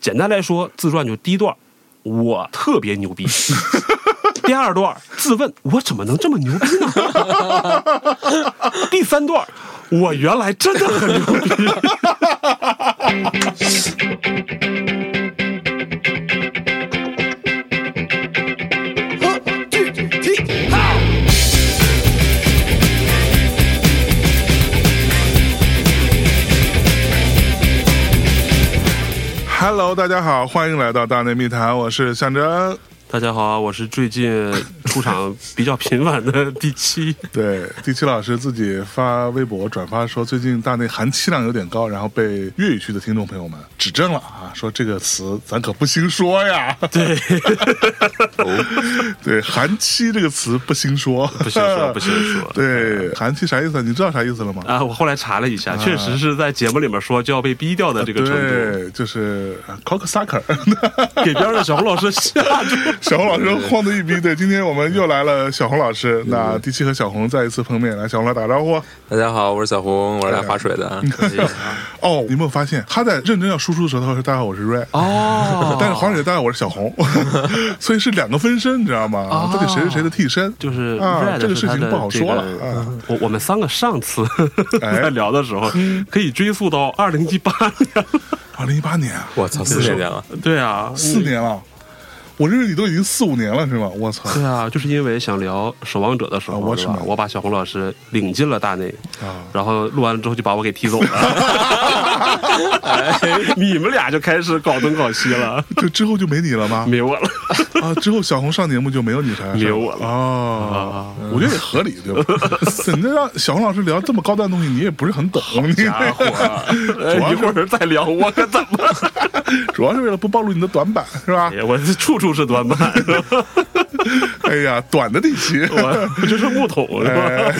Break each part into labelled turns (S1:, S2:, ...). S1: 简单来说，自传就第一段，我特别牛 逼；第二段，自问我怎么能这么牛逼 呢？第三段，我原来真的很牛逼。
S2: Hello，大家好，欢迎来到大内密谈，我是象征。
S1: 大家好，我是最近出场比较频繁的第七。
S2: 对，第七老师自己发微博转发说，最近大内含气量有点高，然后被粤语区的听众朋友们指正了啊，说这个词咱可不兴说 呀。
S1: 对，
S2: 对，含气这个词不兴说，
S1: 不兴说，不兴说。
S2: 对，含气啥意思？你知道啥意思了吗？
S1: 啊，我后来查了一下，确实是在节目里面说就要被逼掉的这个程度，
S2: 对，就是呃 cock sucker。
S1: 给边上的小红老师吓住。
S2: 小红老师慌的一逼。对，今天我们又来了小红老师。那第七和小红再一次碰面，来，小红来打招呼。
S3: 大家好，我是小红，我是来划水的。啊
S2: 哦，你有没有发现他在认真要输出的时候，他说：“大家好，我是 Ray。”
S1: 哦
S2: 但是黄姐，大家好，我是小红， 所以是两个分身，你知道吗？到底谁是谁的替 身？
S1: 哦就是
S2: 啊
S1: Red
S2: 这个事
S1: 是他
S2: 情
S1: 的
S2: 不好说了
S1: 这个
S2: 啊
S1: 我我们三个上次
S2: 哎 嗯
S1: 在聊的时候，可以追溯到二零一八年了。
S2: 二零一八年啊，
S3: 我操，四十年了，
S1: 对啊，
S2: 四年了，我认识你都已经四五年了，是吗？我 操！
S1: 对啊，就是因为想聊《守望者》的时候，
S2: 啊我
S1: 是
S2: 是
S1: 吧
S2: 吗？
S1: 我把小红老师领进了大内，
S2: 啊
S1: 然后录完了之 后就把我给踢 走了。你们俩就开始搞东搞西了，
S2: 这之后就没你了吗？
S1: 没我了。
S2: 啊，之后小红上节目就没有你啥事儿了，
S1: 没有啊我 了
S2: 哦，我觉得也合理， 对吧？你这让小红老师聊这么高端的东西，你也不是很懂，你
S1: 家伙，哎
S2: 主要
S1: 一
S2: 是
S1: 会儿再聊，我可怎么？
S2: 主要是为了不暴露你的短板，是吧
S1: 哎？呀我这处处是短板，
S2: 哎呀，短的地奇。
S1: 我我 就是木桶，是
S2: 哎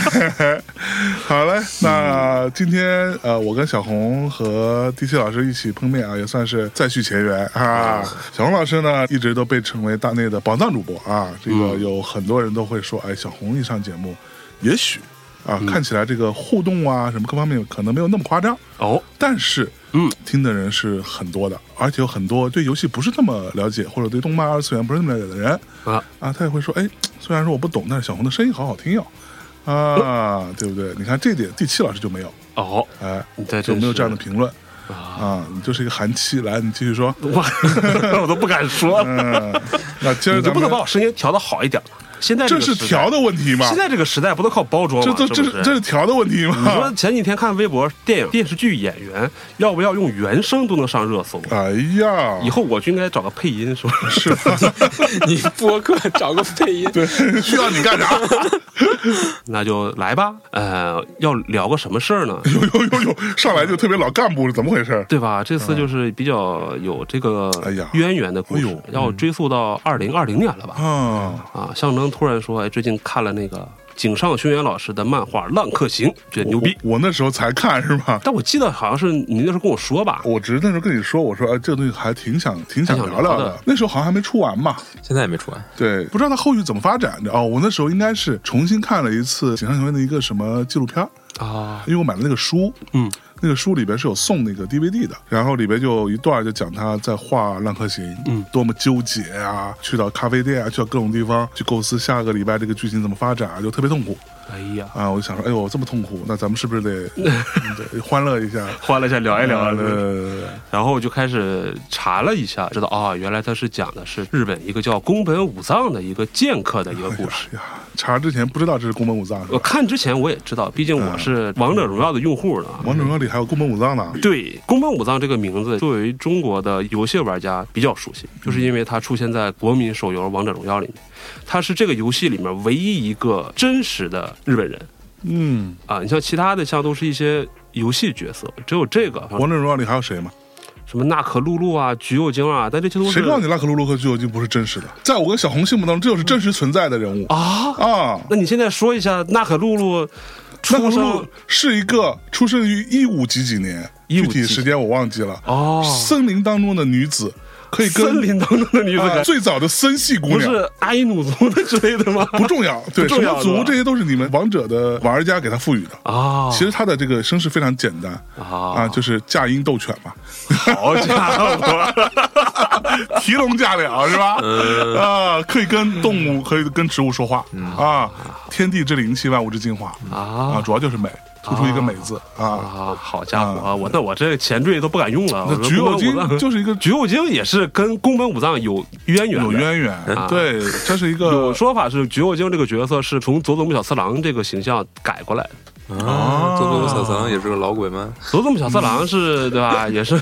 S1: 吧？
S2: 好嘞，那今天呃，我跟小红和第七老师一起碰面啊，也算是再续前缘啊。小红老师呢，一直都被称为大内的宝藏主播啊，这个有很多人都会说，哎，小红一上节目，也许啊，看起来这个互动啊什么各方面可能没有那么夸张，
S1: 哦，
S2: 但是，
S1: 嗯，
S2: 听的人是很多的，而且有很多对游戏不是那么了解，或者对动漫二次元不是那么了解的人
S1: 啊
S2: 啊，他也会说，哎，虽然说我不懂，但是小红的声音好好听哟、啊，对不对？你看这点，第七老师就没有，
S1: 哦，
S2: 哎
S1: 你这，
S2: 就
S1: 真
S2: 没有
S1: 是
S2: 这样的评论啊，你就是一个寒妻。来，你继续说，
S1: 哦 我我都不敢说了。
S2: 嗯，那今儿
S1: 你就
S2: 咱
S1: 不能把
S2: 们
S1: 我声音调的好一点吗？现在
S2: 这
S1: 个
S2: 是
S1: 时代
S2: 调的问题吗
S1: 现？在这个时代不都靠包装
S2: 这
S1: 吗？
S2: 这
S1: 是
S2: 这
S1: 不
S2: 是这
S1: 是
S2: 啊是调的问题
S1: 你说
S2: 吗？
S1: 前几天看微博，电影、电视剧演员要不要用原声都能上热搜？
S2: 哎呀，
S1: 以后我就应该找个配音，是吧？
S2: 是吧？
S3: 你播客找个配音，
S2: 对，需要你干啥？
S1: 那就来吧。呃，要聊个什么事儿呢？
S2: 呦呦呦呦，上来就特别老干部是怎么回事？
S1: 对吧？这次就是比较有这个
S2: 嗯哎呀
S1: 渊源的故事，
S2: 哎呦
S1: 要追溯到二零二零年了吧？
S2: 啊，
S1: 啊，象征突然说，哎，最近看了那个井上雄彦老师的漫画《浪客行》，觉得哎牛逼。
S2: 我！我那时候才看是吧？
S1: 但我记得好像是你那时候跟我说吧，
S2: 我只是那时候跟你说，我说哎，这个东西还挺想挺想
S1: 还想
S2: 聊聊
S1: 聊
S2: 的
S1: 的。
S2: 那时候好像还没出完嘛，
S3: 现在也没出完。
S2: 对，不知道它后续怎么发展的哦。我那时候应该是重新看了一次井上雄彦的一个什么纪录片儿，
S1: 啊，
S2: 因为我买了那个书，
S1: 嗯，
S2: 那个书里边是有送那个 DVD 的，然后里边就有一段就讲他在画《浪客行》，嗯，多么纠结啊，去到咖啡店啊，去到各种地方去构思下个礼拜这个剧情怎么发展啊，就特别痛苦。
S1: 哎呀，
S2: 啊，我就想说，哎呦，这么痛苦，那咱们是不是得 嗯对欢乐一下？啊
S1: 欢了一下，聊一聊。嗯
S2: 对对对对对哎
S1: 然后我就开始查了一下，知道啊、原来它是讲的是日本一个叫宫本武藏的一个剑客的一个故事。
S2: 哎呀，查之前不知道这是宫本武藏是
S1: 我
S2: 吧？
S1: 看之前我也知道，毕竟我是王者荣耀的用户啊呢。
S2: 王者荣耀里还有宫本武藏呢。
S1: 对，宫本武藏这个名字，作为中国的游戏玩家比较熟悉，就是因为它出现在国民手游《王者荣耀》里面，他是这个游戏里面唯一一个真实的日本人
S2: 嗯，
S1: 啊。你像其他的像都是一些游戏角色，只有这个
S2: 嗯王者荣耀里还有谁吗？
S1: 什么纳可露露啊、橘右京啊，但这些都是
S2: 谁告诉你拉克鲁鲁和巨有金不是真实的？在我跟小红心目当中，这就是真实存在的人物
S1: 啊？
S2: 啊。
S1: 那你现在说一下纳可露露
S2: 拉克
S1: 出
S2: 鲁
S1: 生哦
S2: 鲁是一个出生于一五几几年，
S1: 15几
S2: 具体时间我忘记了。
S1: 哦，
S2: 森林当中的女子，可以跟
S1: 森林当中的女子
S2: 啊
S1: 感，
S2: 最早的森系姑
S1: 不
S2: 娘。
S1: 是阿伊努族的之类的吗？
S2: 不重要，对
S1: 不
S2: 什
S1: 重要
S2: 么
S1: 是吧
S2: 族这些都是你们王者的玩家给他赋予的。
S1: 啊，
S2: 其实他的这个身世非常简单
S1: 啊
S2: 啊，就是架鹰斗犬嘛。
S1: 好家伙！
S2: 提笼架鸟是吧？啊，可以跟动物，可以跟植物说话啊！天地之灵气，万物之精华啊，
S1: 啊
S2: 主要就是美，突出一个美字啊。
S1: 啊！好家伙，啊、我那我这前缀都不敢用了。
S2: 那
S1: 我说
S2: 橘右
S1: 宫本武
S2: 京
S1: 藏
S2: 就是一个
S1: 橘右京也是跟宫本武藏有渊源的，
S2: 有渊源，对，这是一
S1: 有
S2: 个
S1: 说法是橘右京这个角色是从佐佐木小次郎这个形象改过来的。
S3: 啊，佐佐木小次郎也是个老鬼吗？
S1: 佐佐木小次郎
S2: 嗯
S1: 是、 对吧？也 是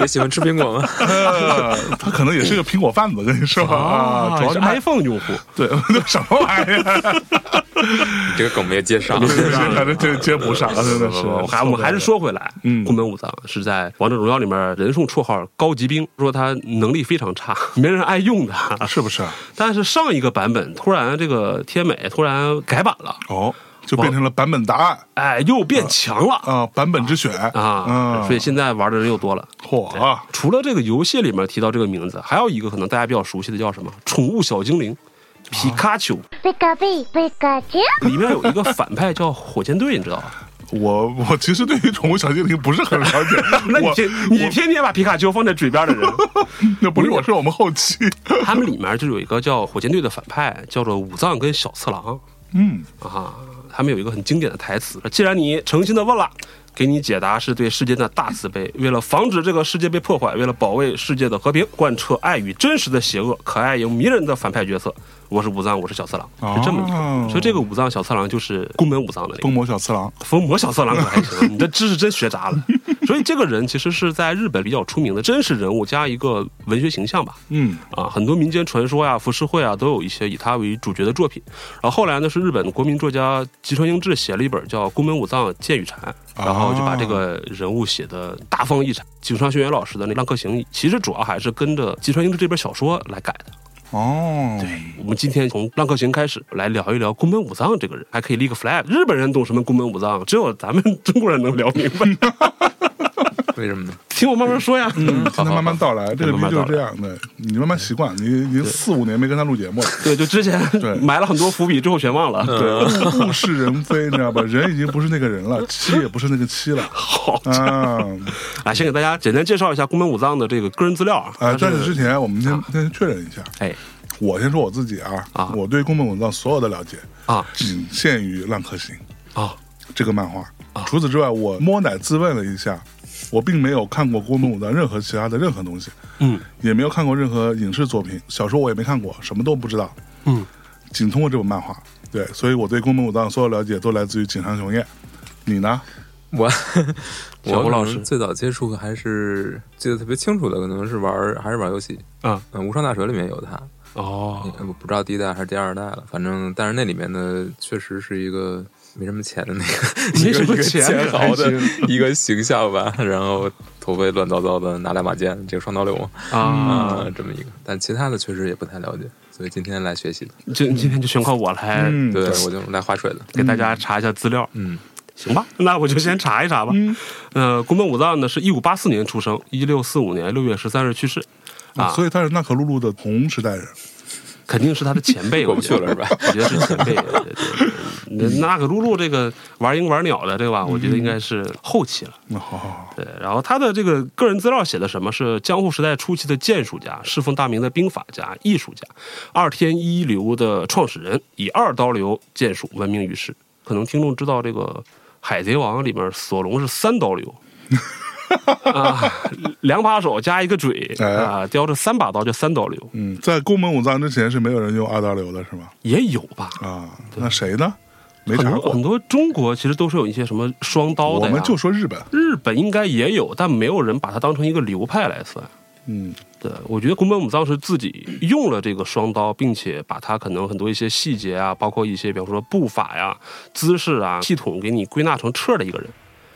S3: 也喜欢吃苹果吗？
S2: 呃，他可能也是个苹果贩子，跟你说啊，
S1: 也
S2: 主要
S1: 是
S2: 是卖
S1: iPhone 用户。
S2: 对什么玩意儿，
S3: 你这个梗没有接 上。
S2: 对对对，这接不上，真的
S1: 不
S2: 是。
S1: 不我还我们还是说回来，
S2: 嗯
S1: 宫本武藏是在《王者荣耀》里面人送绰号“高级兵”，说他能力非常差，没人爱用他。
S2: 是不是？
S1: 但啊是上一个版本突然这个天美突然改版了，
S2: 哦，就变成了版本答案
S1: 哎，又变强了
S2: 啊，版本之选
S1: 哦
S2: 嗯
S1: 啊！所以现在玩的人又多了。
S2: 嚯啊，
S1: 除了这个游戏里面提到这个名字，还有一个可能大家比较熟悉的叫什么“宠物小精灵”。皮卡丘
S4: Pika Pika Pikachu.
S1: 里面有一个反派叫火箭队，你知道吧？
S2: 我我其实对于宠物小精灵不是很了解，
S1: 那你
S2: 我
S1: 天你天天把皮卡丘放在嘴边的人，
S2: 那不是我是我们后期，
S1: 他们里面就有一个叫火箭队的反派，叫做武藏跟小次郎
S2: 嗯，
S1: 啊。他们有一个很经典的台词：既然你诚心的问了，给你解答是对世界的大慈悲。为了防止这个世界被破坏，为了保卫世界的和平，贯彻爱与真实的邪恶，可爱又迷人的反派角色，我是武藏，我是小次郎，是这么一
S2: 哦
S1: 个。所以这个武藏小次郎就是宫本武藏的那个
S2: 风魔小次郎，
S1: 伏魔小色狼可还行，啊你这知识真学杂了。所以这个人其实是在日本比较出名的真实人物加一个文学形象吧。
S2: 嗯，
S1: 啊，很多民间传说呀、浮世绘啊，都有一些以他为主角的作品。然后后来呢，是日本国民作家吉川英治写了一本叫《宫本武藏剑与禅》，然后就把这个人物写的大放异彩。井上雄元老师的那《浪客行》，其实主要还是跟着吉川英治这本小说来改的。
S2: 哦，对，
S1: 我们今天从《浪客行》开始来聊一聊宫本武藏这个人，还可以立个 flag。日本人懂什么宫本武藏，只有咱们 中国人能聊明白。
S3: 为什么呢？
S1: 听我慢慢说呀。
S2: 听嗯他慢慢道来，这个
S1: 嗯慢慢
S2: 逼就
S1: 道
S2: 是这样的，你慢慢习惯，你已经四五年没跟他录节目了。
S1: 对，就之前
S2: 对
S1: 埋了很多伏笔，最后全忘了。嗯
S2: 对，物物是人非，你知道吧？人已经不是那个人了，妻也不是那个妻了
S1: 好
S2: 啊！
S1: 啊，先给大家简单介绍一下宫本武藏的这个个人资料啊。
S2: 啊，
S1: 他
S2: 在此
S1: 是
S2: 之前，我们先先确认一下，
S1: 哎
S2: 我先说我自己啊，
S1: 啊
S2: 我对宫本武藏所有的了解，
S1: 啊
S2: 仅限于《浪客行》
S1: 啊
S2: 这个漫画。除此之外，我摸奶自问了一下，我并没有看过宫本武藏任何其他的任何东西，
S1: 嗯
S2: 也没有看过任何影视作品，小说我也没看过，什么都不知道，
S1: 嗯
S2: 仅通过这本漫画。对，所以我对宫本武藏所有了解都来自于井上雄彦。你呢？
S3: 我
S1: 小
S3: 我
S1: 吴
S3: 可
S1: 老师
S3: 能最早接触还是记得特别清楚的，可能是玩儿还是玩儿游戏。
S1: 啊
S3: 嗯，无双大蛇里面有他，
S1: 哦
S3: 我不知道第一代还是第二代了，反正但是那里面呢，确实是一个没什么钱的那个，
S1: 没什么
S3: 一个
S1: 钱
S3: 一个
S1: 的
S3: 钱豪的一个形象吧，然后头发乱糟糟的，拿来把剑，这个双刀流
S1: 啊！
S3: 啊、这么一个，但其他的确实也不太了解，所以今天来学习的，
S1: 今今天就全靠我来
S2: 嗯，
S3: 对，我就来划水的，
S1: 给大家查一下资料。
S3: 嗯，
S1: 行吧，那我就先查一查吧。嗯，呃，宫本武藏呢是一五八四年出生，一六四五年六月十三日去世，啊
S2: 所以他是娜可露露的同时代人。
S1: 肯定是他的前辈，
S3: 过
S1: 我
S3: 不去
S1: 觉得
S3: 了是吧？
S1: 我觉得是前辈。对对对那那可露露这个玩鹰玩鸟的，对吧？我觉得应该是后期了。
S2: 那好好好，
S1: 对，然后他的这个个人资料写的什么是江户时代初期的剑术家，世风大名的兵法家、艺术家，二天一流的创始人，以二刀流剑术闻名于世。可能听众知道这个《海贼王》里面索隆是三刀 流。啊，两把手加一个嘴
S2: 哎
S1: 啊，叼着三把刀叫三刀流，
S2: 嗯，在宫本武藏之前是没有人用二刀流的是吗？
S1: 也有吧？
S2: 啊，那谁呢？没
S1: 很
S2: 查
S1: 多
S2: 过
S1: 很，多中国其实都是有一些什么双刀
S2: 我
S1: 的呀，
S2: 们就说日本。
S1: 日本应该也有，但没有人把它当成一个流派来算。
S2: 嗯，
S1: 对，我觉得宫本武藏是自己用了这个双刀，并且把它可能很多一些细节啊，包括一些比方说步法呀、姿势啊、系统给你归纳成册的一个人，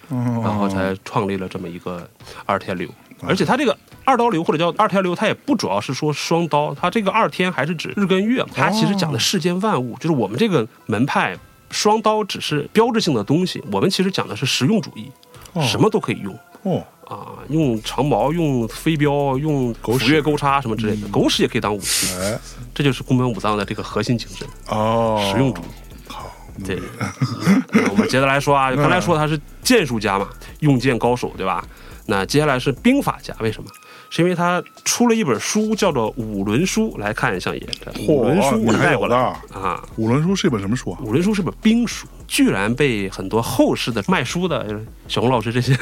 S1: 然
S2: 然
S1: 后才创立了这么一个二天流。而且他这个二刀流或者叫二天流，它也不主要是说双刀，它这个二天还是指日跟月嘛，它其实讲的世间万物，就是我们这个门派双刀只是标志性的东西，我们其实讲的是实用主义，什么都可以用。
S2: 哦，
S1: 啊，用长矛、用飞镖、用
S2: 狗屎嗯
S1: 斧钺钩叉什么之类的，狗屎也可以当武器，
S2: 哎，
S1: 这就是宫本武藏的这个核心精神——
S2: 哦，
S1: 实用主义。对， 嗯我们接着来说 啊，刚才说他是剑术家嘛，用剑高手，对吧？那接下来是兵法家，为什么？是因为他出了一本书，叫做《五轮书》，来看一下也。五轮书
S2: 你
S1: 我
S2: 还
S1: 带
S2: 哦有
S1: 过来
S2: 的？
S1: 啊，
S2: 五轮书是一本什么书啊？
S1: 五轮书是本兵书，居然被很多后世的卖书的 就是小红老师这些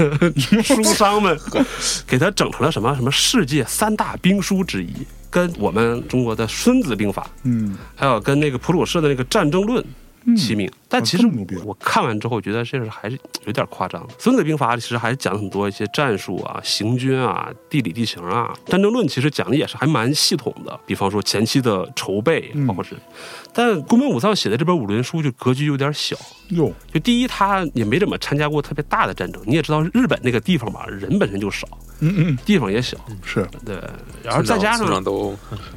S1: 书商们给他整成了什么什么世界三大兵书之一，跟我们中国的《孙子兵法》
S2: 嗯，
S1: 还有跟那个普鲁士的那个《战争论》齐名。但其实
S2: 这么牛逼
S1: 我看完之后，觉得这是还是有点夸张的。《孙子兵法》其实还是讲了很多一些战术啊、行军啊、地理地形啊。《战争论》其实讲的也是还蛮系统的，比方说前期的筹备，
S2: 嗯
S1: 包括是。但宫本武藏写的这本《五轮书》就格局有点小。
S2: 哟，
S1: 就第一，他也没怎么参加过特别大的战争。你也知道，日本那个地方吧，人本身就少，
S2: 嗯嗯，
S1: 地方也小，
S2: 是
S1: 对。然后再加上
S3: 村长都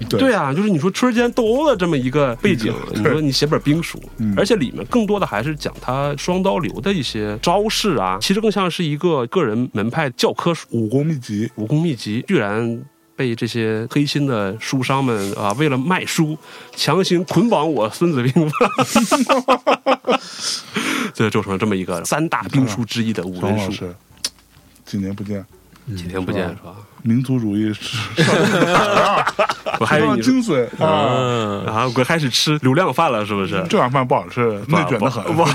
S2: 对嗯
S1: 对啊，就是你说春间斗殴的这么一个背景，你说你写本兵书，而且里面更多的还是讲他双刀流的一些招式啊，其实更像是一个个人门派教科书、
S2: 武功秘籍，
S1: 武功秘籍，居然。被这些黑心的书商们啊，为了卖书，强行捆绑我《孙子兵法》，这就成了这么一个三大兵书之一的五
S2: 王
S1: 人
S2: 老
S1: 书。
S2: 师，几年不见，
S1: 几天不见是吧？
S2: 民族主义是少 年啊，
S1: 我还以为
S2: 非常
S1: 你说
S2: 精髓啊。
S3: 嗯，
S1: 啊，我开始吃流量饭了，是不是？
S2: 这碗饭不好吃，内卷的很。
S1: 哇！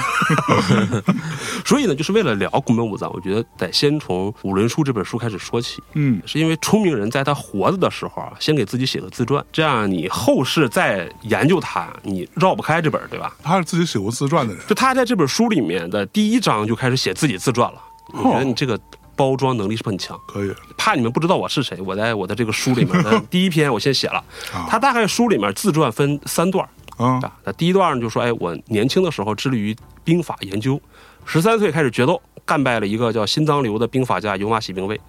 S1: 所以呢，就是为了聊宫本武藏，我觉得得先从《五轮书》这本书开始说起。
S2: 嗯，
S1: 是因为聪明人在他活着的时候啊，先给自己写个自传，这样你后世再研究他，你绕不开这本儿，对吧？
S2: 他是自己写过自传的人，
S1: 就他在这本书里面的第一章就开始写自己自传了，
S2: 哦
S1: 我觉得你这个包装能力是不是很强？
S2: 可以。啊
S1: 怕你们不知道我是谁，我在我的这个书里 面的第一篇我先写了
S2: 啊，
S1: 他大概书里面自传分三段儿，
S2: 啊，
S1: 啊，那第一段呢就说，哎，我年轻的时候致力于兵法研究，十三岁开始决斗，干败了一个叫新脏流的兵法家尤马喜兵卫，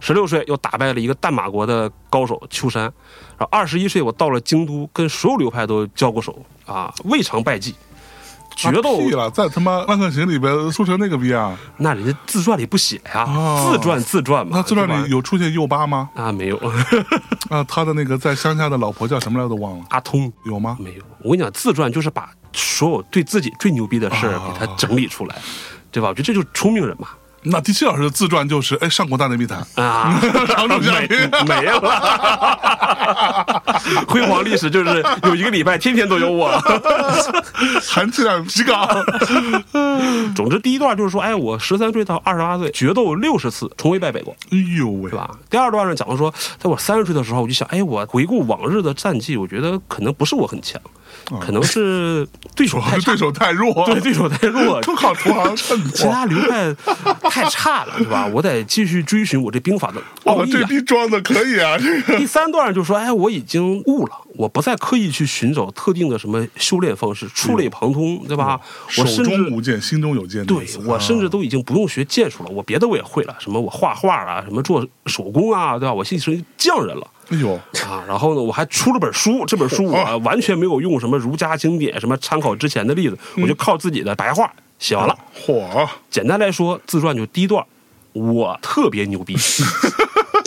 S1: 十六岁又打败了一个淡马国的高手秋山，然后二十一岁我到了京都，跟所有流派都交过手啊，未尝败绩。决斗
S2: 他屁了，在他妈《浪客行》里边说成那个逼啊！
S1: 那人家自传里不写呀、
S2: 哦
S1: 自传自传嘛，
S2: 那自传里
S1: 有
S2: 有出现右八吗？
S1: 啊没有？
S2: 啊，他的那个在乡下的老婆叫什么来着？都忘了，
S1: 阿通
S2: 有吗？
S1: 没有，我跟你讲，自传就是把所有对自己最牛逼的事
S2: 哦
S1: 儿给他整理出来，对吧？我觉得这就是聪明人嘛。
S2: 那第七老师的自传就是，哎，上过大内密谈，
S1: 啊，
S2: 常驻嘉
S1: 没
S2: 宾
S1: 没了， 辉煌历史就是有一个礼拜天天都有 我。
S2: 含金量极
S1: 啊
S2: 高。
S1: 总之，第一段就是说，哎，我十三岁到二十八岁决斗六十次，从未败北过，
S2: 哎呦喂
S1: 对，吧？第二段呢，讲的说，在我三十岁的时候，我就想，哎，我回顾往日的战绩，我觉得可能不是我很强，可能是对手
S2: 主要
S1: 太
S2: 是
S1: 差
S2: 对，手太弱，
S1: 对对手太弱，
S2: 都靠同行衬
S1: 其
S2: 托。
S1: 他流派太差了，对吧？我得继续追寻我这兵法的奥
S2: 哇，
S1: 义
S2: 这
S1: 啊。
S2: 逼装的可以啊！这个
S1: 第三段就说，哎，我已经悟了，我不再刻意去寻找特定的什么修炼方式，触类旁通，对吧？我
S2: 嗯手
S1: 甚
S2: 中无啊
S1: 至
S2: 剑，心中有剑的
S1: 对
S2: 意思啊。
S1: 我甚至都已经不用学剑术了，我别的我也会了，什么我画画啊，什么做手工啊，对吧？我现在是一匠人了。
S2: 哎呦，
S1: 啊，然后呢，我还出了本书，这本书
S2: 哦
S1: 我完全没有用什么儒家经典、什么参考之前的例子，我就
S2: 嗯
S1: 靠自己的白话写完了。
S2: 嚯，
S1: 简单来说，自传就第一段，我特别牛逼。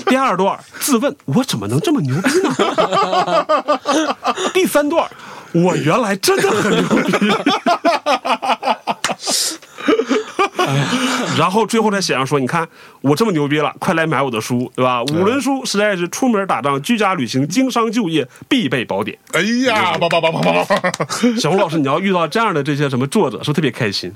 S1: 第二段自问我怎么能这么牛逼呢？ 第三段我原来真的很牛逼。哎然后最后再写上说，你看我这么牛逼了，快来买我的书，对吧？五轮书实在是出门打仗、居家旅行、经商就业必备宝典。
S2: 哎呀，叭叭叭叭叭叭叭，
S1: 小红老师，你要遇到这样的这些什么作者，是不是特别开心，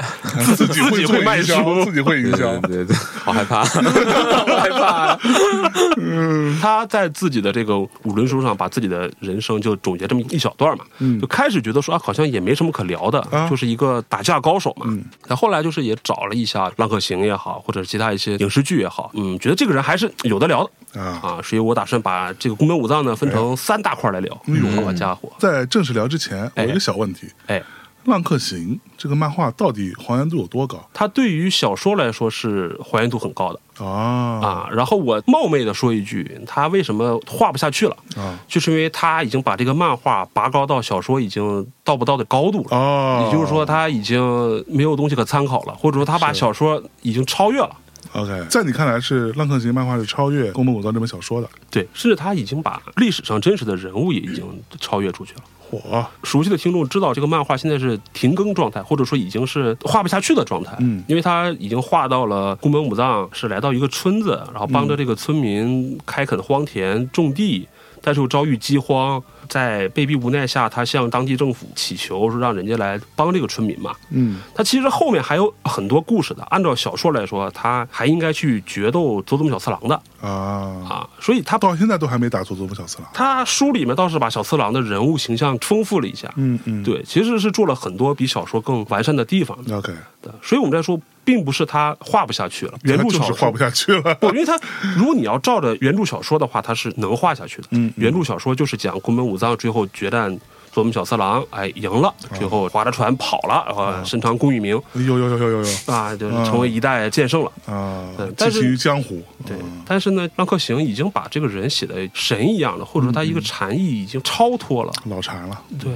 S2: 自己
S1: 自己会
S2: 会做
S1: 卖
S2: 营销，
S1: 书
S2: 自己会营销
S3: 对。对对，好害 怕，好害
S1: 啊
S3: 怕，
S1: 嗯他在自己的这个五轮书上把自己的人生就总结这么一小段嘛，
S3: 嗯
S1: 就开始觉得说啊，好像也没什么可聊的，
S2: 啊
S1: 就是一个打架高手嘛。
S3: 嗯
S1: 但后来就是也找了一下《浪客行》也好，或者是其他一些影视剧也好，嗯，觉得这个人还是有的聊的
S2: 啊
S1: 所以我打算把这个宫本武藏呢分
S3: 嗯
S1: 成三大块来聊。
S3: 哎
S1: 哎好家伙，
S2: 在正式聊之前，我有一
S1: 哎
S2: 个小问题：
S1: 哎，
S2: 《浪客行》这个漫画到底还原度有多高
S1: 他对于小说来说是还原度很高的
S2: 啊？
S3: 哦
S1: 啊。然后我冒昧的说一句，他为什么画不下去了？
S2: 啊
S1: 就是因为他已经把这个漫画拔高到小说已经到不到的高度了。
S2: 哦，
S1: 也就是说，他已经没有东西可参考了，或者说他把小说已经超越了。
S2: ，OK，在你看来是《浪客行》漫画是超越《宫本武藏》这本小说的。
S1: 对，甚至他已经把历史上真实的人物也已经超越出去了。
S2: 火，
S1: 熟悉的听众知道，这个漫画现在是停更状态，或者说已经是画不下去的状态。
S2: 嗯
S1: 因为他已经画到了宫本武藏是来到一个村子，然后帮着这个村民开垦荒田、种地，但是又遭遇饥荒，在被逼无奈下，他向当地政府祈求说让人家来帮这个村民嘛。
S2: 嗯
S1: 他其实后面还有很多故事的，按照小说来说，他还应该去决斗佐佐木小次郎的
S2: 啊，
S1: 啊，所以他
S2: 到现在都还没打佐佐木小次郎。
S1: 他书里面倒是把小次郎的人物形象丰富了一下。
S2: 嗯嗯，
S1: 对，其实是做了很多比小说更完善的地方的，
S2: ，OK，
S1: 所以我们在说，并不是他画不下去了，嗯原著
S2: 就
S1: 小
S2: 是
S1: 说
S2: 画不下去了。
S1: 不，因为他如果你要照着原著小说的话，它是能画下去的。
S2: 嗯嗯
S1: 原著小说就是讲宫本武藏最后决战佐木小次郎，哎，赢了，最后划着船跑了，然后伸长宫裕明
S2: 有有有有有有
S1: 啊，就是成为一代剑圣了。
S2: 啊
S1: 对，
S2: 寄
S1: 但是
S2: 情于江湖。
S1: 对
S2: 嗯，
S1: 但是呢，浪客行已经把这个人写的神一样的，或者说他一个禅意已经超脱了。
S2: 老馋了。
S1: 对，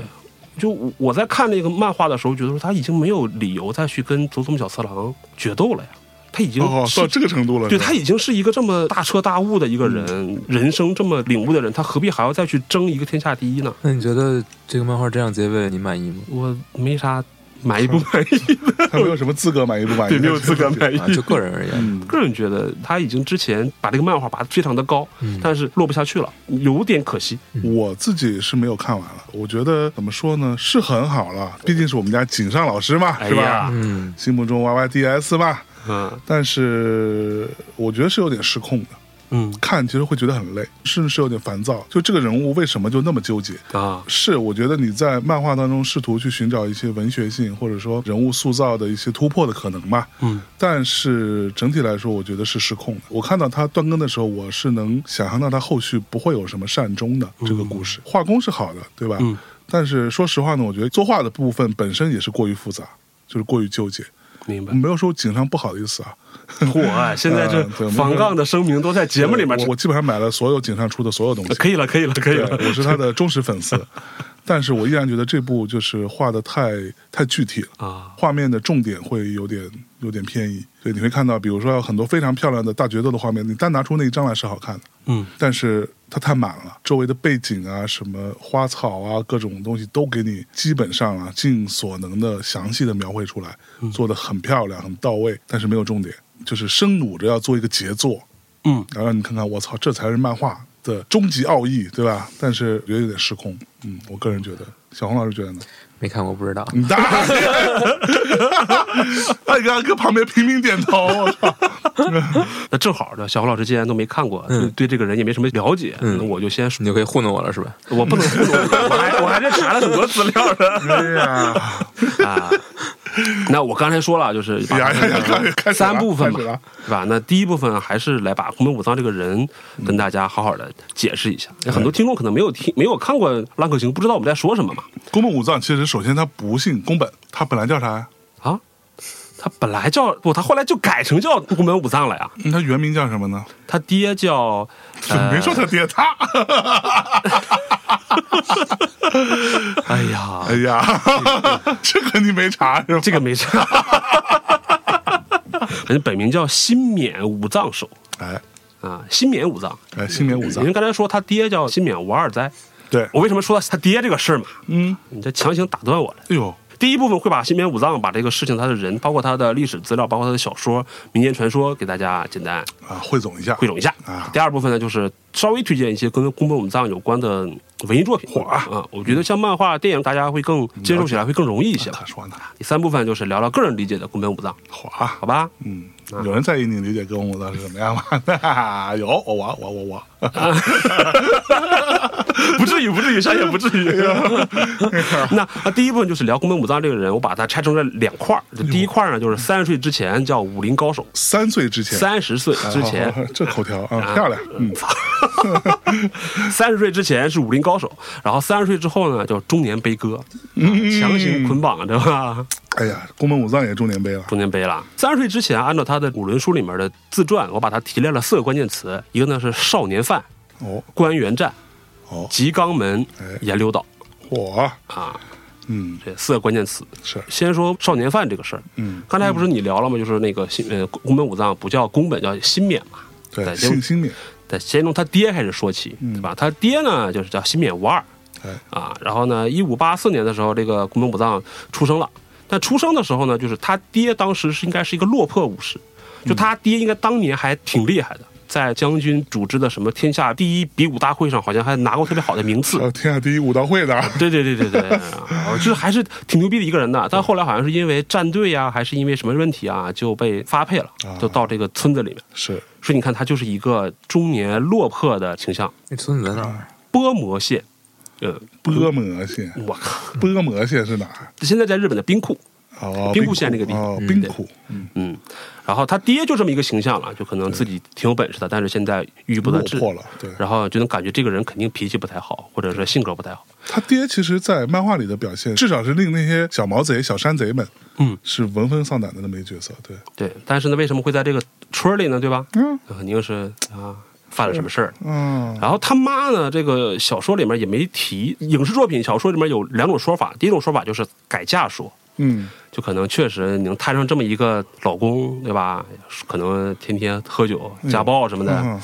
S1: 就我我在看那个漫画的时候，觉得说他已经没有理由再去跟佐佐木小次郎决斗了呀，他已经
S2: 哦，
S1: 是、
S2: 到这个程度了。
S1: 对
S2: 是吧嗯
S1: 他已经是一个这么大彻大悟的一个人，人生这么领悟的人，他何必还要再去争一个天下第一呢？
S3: 那你觉得这个漫画这样结尾你满意吗？
S1: 我没啥满意不 满意的，
S2: 他没有什么资格满意不满意，
S1: 对，没有资 格满意
S3: 啊，。就个人而言，
S2: 嗯
S1: 个人觉得他已经之前把这个漫画拔得非常的高，
S3: 嗯
S1: 但是落不下去了，有点可惜。
S2: 我自己是没有看完了，我觉得怎么说呢，是很好了，毕竟是我们家井上老师嘛，
S1: 哎
S2: 是吧
S1: 呀？
S3: 嗯，
S2: 心目中 YYDS 吧，
S1: 嗯
S2: 但是我觉得是有点失控的，
S1: 嗯
S2: 看其实会觉得很累，甚至是有点烦躁。就这个人物为什么就那么纠结？
S1: 啊，
S2: 是，我觉得你在漫画当中试图去寻找一些文学性或者说人物塑造的一些突破的可能吧。
S1: 嗯
S2: 但是整体来说，我觉得是失控的。我看到他断更的时候，我是能想象到他后续不会有什么善终的这个故事。画工是好的，对吧？
S1: 嗯
S2: 但是说实话呢，我觉得作画的部分本身也是过于复杂，就是过于纠结。
S1: 明 白。
S2: 没有说井上不好的意思啊，
S1: 嚯、哎现在 这
S2: 嗯对没事
S1: 防杠的声明都在节目里面
S2: 我我基本上买了所有井上出的所有东西。
S1: 呃可以了，可以了，可以
S2: 对，
S1: 了。
S2: 我是他的忠实粉丝，但是我依然觉得这部就是画的太太具体了，
S1: 啊，
S2: 画面的重点会有点有点偏移，所以你会看到，比如说有很多非常漂亮的大决斗的画面，你单拿出那一张来是好看的，
S1: 嗯，
S2: 但是它太满了，周围的背景啊、什么花草啊、各种东西都给你基本上啊尽所能的详细的描绘出来，做的很漂亮、很到位，但是没有重点，就是生努着要做一个杰作，
S1: 嗯，
S2: 然后你看看，我操，这才是漫画的终极奥义，对吧？但是我觉得有点失控，嗯，我个人觉得，小红老师觉得 呢？
S3: 没看过不知道。
S1: 嗯
S2: 你大爷！哎，刚刚跟旁边频频点头，我操！
S1: 那正好呢，小侯老师既然都没看过，
S2: 嗯
S1: 就对这个人也没什么了解，那我就先说，
S3: 你就可以糊弄我了是吧？
S2: 嗯
S1: 我不能糊弄你，我还我还是查了很多资料的
S2: 哎呀，
S1: 啊。那我刚才说了，就是把
S2: 哎呀呀呀开始开始了
S1: 三部分嘛
S2: 开始了，
S1: 对吧？那第一部分还是来把宫本武藏这个人
S2: 嗯
S1: 跟大家好好的解释一下。
S2: 哎
S1: 很多听众可能没有听没有看过《浪客行》，不知道我们在说什么嘛。
S2: 宫本武藏其实首先他不姓宫本，他本来叫啥呀？
S1: 啊，他本来叫不，他后来就改成叫宫本武藏了呀。
S2: 嗯他原名叫什么呢？
S1: 他爹叫呃
S2: 没说他爹，他。
S1: 哎呀，
S2: 哎呀， 这个你没查是吧？
S1: 这个没事。人家本名叫新免武藏守
S2: 哎
S1: 啊，新免武藏。
S2: 哎，新免武
S1: 因
S2: 藏
S1: 为，刚才说他爹叫新免无二哉，
S2: 对，
S1: 我为什么说到他爹这个事儿嘛？
S2: 嗯，
S1: 你这强行打断我了。
S2: 哎呦，
S1: 第一部分会把新免武藏把这个事情、他的人，包括他的历史资料，包括他的小说、民间传说，给大家简单
S2: 啊，汇总一下，
S1: 汇总一下
S2: 啊。
S1: 第二部分呢，就是稍微推荐一些跟宫本武藏有关的文艺作品。
S2: 火啊嗯
S1: 啊，我觉得像漫画、电影，大家会更接受起来会更容易一些吧
S2: 他。说呢，
S1: 第三部分就是聊聊个人理解的宫本武藏，
S2: 滑。
S1: 好吧？
S2: 嗯，有人在意你理解跟我的是什么样吗？ 有，我我我我我，
S1: 不至于，不至于，山也不至于。 那那第一部分就是聊宫本武藏这个人，我把它拆成了两块儿。就第一块儿呢，就是三十岁之前叫武林高手，
S2: 三岁之前，
S1: 三十岁之前
S2: 好好好这口条啊，漂亮，嗯，
S1: 三十岁之前是武林高手，然后三十岁之后呢叫中年悲歌，强行捆绑对吧？
S2: 嗯 哎呀，宫本武藏也中年杯了，
S1: 中年悲了。三十岁之前，按照他的五轮书里面的自传，我把它提炼了四个关键词，一个呢是少年犯、
S2: 哦
S1: 官员战、
S2: 哦，
S1: 吉冈门
S2: 哎、
S1: 岩流岛
S2: 我，
S1: 啊，
S2: 嗯，
S1: 这四个关键词。
S2: 是，
S1: 先说少年犯这个事儿，
S2: 嗯，
S1: 刚才不是你聊了吗？就是那个新呃宫本武藏不叫宫本，叫新免嘛。
S2: 对，
S1: 对
S2: 性心敏，
S1: 得先从他爹开始说起，对吧？他爹呢，就是叫新免无二，
S2: 哎
S1: 啊，然后呢，一五八四年的时候，这个古蒙武藏出生了。但出生的时候呢，就是他爹当时是应该是一个落魄武士，就他爹应该当年还挺厉害的，在将军组织的什么天下第一比武大会上，好像还拿过特别好的名次
S2: 还。有天下第一武道会的，
S1: 对对对对对，啊就是还是挺牛逼的一个人的。但后来好像是因为战队呀、还是因为什么问题啊，就被发配了
S2: 啊，
S1: 就到这个村子里面。
S2: 是
S1: 所以你看，他就是一个中年落魄的倾向。
S3: 那村子在哪 儿？
S1: 波摩县，呃，
S2: 波摩县，
S1: 我靠，
S2: 波摩县是哪儿？
S1: 现在在日本的兵库，
S2: 哦，
S1: 嗯兵库
S2: 库
S1: 县这个地方
S2: 哦
S1: 嗯，
S2: 兵
S1: 对
S2: 库，嗯，
S1: 嗯，然后他爹就这么一个形象了，就可能自己挺有本事的，但是现在郁郁不
S2: 落
S1: 得志，
S2: 魄了。对，
S1: 然后就能感觉这个人肯定脾气不太好，或者是性格不太好。
S2: 他爹其实，在漫画里的表现，至少是令那些小毛贼、小山贼们，
S1: 嗯，
S2: 是闻风丧胆的那么一角色。对，
S1: 对，但是呢，为什么会在这个村儿里呢？对吧？
S2: 嗯
S1: 那肯定是啊，犯了什么事儿。
S2: 嗯，
S1: 然后他妈呢，这个小说里面也没提，影视作品、小说里面有两种说法，第一种说法就是改嫁说，
S2: 嗯，
S1: 就可能确实能摊上这么一个老公，对吧？可能天天喝酒、家暴什么的，
S2: 嗯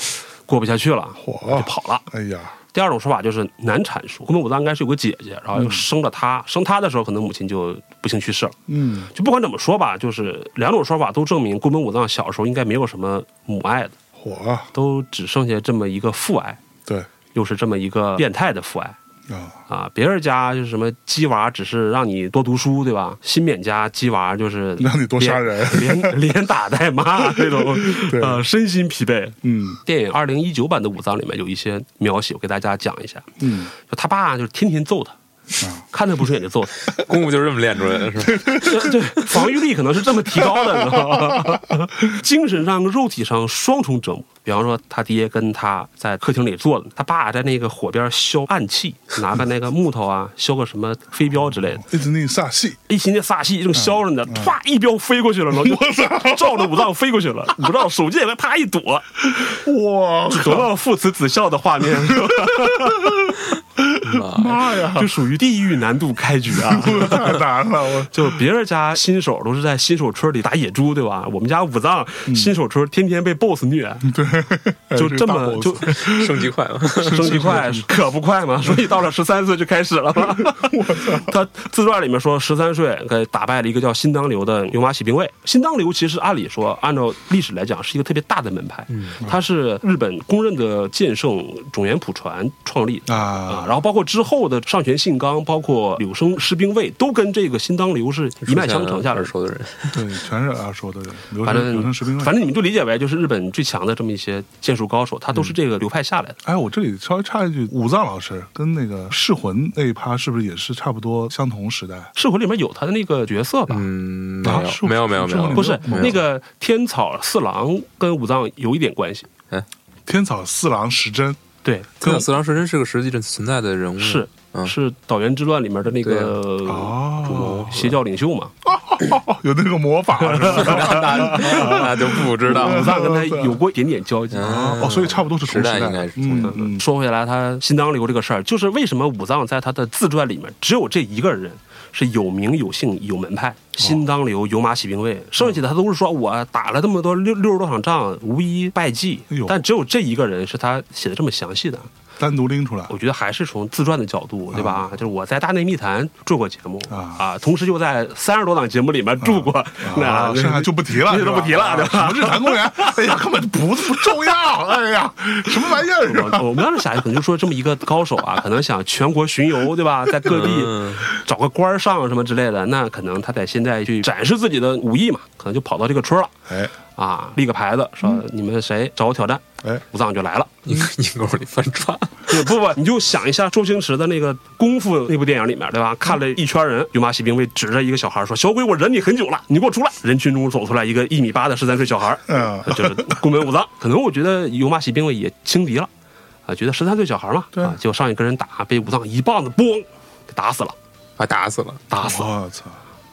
S1: 过不下去了，
S2: 火
S1: 就跑了。
S2: 哎呀，
S1: 第二种说法就是难产说，宫本武藏应该是有个姐姐，然后又生了她，生她的时候可能母亲就不幸去世了。
S2: 嗯，
S1: 就不管怎么说吧，就是两种说法都证明宫本武藏小时候应该没有什么母爱的，
S2: 火，啊
S1: 都只剩下这么一个父爱，
S2: 对
S1: 又是这么一个变态的父爱。
S2: 啊，
S1: 啊，别人家就是什么鸡娃，只是让你多读书，对吧？新免家鸡娃就是
S2: 让你多杀人
S1: 连连 连打带骂这种，
S2: 对
S1: 呃，身心疲惫。
S2: 嗯
S1: 电影二零一九版的《武藏》里面有一些描写，我给大家讲一下。
S2: 嗯，
S1: 就他爸就是天天揍他，
S2: 啊
S1: 看他不顺眼就揍他，
S3: 功夫就是这么练出来的，是吧？
S1: 对，防御力可能是这么提高的，你知道吗？精神上、肉体上双重折磨。比方说，他爹跟他在客厅里坐着，他爸在那个火边削暗器，拿个那个木头啊，削个什么飞镖之类的。
S2: 一直那煞戏，
S1: 一寻思煞气，正削着呢，啪一镖飞过去了，然后就照着武藏飞过去了。武藏手贱了，啪一躲，
S2: 哇，
S1: 得到父慈子孝的画面，是吧
S2: 妈呀，
S1: 就属于地狱难度开局啊！
S2: 太难了，我
S1: 就别人家新手都是在新手村里打野猪，对吧？我们家武藏新手村天天被 BOSS 虐，
S2: 哎
S1: 就
S2: 嗯这个
S1: 这
S2: 大
S1: 么
S2: boss
S1: 就
S3: 升级快嘛。
S1: 升级快，可不快嘛。所以到了十三岁就开始了嘛。他自传里面说，十三岁给打败了一个叫新当流的牛马喜兵卫。新当流其实按理说，按照历史来讲，是一个特别大的门派，
S2: 嗯
S1: 它是日本公认的剑圣种原普传创立的。啊
S2: 啊，，
S1: 然后包括之后的上泉信纲，包括柳生士兵卫，都跟这个新当流是 一脉相承下来
S3: 耳
S1: 的。
S3: 熟的人，
S2: 对，全是耳熟的人，流
S1: 反
S2: 程流
S1: 正
S2: 程士兵卫啊
S1: 反。正你们就理解为，就是日本最强的这么一些剑术高手，他都
S2: 嗯
S1: 是这个流派下来的。
S2: 哎，我这里稍微插一句，武藏老师跟那个噬魂那一趴是不是也是差不多相同时代？
S1: 噬魂里面有他的那个角色吧？
S3: 嗯，没
S2: 啊
S3: 有
S2: 是
S3: 没有没有没有，
S2: 是
S1: 不是
S2: 没有
S1: 那个天草四郎跟武藏有一点关系，
S2: 天草四郎时针
S1: 对，
S3: 跟四郎时真是个实际存在的人物，
S1: 是
S3: 嗯
S1: 是岛原之乱里面的那个
S2: 哦，
S1: 邪教领袖嘛，
S2: 有那个魔法 是吧？
S3: 那那就不知道
S1: 武
S3: 了。
S1: 藏跟他有过一点点交集。
S2: 哦，所以差不多是同代
S3: 时
S2: 的，
S3: 代应该是同时代
S2: 嗯嗯，
S1: 说回来，他新当流这个事儿，就是为什么武藏在他的自传里面只有这一个人是有名有姓有门
S2: 哦
S1: 派，新当流有马喜兵卫，剩下的他都是说我打了这么多六六十多场仗，无一败绩
S2: 哎呦，
S1: 但只有这一个人是他写的这么详细的。
S2: 嗯单独拎出来
S1: 我觉得还是从自传的角度，对吧？就是我在《大内密谈》做过节目
S2: 啊
S1: 同时又在三十多档节目里面住过，
S2: 啊，
S1: 那
S2: 剩下就不提了，
S1: 那就不提了，对
S2: 是吧
S1: 吧
S2: 啊？什么日坛公园？哎呀，根本不不重要，哎呀，什么玩意儿 是吧？
S1: 呃我我们当时想，可能就说这么一个高手啊，可能想全国巡游，对吧？在各地
S3: 嗯
S1: 找个官儿上什么之类的，那可能他得现在去展示自己的武艺嘛，可能就跑到这个村儿了
S2: 哎
S1: 啊，立个牌子说、你们谁找我挑战，
S2: 哎，
S1: 武藏就来了。
S3: 阴阴沟里翻船，
S1: 对不不，你就想一下周星驰的那个《功夫》那部电影里面，对吧？看了一圈人，有马喜兵卫指着一个小孩说：“小鬼，我忍你很久了，你给我出来！”人群中走出来一个一米八的十三岁小孩，
S2: 嗯
S1: 啊就是宫本武藏。可能我觉得有马喜兵卫也轻敌了，啊，觉得十三岁小孩嘛，
S2: 对
S1: 啊，就上去跟人打，被武藏一棒子嘣给打死了，
S3: 把打死了。
S1: 打死了
S2: 我操，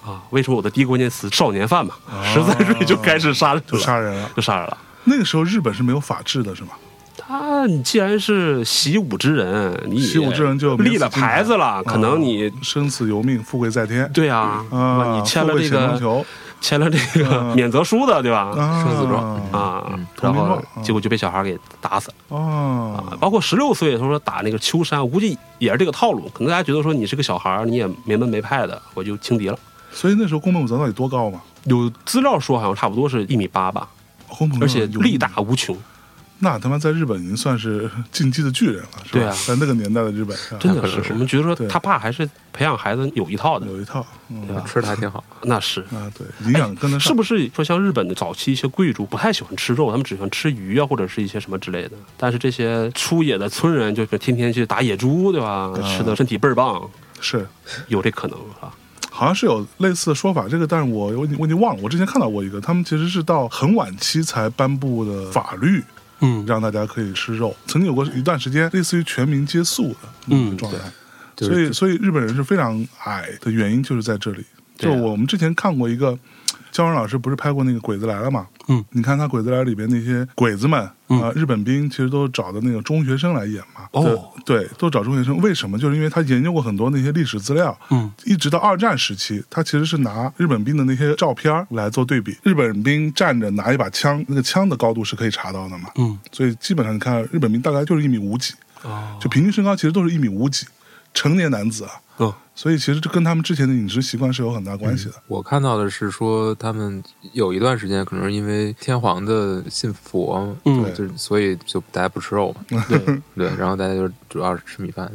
S2: 哦
S1: 啊！为什么我的第一个关键词少年犯嘛？十三岁就开始杀人
S2: 就
S1: 了，
S2: 杀人了。
S1: 就杀人了。
S2: 那个时候日本是没有法治的，是吗？
S1: 他，你既然是习武之人，你也
S2: 习武之人就
S1: 立了牌子了，可能你
S2: 啊生死由命，富贵在天。
S1: 对啊，
S2: 哦啊，
S1: 你签了
S2: 富
S1: 这
S2: 贵险中
S1: 个
S2: 求，
S1: 签了这个
S2: 嗯
S1: 免责书的，对吧？
S2: 啊，
S3: 生死状
S1: 啊
S3: 嗯，
S1: 然
S2: 同
S1: 后
S2: 名状
S1: 结果就被小孩给打死了。啊
S2: 哦，，
S1: 包括十六岁的时候打那个秋山，我估计也是这个套路。可能大家觉得说你是个小孩儿，你也没门没派的，我就轻敌了。
S2: 所以那时候宫本武藏到底多高嘛？
S1: 有资料说好像差不多是一米八吧，
S2: 宫本武藏
S1: 而且
S2: 嗯有
S1: 力大无穷，
S2: 那他妈在日本已经算是进击的巨人了，是吧？
S1: 对啊
S2: 在那个年代的日本，啊是吧
S1: 真的
S3: 可能
S1: 是。
S3: 是
S1: 我们觉得说
S2: 对
S1: 他爸还是培养孩子有一套的，
S2: 有一套，嗯，
S1: 对吧？啊
S3: 吃的还挺好。
S1: 那是。
S2: 啊，对，营养跟得上，
S1: 是不是说像日本的早期一些贵族不太喜欢吃肉，他们只喜欢吃鱼啊，或者是一些什么之类的？但是这些出野的村人就是天天去打野猪，对吧？吃的身体倍儿棒，
S2: 是
S1: 有这可能啊是吧？
S2: 好像是有类似的说法，这个但是我我已经我已经忘了，我之前看到过一个，他们其实是到很晚期才颁布的法律，
S1: 嗯
S2: 让大家可以吃肉。曾经有过一段时间，类似于全民皆素的
S1: 嗯
S2: 状态，
S3: 对
S2: 所
S3: 就
S2: 以所以日本人是非常矮的原因就是在这里。就
S1: 对啊
S2: 我们之前看过一个，姜文老师不是拍过那个《鬼子来了》嘛？
S1: 嗯，
S2: 你看他《鬼子来了》里边那些鬼子们啊、
S1: 嗯
S2: 日本兵其实都找的那个中学生来演嘛。
S1: 哦
S2: 对，对，都找中学生，为什么？就是因为他研究过很多那些历史资料，
S1: 嗯，
S2: 一直到二战时期，他其实是拿日本兵的那些照片儿来做对比。日本兵站着拿一把枪，那个枪的高度是可以查到的嘛，
S1: 嗯，
S2: 所以基本上你看日本兵大概就是一米五几，
S1: 哦，
S2: 就平均身高其实都是一米五几，成年男子啊，
S1: 嗯
S2: 所以其实这跟他们之前的饮食习惯是有很大关系的。
S3: 我看到的是说，他们有一段时间可能是因为天皇的信佛，
S1: 嗯
S2: 对
S3: 就是所以就大家不吃肉嘛，
S1: 对
S3: 对，然后大家就主要是吃米饭，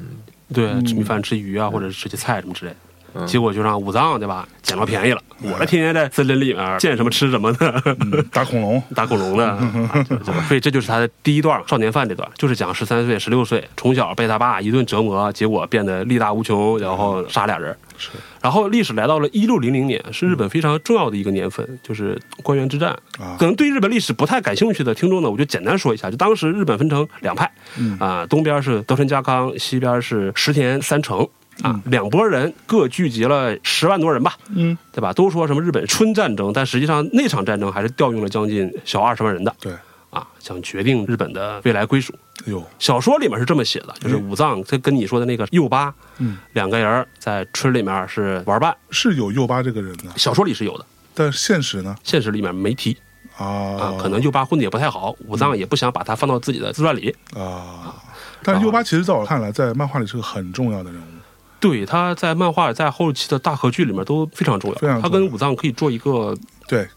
S1: 对，吃米饭吃鱼啊，或者是吃些菜什么之类的。
S3: 嗯
S1: 结果就让武藏对吧捡到便宜了，我这天天在森林里面见什么吃什么的，
S2: 嗯打恐龙，
S1: 打恐 龙的，啊就就所以这就是他的第一段少年犯这段，就是讲十三岁、十六岁，从小被他爸一顿折磨，结果变得力大无穷，然后杀俩人。
S2: 是，
S1: 然后历史来到了一六零零年，是日本非常重要的一个年份，就是官员之战。
S2: 啊
S1: 可能对日本历史不太感兴趣的听众呢，我就简单说一下，就当时日本分成两派，
S2: 嗯
S1: 啊，东边是德川家康，西边是石田三成。啊，两拨人各聚集了十万多人吧，
S2: 嗯，
S1: 对吧？都说什么日本春战争，但实际上那场战争还是调用了将近小二十万人的
S2: 对，
S1: 啊，想决定日本的未来归属。
S2: 有，
S1: 小说里面是这么写的，就是武藏他跟你说的那个右八，
S2: 嗯，
S1: 两个人在村里面是玩伴，
S2: 是有右巴这个人的，
S1: 小说里是有的，
S2: 但是现实呢？
S1: 现实里面没提啊
S2: 啊，，
S1: 可能右八混的也不太好，武
S2: 嗯
S1: 藏也不想把他放到自己的自传里。
S2: 啊，但是右巴其实在我看来，在漫画里是个很重要的人物，
S1: 对，他在漫画在后期的大合剧里面都非常重要，
S2: 非常重要
S1: 他跟武藏可以做一个
S2: 对。
S1: 对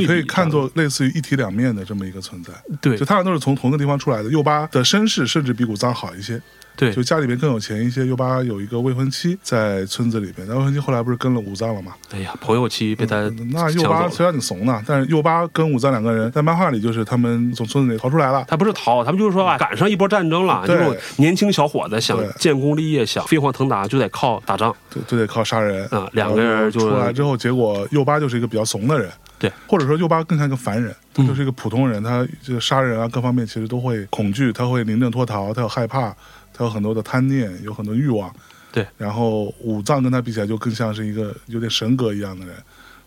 S1: 比
S2: 你可以
S1: 一下
S2: 看作类似于一体两面的这么一个存在，
S1: 对
S2: 就他俩都是从同一个地方出来的。右巴的身世甚至比古藏好一些，
S1: 对
S2: 就家里边更有钱一些。右巴有一个未婚妻在村子里边，那未婚妻后来不是跟了武藏了吗？
S1: 哎呀，朋友期被他
S2: 嗯那
S1: 抢
S2: 右
S1: 走
S2: 巴
S1: 了。
S2: 虽然你怂呢，但是右巴跟武藏两个人在漫画里就是他们从村子里逃出来了，
S1: 他不是逃，他们就是说啊，赶上一波战争了，就
S2: 对
S1: 是年轻小伙子想
S2: 对
S1: 建功立业，想飞黄腾达，就得靠打仗。
S2: 就就得靠杀人
S1: 啊两个人就
S2: 然后出来之后，结果右巴就是一个比较怂的人，
S1: 对，
S2: 或者说右巴更像一个凡人，他
S1: 嗯
S2: 就是一个普通人，他这个杀人啊各方面其实都会恐惧，他会临阵脱逃，他有害怕，他有很多的贪念，有很多欲望，
S1: 对。
S2: 然后武藏跟他比起来，就更像是一个有点神格一样的人。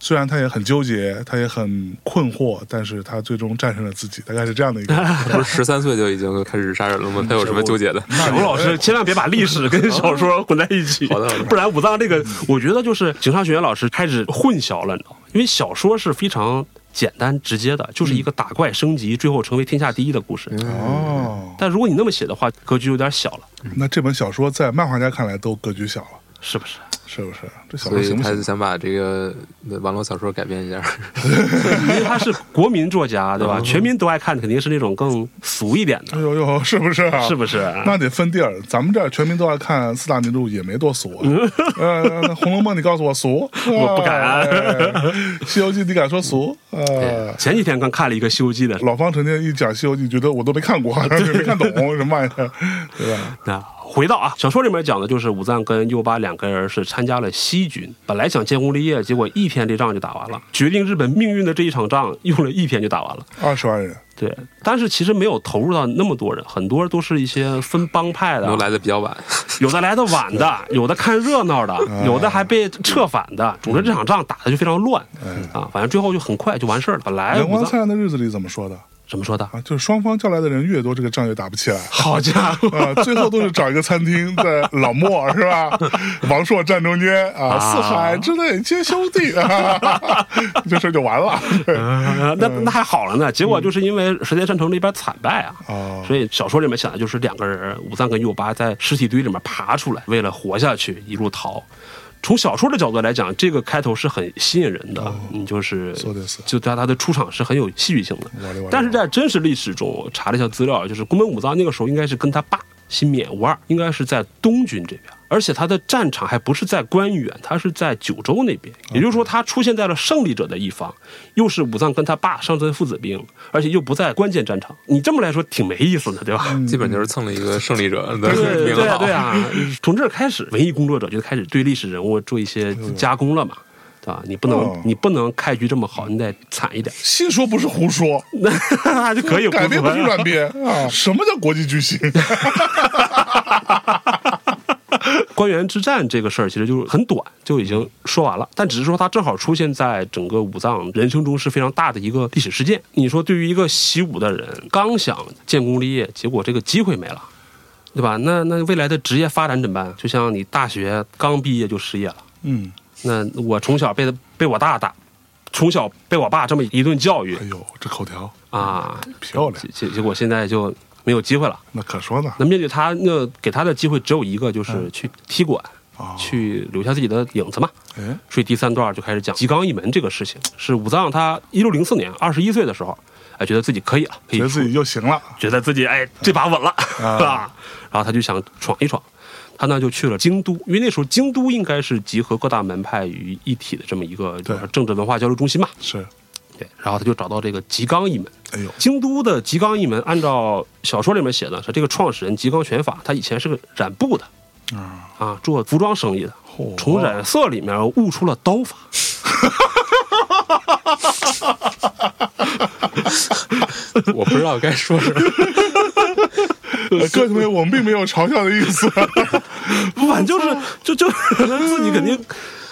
S2: 虽然他也很纠结，他也很困惑，但是他最终战胜了自己，大概是这样的一 个。
S3: 不是十三岁就已经开始杀人了吗？他有什么纠结的？
S1: 小龙老师，千万别把历史跟小说混在一起
S3: 好的好的，
S1: 不然武藏这个，我觉得就是警察学院老师开始混淆了，你知道吗？因为小说是非常简单直接的，就是一个打怪升级，最后成为天下第一的故事。
S2: 哦，
S1: 但如果你那么写的话，格局有点小了，
S2: 那这本小说在漫画家看来都格局小了，
S1: 是不是？
S2: 是不是？这小
S3: 所
S2: 说
S3: 以
S2: 行不
S3: 他就
S2: 行？
S3: 想把这个网络小说改编一下，
S1: 因为他是国民作家，对吧？
S3: 嗯
S1: 全民都爱看，肯定是那种更俗一点的
S2: 哎，呦呦，是不是啊？
S1: 是不是？
S2: 那得分地儿，咱们这儿全民都爱看四大名著，也没多俗、 啊。呃，《红楼梦》你告诉我俗，
S1: 我不敢
S2: 哎西游记》你敢 说俗？呃，
S1: 前几天刚看了一个《西游记》的，
S2: 老方成天一讲《西游记》，觉得我都没看
S1: 啊
S2: 过， 没看懂什么玩意儿，对吧？
S1: 那回到啊，小说里面讲的就是武藏跟右巴两个人是参加了西军，本来想建功立业，结果一天这仗就打完了，决定日本命运的这一场仗用了一天就打完了。
S2: 二十万人，
S1: 对，但是其实没有投入到那么多人，很多都是一些分帮派的啊
S3: 都，来的比较晚。
S1: 有的来的晚 的，
S2: 嗯
S1: 有的看热闹的，有的还被撤返的。总之这场仗打的就非常乱啊，反正最后就很快就完事儿了。本来
S2: 嗯阳
S1: 武
S2: 光
S1: 藏
S2: 灿烂的日子里怎么说的？
S1: 怎么说的？
S2: 啊，就是双方叫来的人越多，这个仗越打不起来。
S1: 好家伙！
S2: 啊，最后都是找一个餐厅，在老莫是 吧？王朔站中间啊，
S1: 啊
S2: 四海之内皆兄弟， 啊、这事儿就完了。对
S1: 啊 那
S2: 嗯
S1: 那还好了呢，结果就是因为石田山城那边惨败啊，
S2: 哦
S1: 所以小说里面讲的就是两个人武藏跟右八在尸体堆里面爬出来，为了活下去一路逃。从小说的角度来讲，这个开头是很吸引人
S2: 哦
S1: 的，嗯，就是
S2: そうです
S1: 就他他的出场是很有戏剧性的
S2: 我的我的。
S1: 但是在真实历史中，我查了一下资料，就是宫本武藏那个时候应该是跟他爸新免无二，应该是在东军这边，而且他的战场还不是在关原，他是在九州那边。也就是说，他出现在了胜利者的一方，又是武藏跟他爸上阵父子兵，而且又不在关键战场。你这么来说挺没意思的，对吧？
S3: 基本就是蹭了一个胜利 者的
S1: 对
S3: 名
S1: 对啊
S3: 号。
S1: 对啊， 从这儿开始，文艺工作者就开始对历史人物做一些加工了嘛，对吧？你不能、
S2: 哦
S1: 你不能开局这么好，你得惨一点，
S2: 新说不是胡 说，
S1: 那 就可以
S2: 改编不
S1: 胡
S2: 是
S1: 说
S2: 乱编啊！什么叫国际巨 星？
S1: 官员之战这个事儿其实就是很短，就已经说完了。但只是说它正好出现在整个武藏人生中是非常大的一个历史事件。你说对于一个习武的人，刚想建功立业，结果这个机会没了，对吧？那那未来的职业发展怎么办？就像你大学刚毕业就失业了，
S2: 嗯，
S1: 那我从小被被我大打，从小被我爸这么一顿教育
S2: 哎呦，这口条
S1: 啊，
S2: 漂亮
S1: 结，结结果现在就没有机会了。
S2: 那可说呢。
S1: 那面对他，那给他的机会只有一个，就是去踢馆，
S2: 嗯哦
S1: 去留下自己的影子嘛。
S2: 哎，
S1: 所以第三段就开始讲吉冈一门这个事情，是武藏他一六零四年二十一岁的时候，哎，觉得自己可以了，可以
S2: 觉得
S1: 出
S2: 自己就行了。
S1: 觉得自己哎这把稳了， 是
S2: 啊
S1: 吧？然后他就想闯一闯，他呢就去了京都，因为那时候京都应该是集合各大门派于一体的这么一个
S2: 对
S1: 政治文化交流中心嘛。
S2: 是，
S1: 对，然后他就找到这个吉冈一门。
S2: 哎呦，
S1: 京都的吉冈一门，按照小说里面写的，是这个创始人吉冈玄法，他以前是个染布的，
S2: 啊，
S1: 啊，做服装生意的
S2: 嚯，
S1: 从染色里面悟出了刀 法。
S3: 我不知道该说什么。
S2: 呃各位同学，我们并没有嘲笑的意 思。
S1: 不反正就是就就是 他自己肯定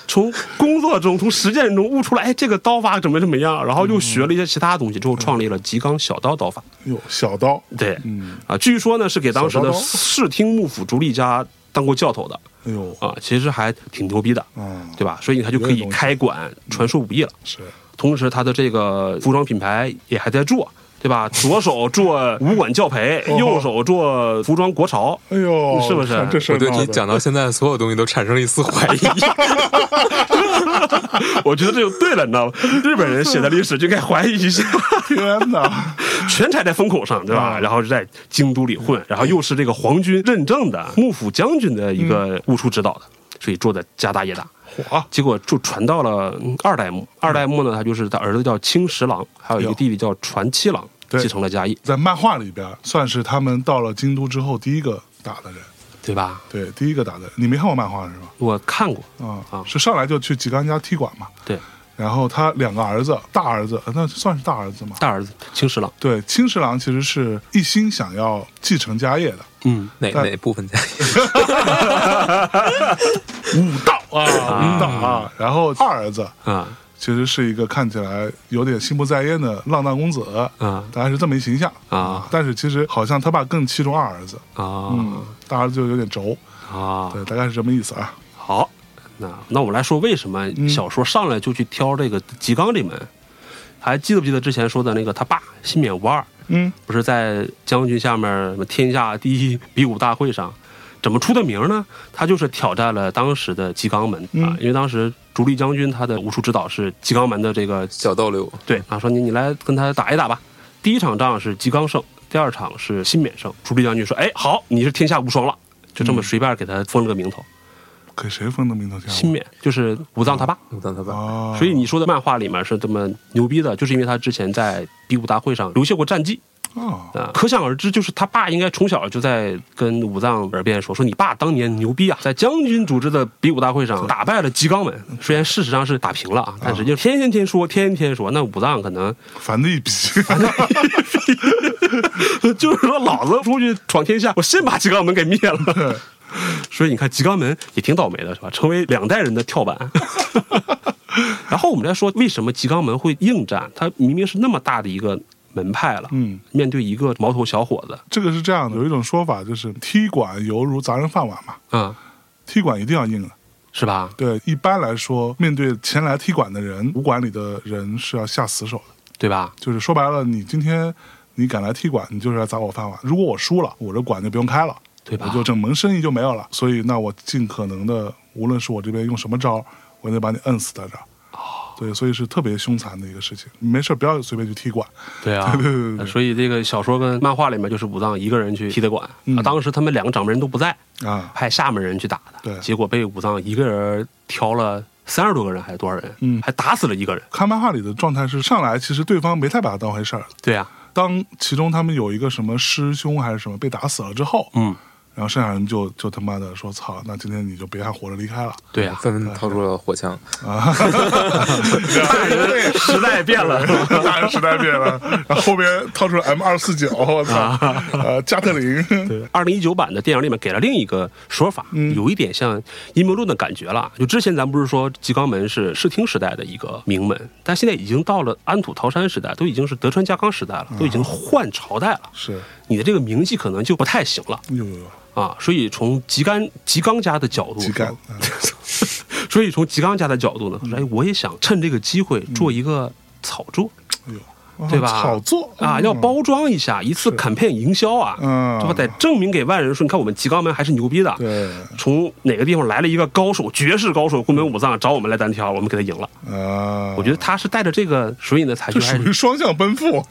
S1: 从工作中、从实践中悟出来，哎，这个刀法怎么怎么样，然后又学了一些其他东西，之后创立了吉冈小刀刀法。
S2: 哎呦，小刀，
S1: 对，啊，据说呢是给当时
S2: 小
S1: 的
S2: 刀刀
S1: 室町幕府竹利家当过教头的
S2: 哎呦，
S1: 啊，其实还挺牛逼的，
S2: 嗯
S1: 对吧？所以他就可
S2: 有点
S1: 以
S2: 东西
S1: 开馆传授武艺了。
S2: 是，
S1: 同时他的这个服装品牌也还在做，对吧？ 左手做武馆教培，
S2: 哦
S1: 右手做服装国潮。
S2: 哎呦，
S1: 是不是
S2: 看这事
S3: 我
S2: 儿
S3: 对
S2: 闹
S3: 你
S2: 的
S3: 讲到现在，所有东西都产生了一丝怀 疑。
S1: 我觉得这就对了，你知道吗？日本人写的历史就该怀疑一下，
S2: 天哪！
S1: 全踩在风口上，对
S2: 嗯
S1: 吧？然后在京都里混，然后又是这个皇军认证的幕府将军的一
S2: 嗯
S1: 个悟出指导的，所以做的家大业大。
S2: 火
S1: 结果就传到了嗯二代目，二代目呢，他就是他儿子叫青十郎，还有一个
S2: 哟
S1: 弟弟叫传七郎，
S2: 哎对
S1: 继承了家业，
S2: 在漫画里边算是他们到了京都之后第一个打的人，
S1: 对吧？
S2: 对，第一个打的人。你没看过漫画是吧？
S1: 我看过，
S2: 啊、
S1: 啊
S2: 是上来就去吉冈家踢馆嘛。
S1: 对，
S2: 然后他两个儿子，大儿子，呃那算是大儿子嘛。
S1: 大儿子青十 郎，
S2: 对，青十郎其实是一心想要继承家业 的
S1: 嗯，
S3: 哪哪部分 家
S2: 武道啊，武道啊。然后二儿子
S1: 啊
S2: 其实是一个看起来有点心不在焉的浪荡公子，
S1: 啊
S2: 大概是这么一形象
S1: 啊
S2: 但是其实好像他爸更器重二儿子，
S1: 啊
S2: 嗯，大儿子就有点轴，
S1: 啊！
S2: 对，大概是这么意思啊。
S1: 好，那那我们来说为什么
S2: 嗯
S1: 小说上来就去挑这个吉冈这门？还记不记得之前说的那个他爸新免无二，
S2: 嗯，
S1: 不是在将军下面什么天下第一比武大会上怎么出的名呢？他就是挑战了当时的吉冈门、啊
S2: 嗯，
S1: 因为当时竹利将军他的武术指导是吉冈门的这个
S3: 小斗流，
S1: 对啊，说你你来跟他打一打吧。第一场仗是吉冈胜，第二场是新免胜。竹利将军说：“哎，好，你是天下无双了。”就这么随便给他封了个名头，
S2: 给谁封的名头天
S1: 新免就是武藏他爸。哦
S3: 武藏他爸
S2: 啊，
S1: 所以你说的漫画里面是这么牛逼的，就是因为他之前在比武大会上留下过战绩
S2: 啊，
S1: 啊、可想而知，就是他爸应该从小就在跟武藏耳边说，说你爸当年牛逼啊，在将军组织的比武大会上打败了吉冈门，虽然事实上是打平了啊，但是就天天天说，天天说，那武藏可能
S2: 烦的一逼，
S1: 就是说老子出去闯天下，我先把吉冈门给灭 了。所以你看，吉冈门也挺倒霉的，是吧？成为两代人的跳板。 然后我们再说，为什么吉冈门会应战？它明明是那么大的一个门派了。
S2: 嗯，
S1: 面对一个毛头小伙子，
S2: 这个是这样的，有一种说法就是踢馆犹如砸人饭碗嘛，
S1: 嗯，
S2: 踢馆一定要硬的。
S1: 是吧？
S2: 对，一般来说，面对前来踢馆的人，武馆里的人是要下死手的。
S1: 对吧？
S2: 就是说白了，你今天你敢来踢馆，你就是来砸我饭碗。如果我输了，我这馆就不用开了，
S1: 对吧
S2: 我就这门生意就没有了。所以，那我尽可能的，无论是我这边用什么招，我得把你摁死在这儿。对，所以是特别凶残的一个事情。没事，不要随便去踢馆。
S1: 对 啊
S2: 对对对，对
S1: 所以这个小说跟漫画里面就是武藏一个人去踢的馆、啊，当时他们两个掌门人都不在，
S2: 啊，
S1: 派厦门人去打的，
S2: 对
S1: 结果被武藏一个人挑了三十多个人还是多少人，
S2: 嗯
S1: 还打死了一个人，
S2: 看漫画里的状态是上来，其实对方没太把他当回事儿。
S1: 对啊呀、
S2: 当其中他们有一个什么师兄还是什么被打死了之后，
S1: 嗯，
S2: 然后剩下人就就他妈的说操，那今天你就别还活着离开了。
S1: 对啊呀、
S3: 纷纷掏出了火枪，
S1: 大人 时代变了，
S2: 大人时代变了，然后后边掏出了 M 二四九，我操，
S1: 啊
S2: 呃，加特林，
S1: 二零一九版的电影里面给了另一个说法，
S2: 嗯
S1: 有一点像阴谋论的感觉了。就之前咱不是说吉冈门是室町时代的一个名门，但现在已经到了安土桃山时代，都已经是德川家康时代了，
S2: 嗯
S1: 都已经换朝代了，
S2: 是，
S1: 你的这个名气可能就不太行了
S2: 哎呦呦，
S1: 啊。所以从吉冈吉冈家的角度，
S2: 几干，啊 嗯
S1: 所以从吉冈家的角度呢，哎，我也想趁这个机会做一个炒作。
S2: 哎呦，
S1: 对吧
S2: 嗯炒作
S1: 啊，要，包装一下，一次 campaign 营销啊，
S2: 嗯
S1: 对吧？得证明给外人说，你看我们吉冈门还是牛逼的。
S2: 对
S1: 从哪个地方来了一个高手，绝世高手宫本武藏找我们来单挑，我们给他赢了。
S2: 嗯啊，
S1: 我觉得他是带着这个，所以呢才去
S2: 这属于双向 奔赴，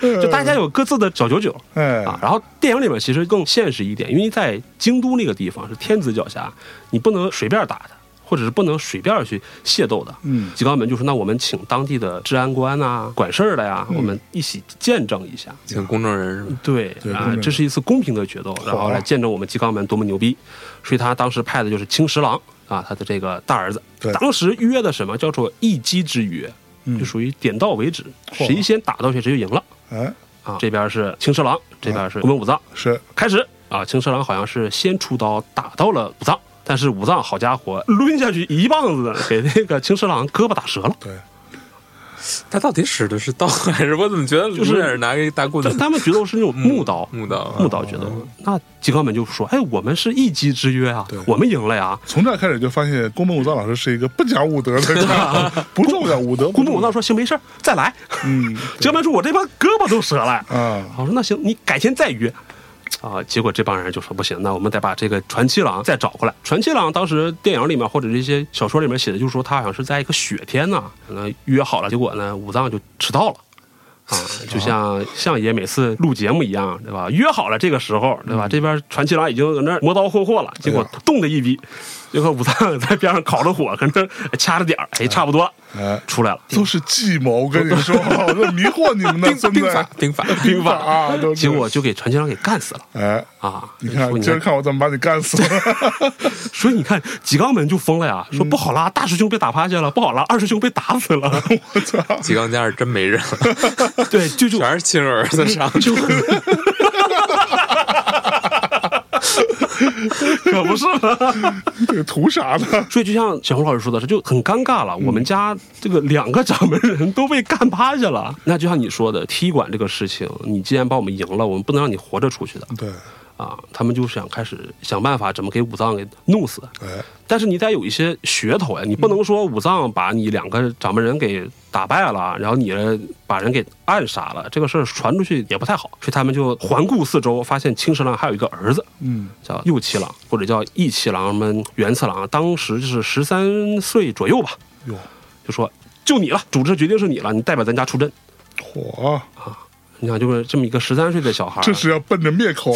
S1: 就大家有各自的小九九。
S2: 哎，
S1: 啊，然后电影里面其实更现实一点，因为在京都那个地方是天子脚下，你不能随便打的，或者是不能随便去械斗的。
S2: 嗯
S1: 吉冈门就说，那我们请当地的治安官啊、管事儿的呀，我们一起见证一下。
S3: 请公证人是吧？
S1: 对
S2: 嗯对啊公
S1: 啊
S2: 正，
S1: 这是一次公平的决斗，然后来见证我们吉冈门多么牛逼。所以他当时派的就是青十郎啊，他的这个大儿子
S2: 对，嗯
S1: 当时约的什么叫做一击之约，就属于点到为止，
S2: 嚯
S1: 谁先打到谁谁就赢了
S2: 哎，
S1: 啊。这边是青十郎，这边是宫本武藏，
S2: 是，
S1: 开始啊，青蛇郎好像是先出刀打到了武藏，但是武藏好家伙抡下去一棒子给那个青蛇郎胳膊打折了。
S2: 对，
S3: 他到底使的是刀 还是我怎么觉得有
S1: 是
S3: 点拿个大棍
S1: 但
S3: 子
S1: 他们决斗是那种木刀，
S3: 嗯木刀啊
S1: 木刀决斗。那吉冈本就说：“哎，我们是一击之约啊
S2: 对，
S1: 我们赢了呀。
S2: 从这儿开始就发现宫本武藏老师是一个不讲武德 的人，不重要武德，”
S1: 宫本武藏
S2: 说，
S1: 说：“行，没事儿再来。
S2: 嗯，”
S1: 吉冈本说：“我这帮胳膊都折了。”
S2: 啊，
S1: 我说：“那行，你改天再约。”啊，结果这帮人就说不行，那我们得把这个传七郎再找过来。传七郎当时电影里面或者这些小说里面写的，就是说他好像是在一个雪天呢，可能约好了，结果呢武藏就迟到了。啊，就像相爷每次录节目一样，对吧？约好了这个时候，对
S2: 嗯
S1: 吧？这边传七郎已经搁那儿磨刀霍霍了，结
S2: 哎
S1: 果冻的一逼，结果武藏在边上烤着火，搁那儿掐着点儿，哎，差不多了
S2: 哎。
S1: 出来了。
S2: 都是计谋，我跟你 说，我这迷惑你们呢，
S3: 钉
S2: 真
S3: 钉法
S2: 的，
S3: 钉 法，
S2: 兵法啊，都是
S1: 结果就给传七郎给干死了
S2: 哎，
S1: 啊！
S2: 你看
S1: 说，
S2: 今儿看我怎么把你干死！
S1: 所以你看，吉冈门就疯了呀，说不好啦，大师兄被打趴下了，不好啦，二师兄被打死了，
S2: 我操！
S3: 吉冈家是真没人 了，
S1: 对，就就
S3: 全是亲儿 子上去。
S1: 可不是嘛。
S2: 这个图啥呢？
S1: 所以就像小红老师说的，这就很尴尬了。我们家这个两个掌门人都被干趴下了， 那就像你说的，踢馆这个事情，你既然把我们赢了，我们不能让你活着出去的
S2: 对，
S1: 啊。他们就想开始想办法怎么给武藏给弄死，
S2: 哎，
S1: 但是你得有一些噱头呀，你不能说武藏把你两个掌门人给打败了，然后你把人给暗杀了，这个事儿传出去也不太好，所以他们就环顾四周，发现青十郎还有一个儿子
S2: 嗯，
S1: 叫右七郎，或者叫义七郎、什么原次郎，当时就是十三岁左右吧，
S2: 哟，
S1: 就说就你了，组织决定是你了，你代表咱家出阵。
S2: 火，啊
S1: 你想，就是这么一个十三岁的小孩儿，
S2: 这是要奔着灭口、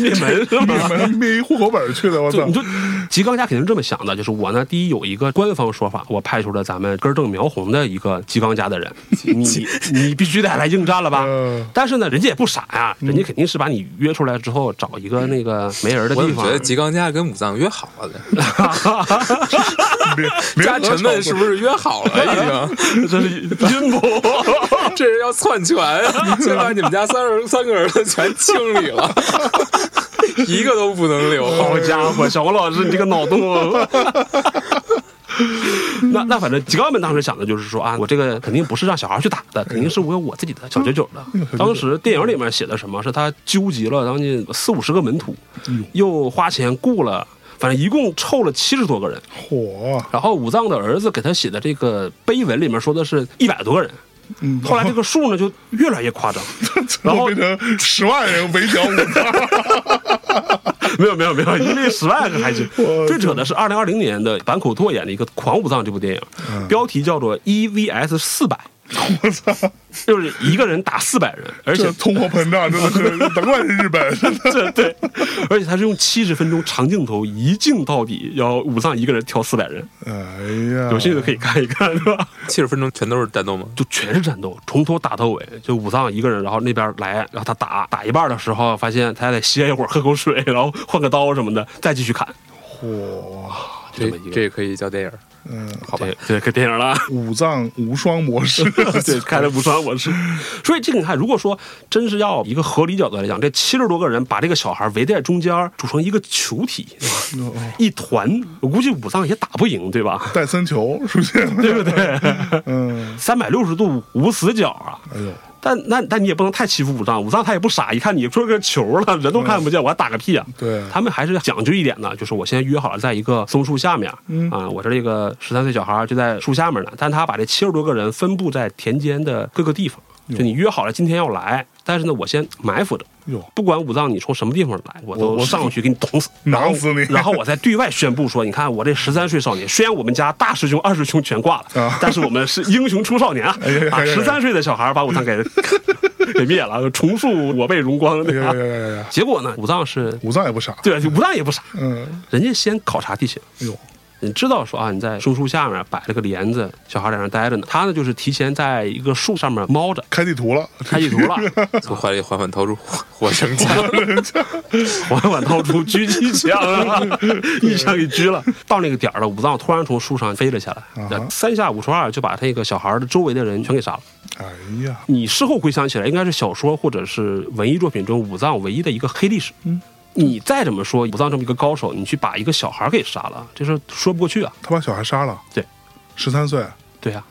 S1: 灭门是
S2: 灭
S1: 吧？
S2: 门、灭一户口本去的，我
S1: 就
S2: 操
S1: 你！就吉冈家肯定是这么想的， 就是我呢，第一有一个官方说法，我派出了咱们根正苗红的一个吉冈家的人，你你必须得来应战了吧
S2: 嗯？
S1: 但是呢，人家也不傻呀，人家肯定是把你约出来之后，找一个那个没人的
S3: 我
S1: 地
S3: 怎么
S1: 方
S3: 觉。得吉冈家跟武藏约好了呢？
S2: 联
S3: 家
S2: 联合
S3: 臣们是
S2: 炒
S3: 不是约好 了已经？
S1: 这是阴谋，
S3: 啊这是要篡 权啊！先把你们家三儿三个儿子全清理了， 一个都不能留。
S1: 嗯好家伙，小王老师，你这个脑洞，啊那那反正吉高们当时想的就是说啊，我这个肯定不是让小孩去打的，肯定是我有我自己的小九九的。当时电影里面写的什么是他纠集了将近四五十个门徒，又花钱雇了，反正一共凑了七十多个人。
S2: 火，啊
S1: 然后武藏的儿子给他写的这个碑文里面说的是一百多个人，
S2: 嗯，
S1: 后来这个数呢就越来越夸张。
S2: 然
S1: 然
S2: 后
S1: 后
S2: 变成十万人围剿 武藏，
S1: 没有没有没有，一律十万个还行
S2: 我。
S1: 最扯的是二零二零年的坂口拓演的一个《狂武藏》这部电影，标题叫做《EVS 四百》，
S2: 我操！
S1: 就是一个人打四百人，而且
S2: 这通货膨胀真的是，难怪是日本，真的。
S1: 这对，而且他是用七十分钟长镜头一镜到底，要武藏一个人挑四百人，
S2: 哎呀，
S1: 有兴趣的可以看一看，是吧？
S3: 七十分钟全都是战斗吗？
S1: 就全是战斗，从头打到尾，就武藏一个人，然后那边来，然后他打打一半的时候，发现他还得歇一会儿，喝口水，然后换个刀什么的，再继续砍，
S2: 火，
S1: 就
S3: 这
S1: 么一个。
S3: 这可以叫电影。
S2: 嗯，
S1: 好吧，对，看哎电影了。
S2: 五藏无双模式，
S1: 对，开的无双模式。 所以这个你看，如果说真是要一个合理角度来讲，这七十多个人把这个小孩围在中间，组成一个球体，一团，我估计武藏也打不赢，对吧？
S2: 戴森球出现了，
S1: 对不对？
S2: 嗯，
S1: 三百六十度无死角啊！
S2: 哎呦，
S1: 但那但你也不能太欺负武藏，武藏他也不傻，一看你说个球了，人都看不见，我还打个屁啊！
S2: 嗯对
S1: 他们还是讲究一点的，就是我先约好了在一个松树下面，
S2: 嗯
S1: 啊，我这个十三岁小孩就在树下面呢，但他把这七十多个人分布在田间的各个地方，就你约好了今天要来，但是呢，我先埋伏着。
S2: 哟，
S1: 不管武藏你从什么地方来，我
S2: 我
S1: 都
S2: 我
S1: 上去给你捅死，
S2: 囊死你
S1: 然后然后我在对外宣布说，你看我这十三岁少年，虽然我们家大师兄、二师兄全挂了，
S2: 啊
S1: 但是我们是英雄出少年啊
S2: 哎呀哎！呀
S1: 啊，
S2: 哎呀
S1: 十三岁的小孩把武藏给 给灭了，重塑我辈荣光，
S2: 哎
S1: 对
S2: 呀
S1: 吧
S2: 呀？呀呀呀，
S1: 结果呢，武藏是，
S2: 武藏也不傻，
S1: 对，武藏也不傻，
S2: 嗯，
S1: 人家先考察地形。
S2: 哎呦，
S1: 你知道说啊，你在松树下面摆了个帘子，小孩在那待着呢。他呢就是提前在一个树上面猫着，
S2: 开地图了，
S1: 开地图了，
S3: 从怀里缓缓掏出火火绳枪，
S1: 缓缓掏出狙击枪啊， 一枪给狙了。到那个点儿了，武藏突然从树上飞了下来，
S2: 啊哈
S1: 三下五除二就把这个小孩的周围的人全给杀了。
S2: 哎呀，
S1: 你事后回想起来，应该是小说或者是文艺作品中武藏唯一的一个黑历史。嗯，你再怎么说武藏这么一个高手，你去把一个小孩给杀了，这事儿说不过去啊。
S2: 他把小孩杀了，
S1: 对，
S2: 十三岁，
S1: 对啊，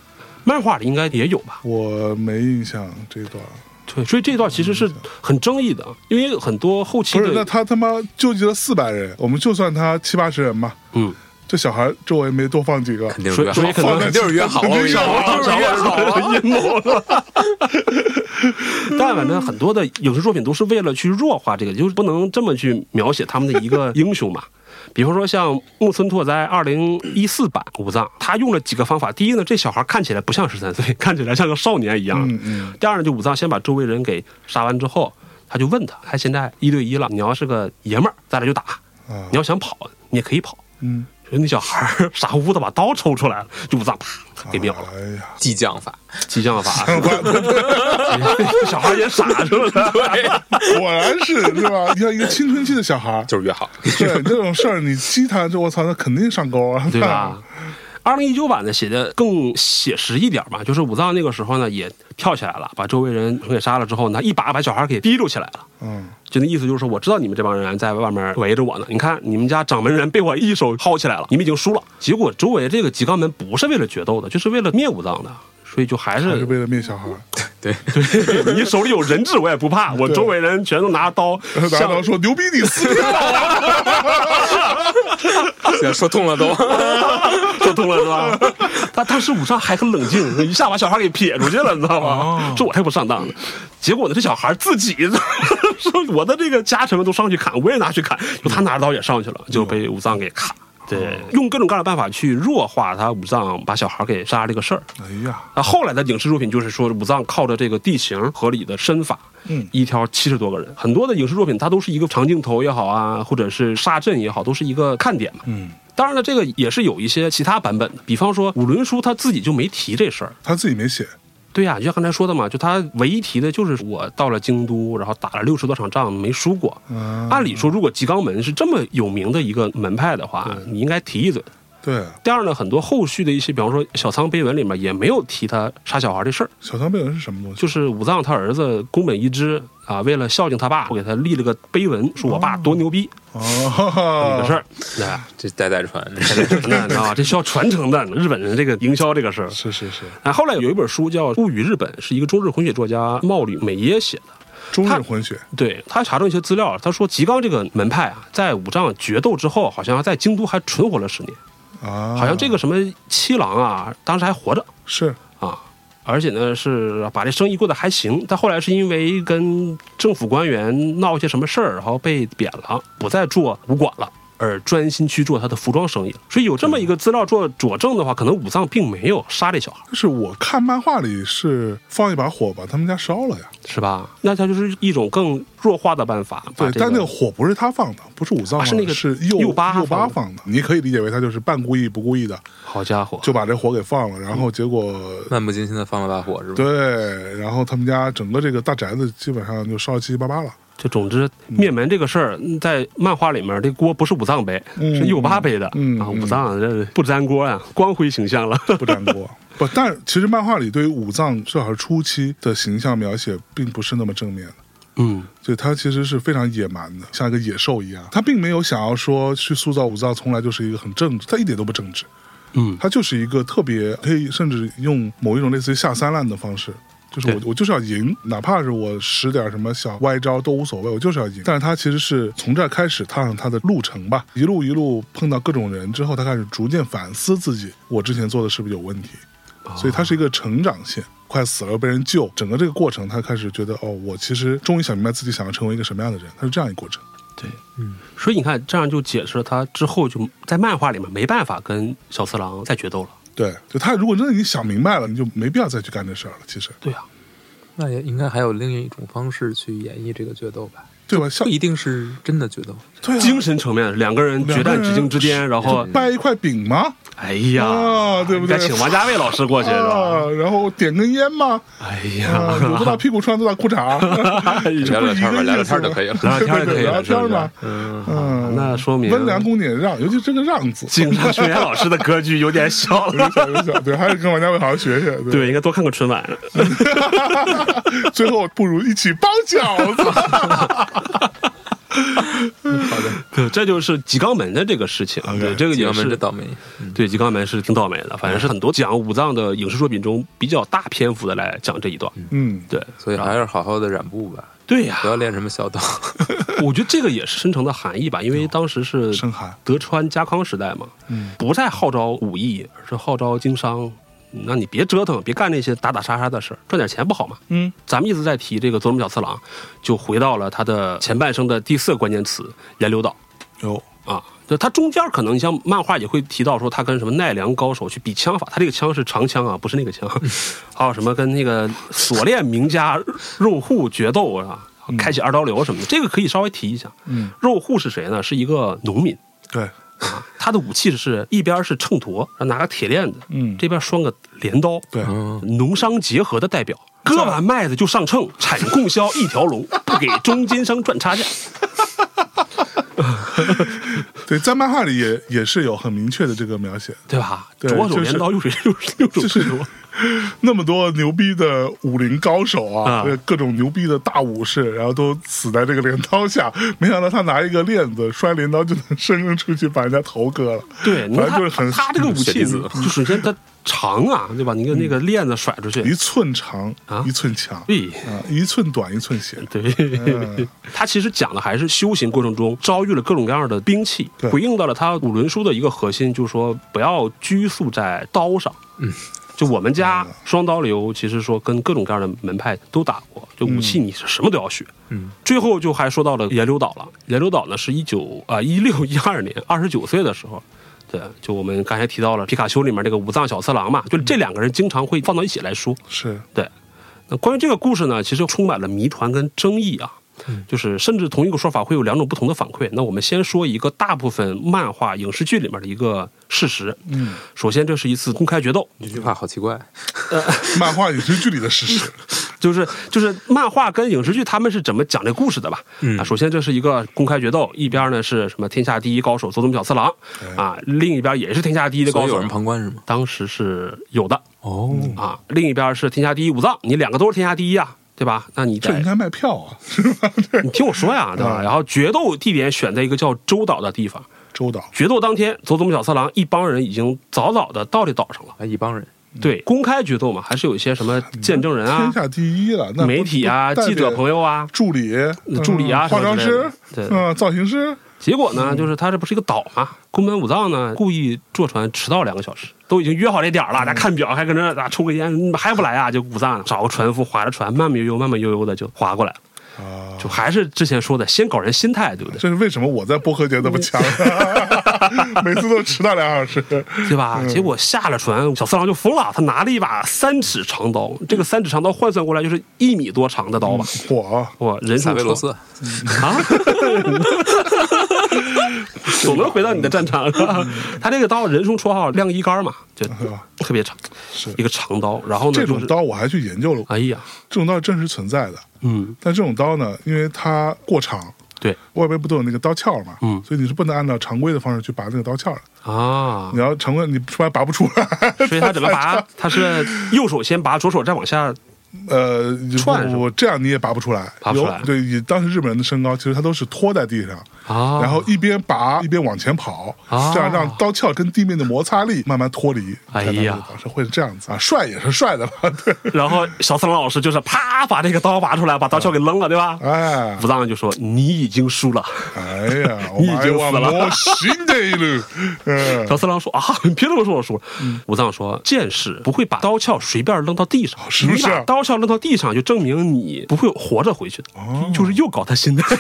S1: 漫画里应该也有吧？
S2: 我没印象这段，
S1: 对，所以这段其实是很争议的，因为很多后期
S2: 嗯不是，那
S1: 的
S2: 他他妈纠集了四百人，我们就算他七八十人吧，
S1: 嗯，
S2: 这小孩周围没多放几个，
S3: 肯定是
S1: 所以
S3: 约好
S1: 所以可能
S3: 了，肯定是约好了，我跟你说
S2: 肯
S3: 就是约好了。
S1: 阴谋了。但反正很多的影视作品都是为了去弱化这个，就是不能这么去描写他们的一个英雄嘛。比方说像木村拓哉二零一四版武藏，他用了几个方法。第一呢，这小孩看起来不像十三岁，看起来像个少年一样。
S2: 嗯嗯
S1: 第二呢，就武藏先把周围人给杀完之后，他就问他，他现在一对一了，你要是个爷们儿，咱俩就打；
S2: 啊
S1: 你，要想跑，你也可以跑。
S2: 嗯，
S1: 就那小孩儿傻乎乎的把刀抽出来了，就武藏啪给秒了。
S2: 哎呀，
S3: 激将法，
S1: 激将 法，小孩也傻是不是？
S2: 果然是 是吧？你看一个青春期的小孩，
S3: 就是约好。
S2: 对这种事儿，你激他，这我操，那肯定上钩啊，
S1: 对吧？二零一九版呢写的更写实一点吧，就是武藏那个时候呢也跳起来了，把周围人给杀了之后呢，一把把小孩给提溜起来了。
S2: 嗯，
S1: 就那意思就是说，我知道你们这帮人在外面围着我呢。你看，你们家掌门人被我一手薅起来了，你们已经输了。结果周围这个吉冈门不是为了决斗的，就是为了灭武藏的，所以就还
S2: 还是
S1: 是
S2: 为了灭小孩，
S3: 对，
S1: 对你手里有人质我也不怕，我周围人全都拿刀，
S2: 然 后拿
S1: 像
S2: 刀说牛逼你撕票啊，
S3: 现在说痛 了都。
S1: 说通了是吧？他当时武藏还很冷静，一下把小孩给撇出去了，你知道吗？这我才不上当呢。结果呢，这小孩自己 说我的这个家臣们都上去砍，我也拿去砍，就他拿着刀也上去了，就被武藏给砍。对，用各种各样的办法去弱化他武藏把小孩给杀这个事儿。
S2: 哎呀，
S1: 那后来的影视作品就是说，武藏靠着这个地形合理的身法，
S2: 嗯
S1: 一挑七十多个人。很多的影视作品它都是一个长镜头也好啊，或者是杀阵也好，都是一个看点嘛。
S2: 嗯，
S1: 当然了，这个也是有一些其他版本的，比方说五轮书他自己就没提这事儿。
S2: 他自己没写，
S1: 对呀、就像刚才说的嘛，就他唯一提的就是我到了京都，然后打了六十多场仗没输过。
S2: 嗯，
S1: 按理说，如果吉冈门是这么有名的一个门派的话，你应该提一嘴。
S2: 对，
S1: 第二呢，很多后续的一些，比方说小仓碑文里面也没有提他杀小孩这事儿，
S2: 小仓贝文是什么东西？
S1: 就是武藏他儿子宫本一之啊，为了孝敬他爸，我给他立了个碑文，说我爸多牛逼。这个事
S2: 哦，
S1: 儿。哎，
S3: 这代代传，
S1: 那你知道吧？这需要传承的日本人这个营销这个事儿。
S2: 是是是，
S1: 哎，后来有一本书叫《物语日本》，是一个中日混血作家茂里美耶写的。
S2: 中日
S1: 他
S2: 混血，
S1: 对他查证一些资料，他说吉冈这个门派啊，在武藏决斗之后，好像在京都还存活了十年，
S2: 啊，
S1: 好像这个什么七郎啊，当时还活着
S2: 是
S1: 啊，而且呢是把这生意过得还行，但后来是因为跟政府官员闹一些什么事儿，然后被贬了，不再做武馆了。而专心去做他的服装生意，所以有这么一个资料做佐证的话，可能武藏并没有杀这小孩，
S2: 但是我看漫画里是放一把火把他们家烧了呀，
S1: 是吧？那他就是一种更弱化的办法。把
S2: 对，
S1: 啊这
S2: 但那个火不是他放的，不是武藏
S1: 啊
S2: 放的，
S1: 是那个
S2: 是右
S1: 右八
S2: 八
S1: 放的哦
S2: 放的，你可以理解为他就是半故意不故意的
S1: 好家伙，
S2: 就把这火给放了，然
S1: 嗯
S2: 后结果。
S3: 漫不经心的放了把火是吧？
S2: 对，然后他们家整个这个大宅子基本上就烧得七七八八了。
S1: 就总之，灭门这个事儿，嗯在漫画里面，这锅不是武藏背，
S2: 嗯
S1: 是右巴背的。
S2: 嗯
S1: 啊，
S2: 嗯
S1: 武藏这不粘锅啊，光辉形 象了。
S2: 不粘 锅。不，但是其实漫画里对于武藏至少是初期的形象描写并不是那么正面的。
S1: 嗯，
S2: 对他其实是非常野蛮的，像一个野兽一样。他并没有想要说去塑造武藏从来就是一个很正直，他一点都不正直。
S1: 嗯
S2: 他就是一个特别可以，甚至用某一种类似于下三滥的方式，就是我
S1: 对
S2: 我就是要赢，哪怕是我使点什么小歪招都无所谓，我就是要赢。但是他其实是从这儿开始踏上他的路程吧，一路一路碰到各种人之后，他开始逐渐反思自己，我之前做的是不是有问题？所以他是一个成长线。快死了被人救，整个这个过程，他开始觉得哦，我其实终于想明白自己想要成为一个什么样的人，他是这样一个过程。
S1: 对，嗯，所以你看，这样就解释了他之后就在漫画里面没办法跟小次郎再决斗了。
S2: 对，就他如果真的已经想明白了，你就没必要再去干这事儿了，其实，
S1: 对啊，
S3: 那也应该还有另一种方式去演绎这个决斗吧？
S2: 对吧？像
S3: 不一定是真的决斗，
S2: 对啊，
S1: 精神层面，两个人决战至今之间，然后，
S2: 掰一块饼吗？
S1: 哎呀，
S2: 啊对不对
S1: 该请王家卫老师过去是吧？
S2: 啊，然后点根烟吗？
S1: 哎
S2: 啊，
S1: 呀，
S2: 有多大屁股穿多大裤衩，
S3: 聊聊天儿吧，聊聊天儿就可以了。
S1: 聊聊天儿就可
S2: 对
S1: 以
S2: 聊
S1: 了，是不
S2: 天
S1: 是？
S2: 嘛，嗯
S1: 啊那说明
S2: 温良恭俭让，尤其这个让 字，
S1: 井上学老师的格局有点小了。
S2: 对，还是跟王家卫好好学学。对，
S1: 对，应该多看看春晚。
S2: 最后不如一起包饺 子。
S1: 对，这就是吉冈门的这个事情。对，这个
S3: 吉
S1: 也
S3: 冈门
S1: 是
S3: 这倒霉，嗯
S1: 对吉冈门是挺倒霉的，反正是很多讲武藏的影视作品中比较大篇幅的来讲这一段。
S2: 嗯，
S1: 对，
S3: 所以还是好好的染布吧，
S1: 对呀、
S3: 不要练什么小 刀。
S1: 我觉得这个也是深层的含义吧，因为当时是
S2: 深嗯寒
S1: 德川家康时代嘛，不再号召武艺，而是号召经商。那你别折腾，别干那些打打杀杀的事儿，赚点钱不好吗？
S2: 嗯，
S1: 咱们一直在提这个佐佐木小次郎，就回到了他的前半生的第四个关键词——岩流岛。
S2: 有
S1: 啊，就他中间可能你像漫画也会提到说他跟什么奈良高手去比枪法，他这个枪是长枪啊，不是那个枪，
S2: 嗯
S1: 还有什么跟那个锁链名家肉户决斗啊，开启二刀流什么的，这个可以稍微提一下。
S2: 嗯，
S1: 肉户是谁呢？是一个农民，
S2: 对，
S1: 他的武器是一边是秤砣，拿个铁链子，
S2: 嗯
S1: 这边拴个镰刀，
S2: 对，
S3: 嗯，
S1: 农商结合的代表。割完麦子就上秤，产供销一条龙，不给中间商赚差价。
S2: 对，在漫画里也也是有很明确的这个描写。
S1: 对吧？
S2: 对
S1: 左手
S2: 就是
S1: 镰刀，右手右手右手
S2: 就是
S1: 秤砣。
S2: 那么多牛逼的武林高手啊，
S1: 啊
S2: 这各种牛逼的大武士，然后都死在这个镰刀下。没想到他拿一个链子摔镰刀就能生生出去把人家头割了。
S1: 对，你
S2: 反
S1: 看
S2: 正就是很
S1: 他他这个武
S3: 血
S1: 器
S3: 滴子
S1: 就首先它长啊，对吧？你看那个链子甩出去
S2: 一，寸长
S1: 啊
S2: 一寸强，
S1: 对
S2: 啊，一寸短一寸险。
S3: 嗯
S1: 对，他其实讲的还是修行过程中遭遇了各种各样的兵器
S2: 对，
S1: 回应到了他五轮书的一个核心，就是说不要拘束在刀上。
S3: 嗯。
S1: 就我们家双刀流，其实说跟各种各样的门派都打过，就武器你是什么都要学。
S3: 嗯，
S1: 最后就还说到了岩流岛了。岩流岛呢是一九啊一六一二年二十九岁的时候，对，就我们刚才提到了皮卡丘里面这个武藏小次郎嘛，就这两个人经常会放到一起来说。
S2: 是，
S1: 对，那关于这个故事呢，其实充满了谜团跟争议啊。就是甚至同一个说法会有两种不同的反馈。那我们先说一个大部分漫画、影视剧里面的一个事实。
S2: 嗯，
S1: 首先这是一次公开决斗，
S3: 这句话好奇怪，
S2: 漫画影视剧里的事实。
S1: 就是就是漫画跟影视剧他们是怎么讲这故事的吧？
S3: 嗯
S1: 啊，首先这是一个公开决斗，一边呢是什么天下第一高手佐佐木小次郎啊，另一边也是天下第一的
S3: 所
S1: 高
S3: 以有
S1: 手
S3: 人，旁观是吗？
S1: 当时是有的
S3: 哦，
S1: 啊，另一边是天下第一武藏，你两个都是天下第一啊。 对吧？那你
S2: 这
S1: 得
S2: 应该卖票啊，
S1: 你听我说呀，对
S2: 嗯
S1: 吧？然后决斗地点选在一个叫周岛的地方。
S2: 周岛
S1: 决斗当天，佐佐木小次郎一帮人已经早早的到这岛上了。
S3: 啊，一帮人，
S1: 对，公开决斗嘛，还是有一些什么见证人啊
S2: 嗯天、下第一 了，那
S1: 媒体啊、记者朋
S2: 友、
S1: 友啊、
S2: 助理、
S1: 助理啊
S2: 嗯
S1: 什
S2: 化
S1: 么
S2: 妆
S1: 之类的
S2: 师、
S1: 对
S2: 嗯，造型师，
S1: 结果呢，就是他这不是一个岛嘛，宫本武藏呢故意坐船迟到两个小时，都已经约好这点儿了，咱看表还搁那儿啊抽个烟，嗯还不来啊？就武藏找个船夫划着船，慢慢悠悠、慢慢悠悠的就划过来了，
S2: 啊，
S1: 就还是之前说的，先搞人心态，对不对？
S2: 这是为什么我在播客界那么
S1: 嗯
S2: 强呢？ 每次都迟到两 小时。
S1: 对吧？
S2: 嗯
S1: 结果下了船，小次郎就疯了，他拿了一把三尺长刀，这个三尺长刀换算过来就是一米多长的刀吧？
S2: 我
S1: 哇，人
S3: 萨
S1: 手
S3: 维罗
S1: 长
S3: 斯，
S1: 啊！总能回到你的战场是吧？
S2: 嗯
S1: 他这个刀人送绰号“晾衣杆”嘛，就特别长，
S2: 是
S1: 一个长刀。然后呢，
S2: 这
S1: 就
S2: 种
S1: 是，
S2: 刀我还去研究了，
S1: 哎呀，
S2: 这种刀真实存在的。
S1: 嗯，
S2: 但这种刀呢，因为它过长，
S1: 对
S2: 外边不都有那个刀鞘嘛，
S1: 嗯
S2: 所以你是不能按照常规的方式去拔那个刀鞘的。
S1: 啊
S2: 你，要常规，你不然拔不出来。
S1: 所以他怎么 拔？啊他是右手先拔，左手再往下。
S2: 呃，
S1: 串是吧
S2: 我这样你也拔不出来。
S1: 拔不出来
S2: 有对，以当时日本人的身高，其实他都是拖在地上，
S1: 啊，
S2: 然后一边拔一边往前跑，
S1: 啊
S2: 这样让刀鞘跟地面的摩擦力慢慢脱离。
S1: 哎呀
S2: 才能有刀是会这样子啊，帅也是帅的吧？ 对，
S1: 然后小次郎老师就是啪把这个刀拔出来，把刀鞘给扔了，对吧？
S2: 哎
S1: 武，藏就说：“你已经输了。”
S2: 哎呀，
S1: 你已经
S2: 我
S1: 死了
S2: 我新的一路， 嗯，
S1: 小次郎说：“啊， 你别这么说，我输了。武藏说：“剑士不会把刀鞘随便扔到地上，
S2: 哦是不是
S1: 你把刀鞘扔到地上，就证明你不会活着回去的，
S2: 哦
S1: 就是又搞他心 态。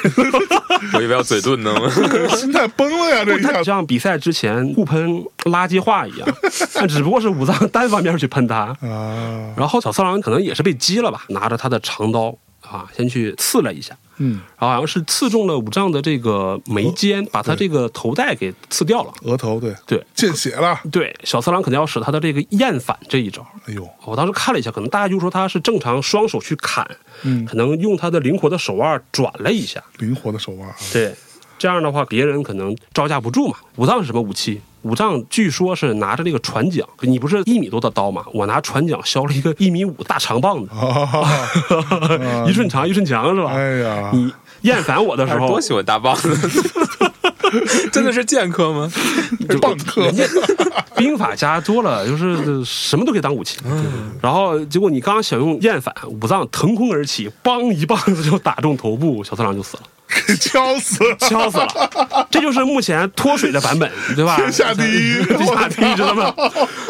S3: 我以为要嘴遁呢。
S2: 心态崩了呀，这 一下
S1: 他
S2: 子。
S1: 像比赛之前互喷垃圾话 一样，但只不过是武藏单方面去喷他。
S2: 啊，
S1: 然后小次郎可能也是被激了吧，拿着他的长刀啊，先去刺了一下。”
S2: 嗯，
S1: 然后好像是刺中了武藏的这个眉
S2: 哦
S1: 间，把他这个头带给刺掉了。
S2: 额头对
S1: 对
S2: 见血了，
S1: 对，小次郎肯定要使他的这个厌反这一招，
S2: 哎呦，
S1: 我当时看了一下，可能大家就说他是正常双手去砍，
S2: 嗯
S1: 可能用他的灵活的手腕转了一下，
S2: 灵活的手腕啊，
S1: 对，这样的话别人可能招架不住嘛。武藏是什么武器？武藏据说是拿着那个船桨，你不是一米多的刀嘛？我拿船桨削了一个一米五大长棒 子，
S2: 啊，
S1: 一寸长一寸强是吧？
S2: 哎呀哎
S1: 你厌烦我的时
S3: 他是
S1: 候，
S3: 多喜欢大棒子， 真的是剑客吗？
S2: 棒客
S1: 人家 兵法家多了，就是什么都可以当武器。然后结果你刚想用厌反，武藏腾空而起，梆一棒子就打中头部，小次郎就死了。
S2: 给敲死了，
S1: 敲死了， 这就是目前脱水的版本，对 吧？
S2: 天下第一
S1: 天下第一，知道 吗？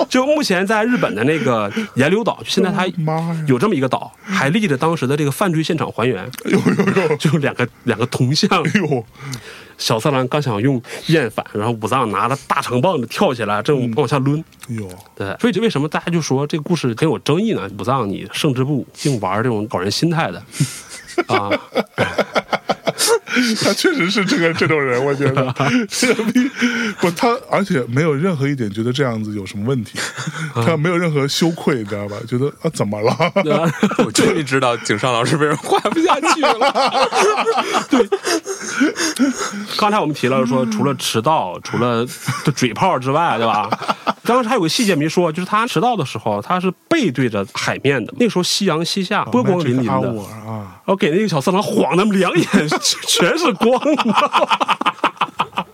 S1: 就目前在日本的那个岩流岛，现在它
S2: 妈呀
S1: 有这么一个岛，还立着当时的这个犯罪现场还原，
S2: 哎呦呦呦，
S1: 就两个两个铜像。
S2: 哎呦，
S1: 小次郎刚想用厌反，然后武藏拿着大长棒子跳起来，正往下抡。
S2: 哎呦，
S1: 对，所以就为什么大家就说这个故事很有争议呢？武藏你胜之不武，净玩这种搞人心态的啊！
S2: 他确实是这个这种人，我觉 得这个逼不他，而且没有任何一点觉得这样子有什么问题，他没有任何羞愧，你知道吧？觉得啊怎么了？
S1: 嗯对吧
S3: 我终于知道井上老师为什么画不下去了。
S1: 刚才我们提了说，除了迟到，除了嘴炮之外，对吧？当时还有个细节没说，就是他迟到的时候，他是背对着海面的。那个时候夕阳西下，波光粼粼
S2: 啊
S1: 的，
S2: 我啊，
S1: 然后给那个小色狼晃那么两眼，全是光， 你知道吗？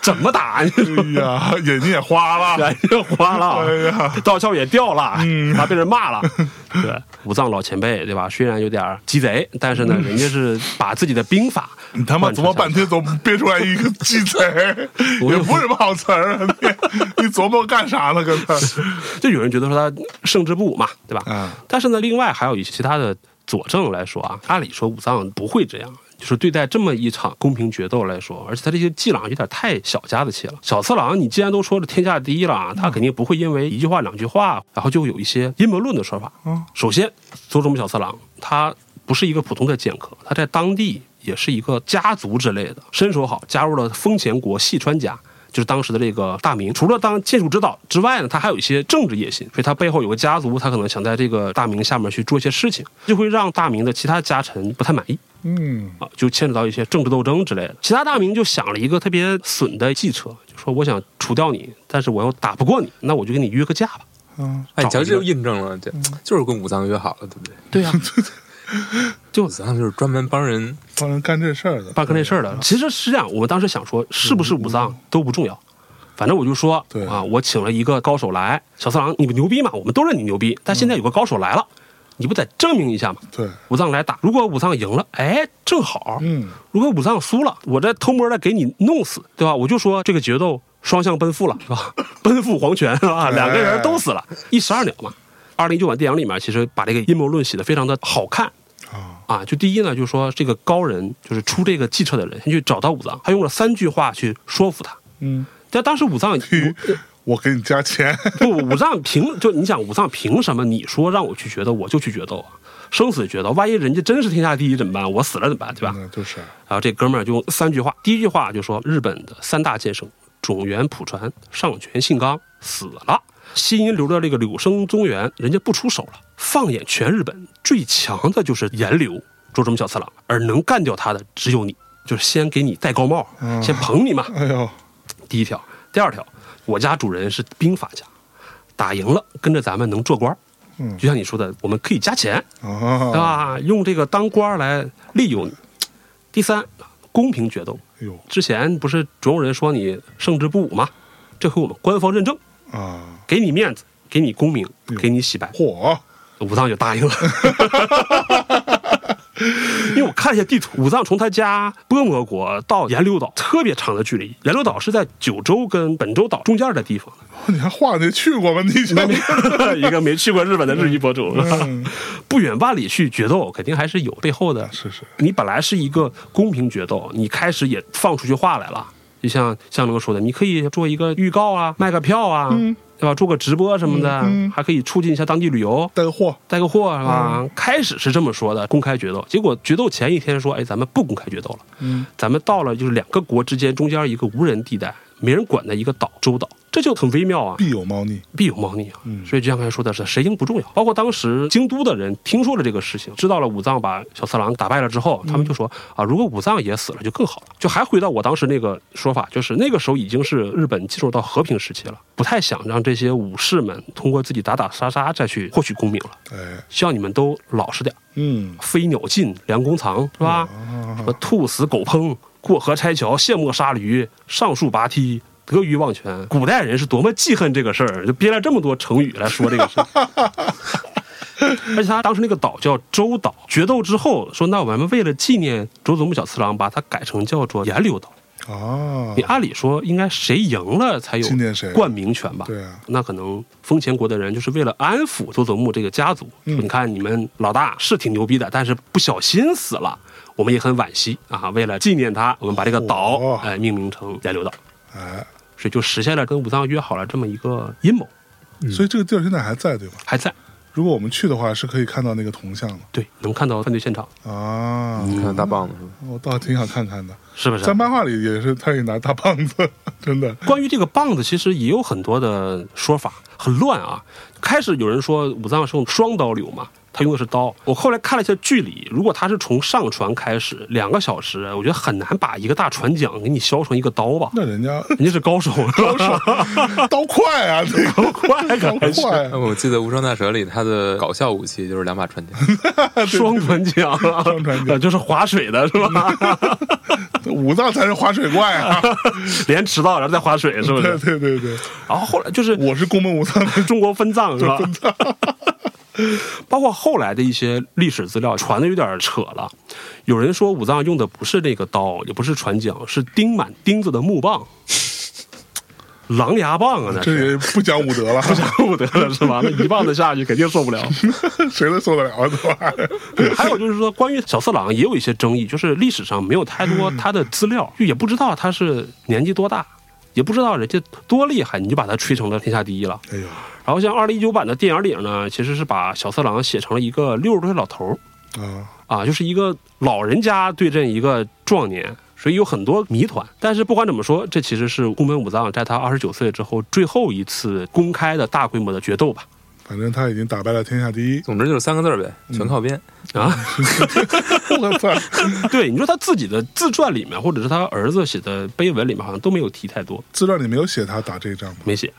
S1: 怎么打？你说
S2: 哎呀，眼睛也花 了，
S1: 眼睛哎花了，
S2: 哎呀嗯
S1: 道校也掉了， 他被人骂 了。对，武藏老前辈，对吧？虽然有点鸡贼，但是呢，人家是把自己的兵法
S2: 嗯你他妈
S1: 贯彻
S2: 琢磨
S1: 下来
S2: 半天，总憋出来一个鸡词 儿，
S1: 我
S2: 也不是什么好词儿啊！你你琢磨干啥呢？跟他
S1: 就有人觉得说他胜之不武嘛，对吧？
S2: 嗯
S1: 但是呢，另外还有一些其他的佐证来说啊，按理说武藏不会这样。就是对待这么一场公平决斗来说，而且他这些伎俩有点太小家子气了。小次郎，你既然都说了天下第一了啊，他肯定不会因为一句话两句话，然后就有一些阴谋论的说法。
S2: 嗯
S1: 首先，佐佐木小次郎他不是一个普通的剑客，他在当地也是一个家族之类的，身手好，加入了丰前国细川家。就是当时的这个大明，除了当剑术指导之外呢，他还有一些政治野心，所以他背后有个家族，他可能想在这个大明下面去做一些事情，就会让大明的其他家臣不太满意
S2: 嗯，
S1: 啊，就牵扯到一些政治斗争之类的。其他大明就想了一个特别损的计策，就说我想除掉你，但是我又打不过你，那我就给你约个架吧。
S2: 嗯，
S3: 哎，
S1: 找
S3: 瞧
S1: 一
S3: 这就
S1: 个
S3: 印证了，这就是跟武藏约好了，对不对？
S1: 对呀、
S3: 武藏就是专门帮人，
S2: 帮人干这事儿的，
S1: 办个那事儿的。嗯其实是这样，我们当时想说，是不是武藏都不重要，反正我就说
S2: 对
S1: 啊，我请了一个高手来，小次郎，你不牛逼嘛？我们都认你牛逼，但现在有个高手来了，你不得证明一下吗？
S2: 对，
S1: 武藏来打，如果武藏赢了，哎，正好；
S2: 嗯，
S1: 如果武藏输了，我再偷摸的给你弄死，对吧？我就说这个决斗双向奔赴了，是吧？哎奔赴黄泉是吧？两个人都死了，一石二鸟嘛。二零一九版电影里面，其实把这个阴谋论写的非常的好看，
S2: 啊，
S1: 啊，就第一呢，就是说这个高人，就是出这个计策的人，先去找到武藏，他用了三句话去说服他。
S2: 嗯，
S1: 但当时武藏
S2: 我给你加 钱，
S1: 不，武藏凭就你想武藏凭什么？你说让我去决斗，我就去决斗啊，生死决斗。万一人家真是天下第一怎么办？我死了怎么办？对吧？
S2: 嗯，就是
S1: 然后这哥们儿就用三句话，第一句话就说日本的三大剑圣种原普传、上泉信纲死了，西银流的这个柳生宗元人家不出手了。放眼全日本，最强的就是岩流周中小次郎，而能干掉他的只有你，就是先给你戴高帽，
S2: 嗯
S1: 先捧 你嘛。
S2: 哎呦，
S1: 第一条，第二条，我家主人是兵法家，打赢了跟着咱们能做官儿。
S2: 嗯
S1: 就像你说的，我们可以加钱，对
S2: 啊，
S1: 吧？用这个当官儿来利诱你。第三，公平决斗，
S2: 哎呦
S1: 之前不是总有人说你胜之不武吗？这回我们官方认证，
S2: 啊，
S1: 给你面子，给你功名，给你洗白。
S2: 嚯，
S1: 武藏就答应了， 因为我看了一下地图，武藏从他家波摩国到岩流岛特别长的距离，岩流岛是在九州跟本州岛中间的地方，
S2: 你还画那去过吗？你就
S1: 一个没去过日本的日语博主，
S2: 嗯
S1: 不远万里去决斗，肯定还是有背后的
S2: 是是，
S1: 你本来是一个公平决斗，你开始也放出去话来了，就像向龙说的，你可以做一个预告啊，卖个票啊，对吧？做个直播什么的，
S2: 嗯嗯嗯嗯
S1: 还可以促进一下当地旅游。
S2: 带个货，
S1: 带个货是吧？开始是这么说的，公开决斗。结果决斗前一天说，哎，咱们不公开决斗了，
S2: 嗯，
S1: 咱们到了就是两个国之间中间一个无人地带，没人管的一个岛洲岛，这就很微妙啊。
S2: 必有猫腻，
S1: 必有猫腻啊。
S2: 嗯
S1: 所以就像刚才说的是，谁赢不重要。包括当时京都的人听说了这个事情，知道了武藏把小次郎打败了之后，他们就说、啊，如果武藏也死了就更好了。就还回到我当时那个说法，就是那个时候已经是日本进入到和平时期了，不太想让这些武士们通过自己打打杀杀再去获取功名了，
S2: 哎，
S1: 希望你们都老实点儿，
S2: 嗯，
S1: 飞鸟尽，良弓藏，是吧？什么兔死狗烹、过河拆桥、卸磨杀驴、上树拔梯、得鱼忘泉。古代人是多么记恨这个事儿，就编了这么多成语来说这个事儿。而且他当时那个岛叫周岛，决斗之后说，那我们为了纪念周总木小次郎，把它改成叫做岩流岛。
S2: 啊
S1: 你，按理说应该谁赢了才有
S2: 纪念谁
S1: 冠名权吧？
S2: 对啊
S1: 那可能丰前国的人就是为了安抚佐佐木这个家族，
S2: 嗯
S1: 说你看你们老大是挺牛逼的，但是不小心死了，我们也很惋惜啊。为了纪念他，我们把这个岛
S2: 嚯
S1: 哎、命名成岩流岛，
S2: 哎，
S1: 所以就实现了跟武藏约好了这么一个阴谋，
S2: 所以这个地儿现在还在对吧？
S1: 还在
S2: 如果我们去的话，是可以看到那个铜像的
S1: 对能看到犯罪现场，
S2: 啊，
S3: 你看大棒子是吧？
S2: 我倒挺想看看的，
S1: 是不是
S2: 在？漫画里也是，他也拿大棒子， 真的，
S1: 关于这个棒子，其实也有很多的说法，很乱啊。开始有人说武藏是用双刀流嘛，他用的是刀。我后来看了一下距离，如果他是从上船开始两个小时，我觉得很难把一个大船桨给你削成一个刀吧。
S2: 那人 家
S1: 人家是高手，高 手
S2: 刀快啊，这个
S1: 快
S2: 刀
S1: 感还是
S2: 快啊
S3: 那，哎我记得《无双大蛇》里，他的搞笑武器就是两把船桨，
S1: 双船桨，
S2: 双船桨
S1: 呃就是划水的是 吧？
S2: 武藏才是划水怪啊，
S1: 连迟到然后再划水是不
S2: 对
S1: 是？
S2: 对对对，
S1: 然后后来就是
S2: 我是宫本武藏的
S1: 中国分藏是吧？ 包括后来的一些历史资料传的有点扯了，有人说武藏用的不是那个刀，也不是船桨，是钉满钉子的木棒， 狼牙棒啊，那
S2: 这
S1: 是
S2: 也不讲武德了，
S1: 不得了是吧？那一棒子下去肯定受不了。
S2: 谁能受得了啊？这玩意儿
S1: 还有就是说，关于小次郎也有一些争议，就是历史上没有太多他的资料，就也不知道他是年纪多大，也不知道人家多厉害，你就把他吹成了天下第一了。
S2: 哎呦，
S1: 然后像二零一九版的电影里呢，其实是把小次郎写成了一个六十多岁老头儿
S2: 啊，
S1: 啊，就是一个老人家对阵一个壮年，所以有很多谜团。但是不管怎么说，这其实是宫本武藏在他二十九岁之后最后一次公开的大规模的决斗吧？
S2: 反正他已经打败了天下第一，
S3: 总之就是三个字儿呗，全靠编。
S1: 啊，
S2: 我操，
S1: 对，你说他自己的自传里面，或者是他儿子写的碑文里面，好像都没有提太多，
S2: 资料里没有写他打这一仗吧？
S1: 没写。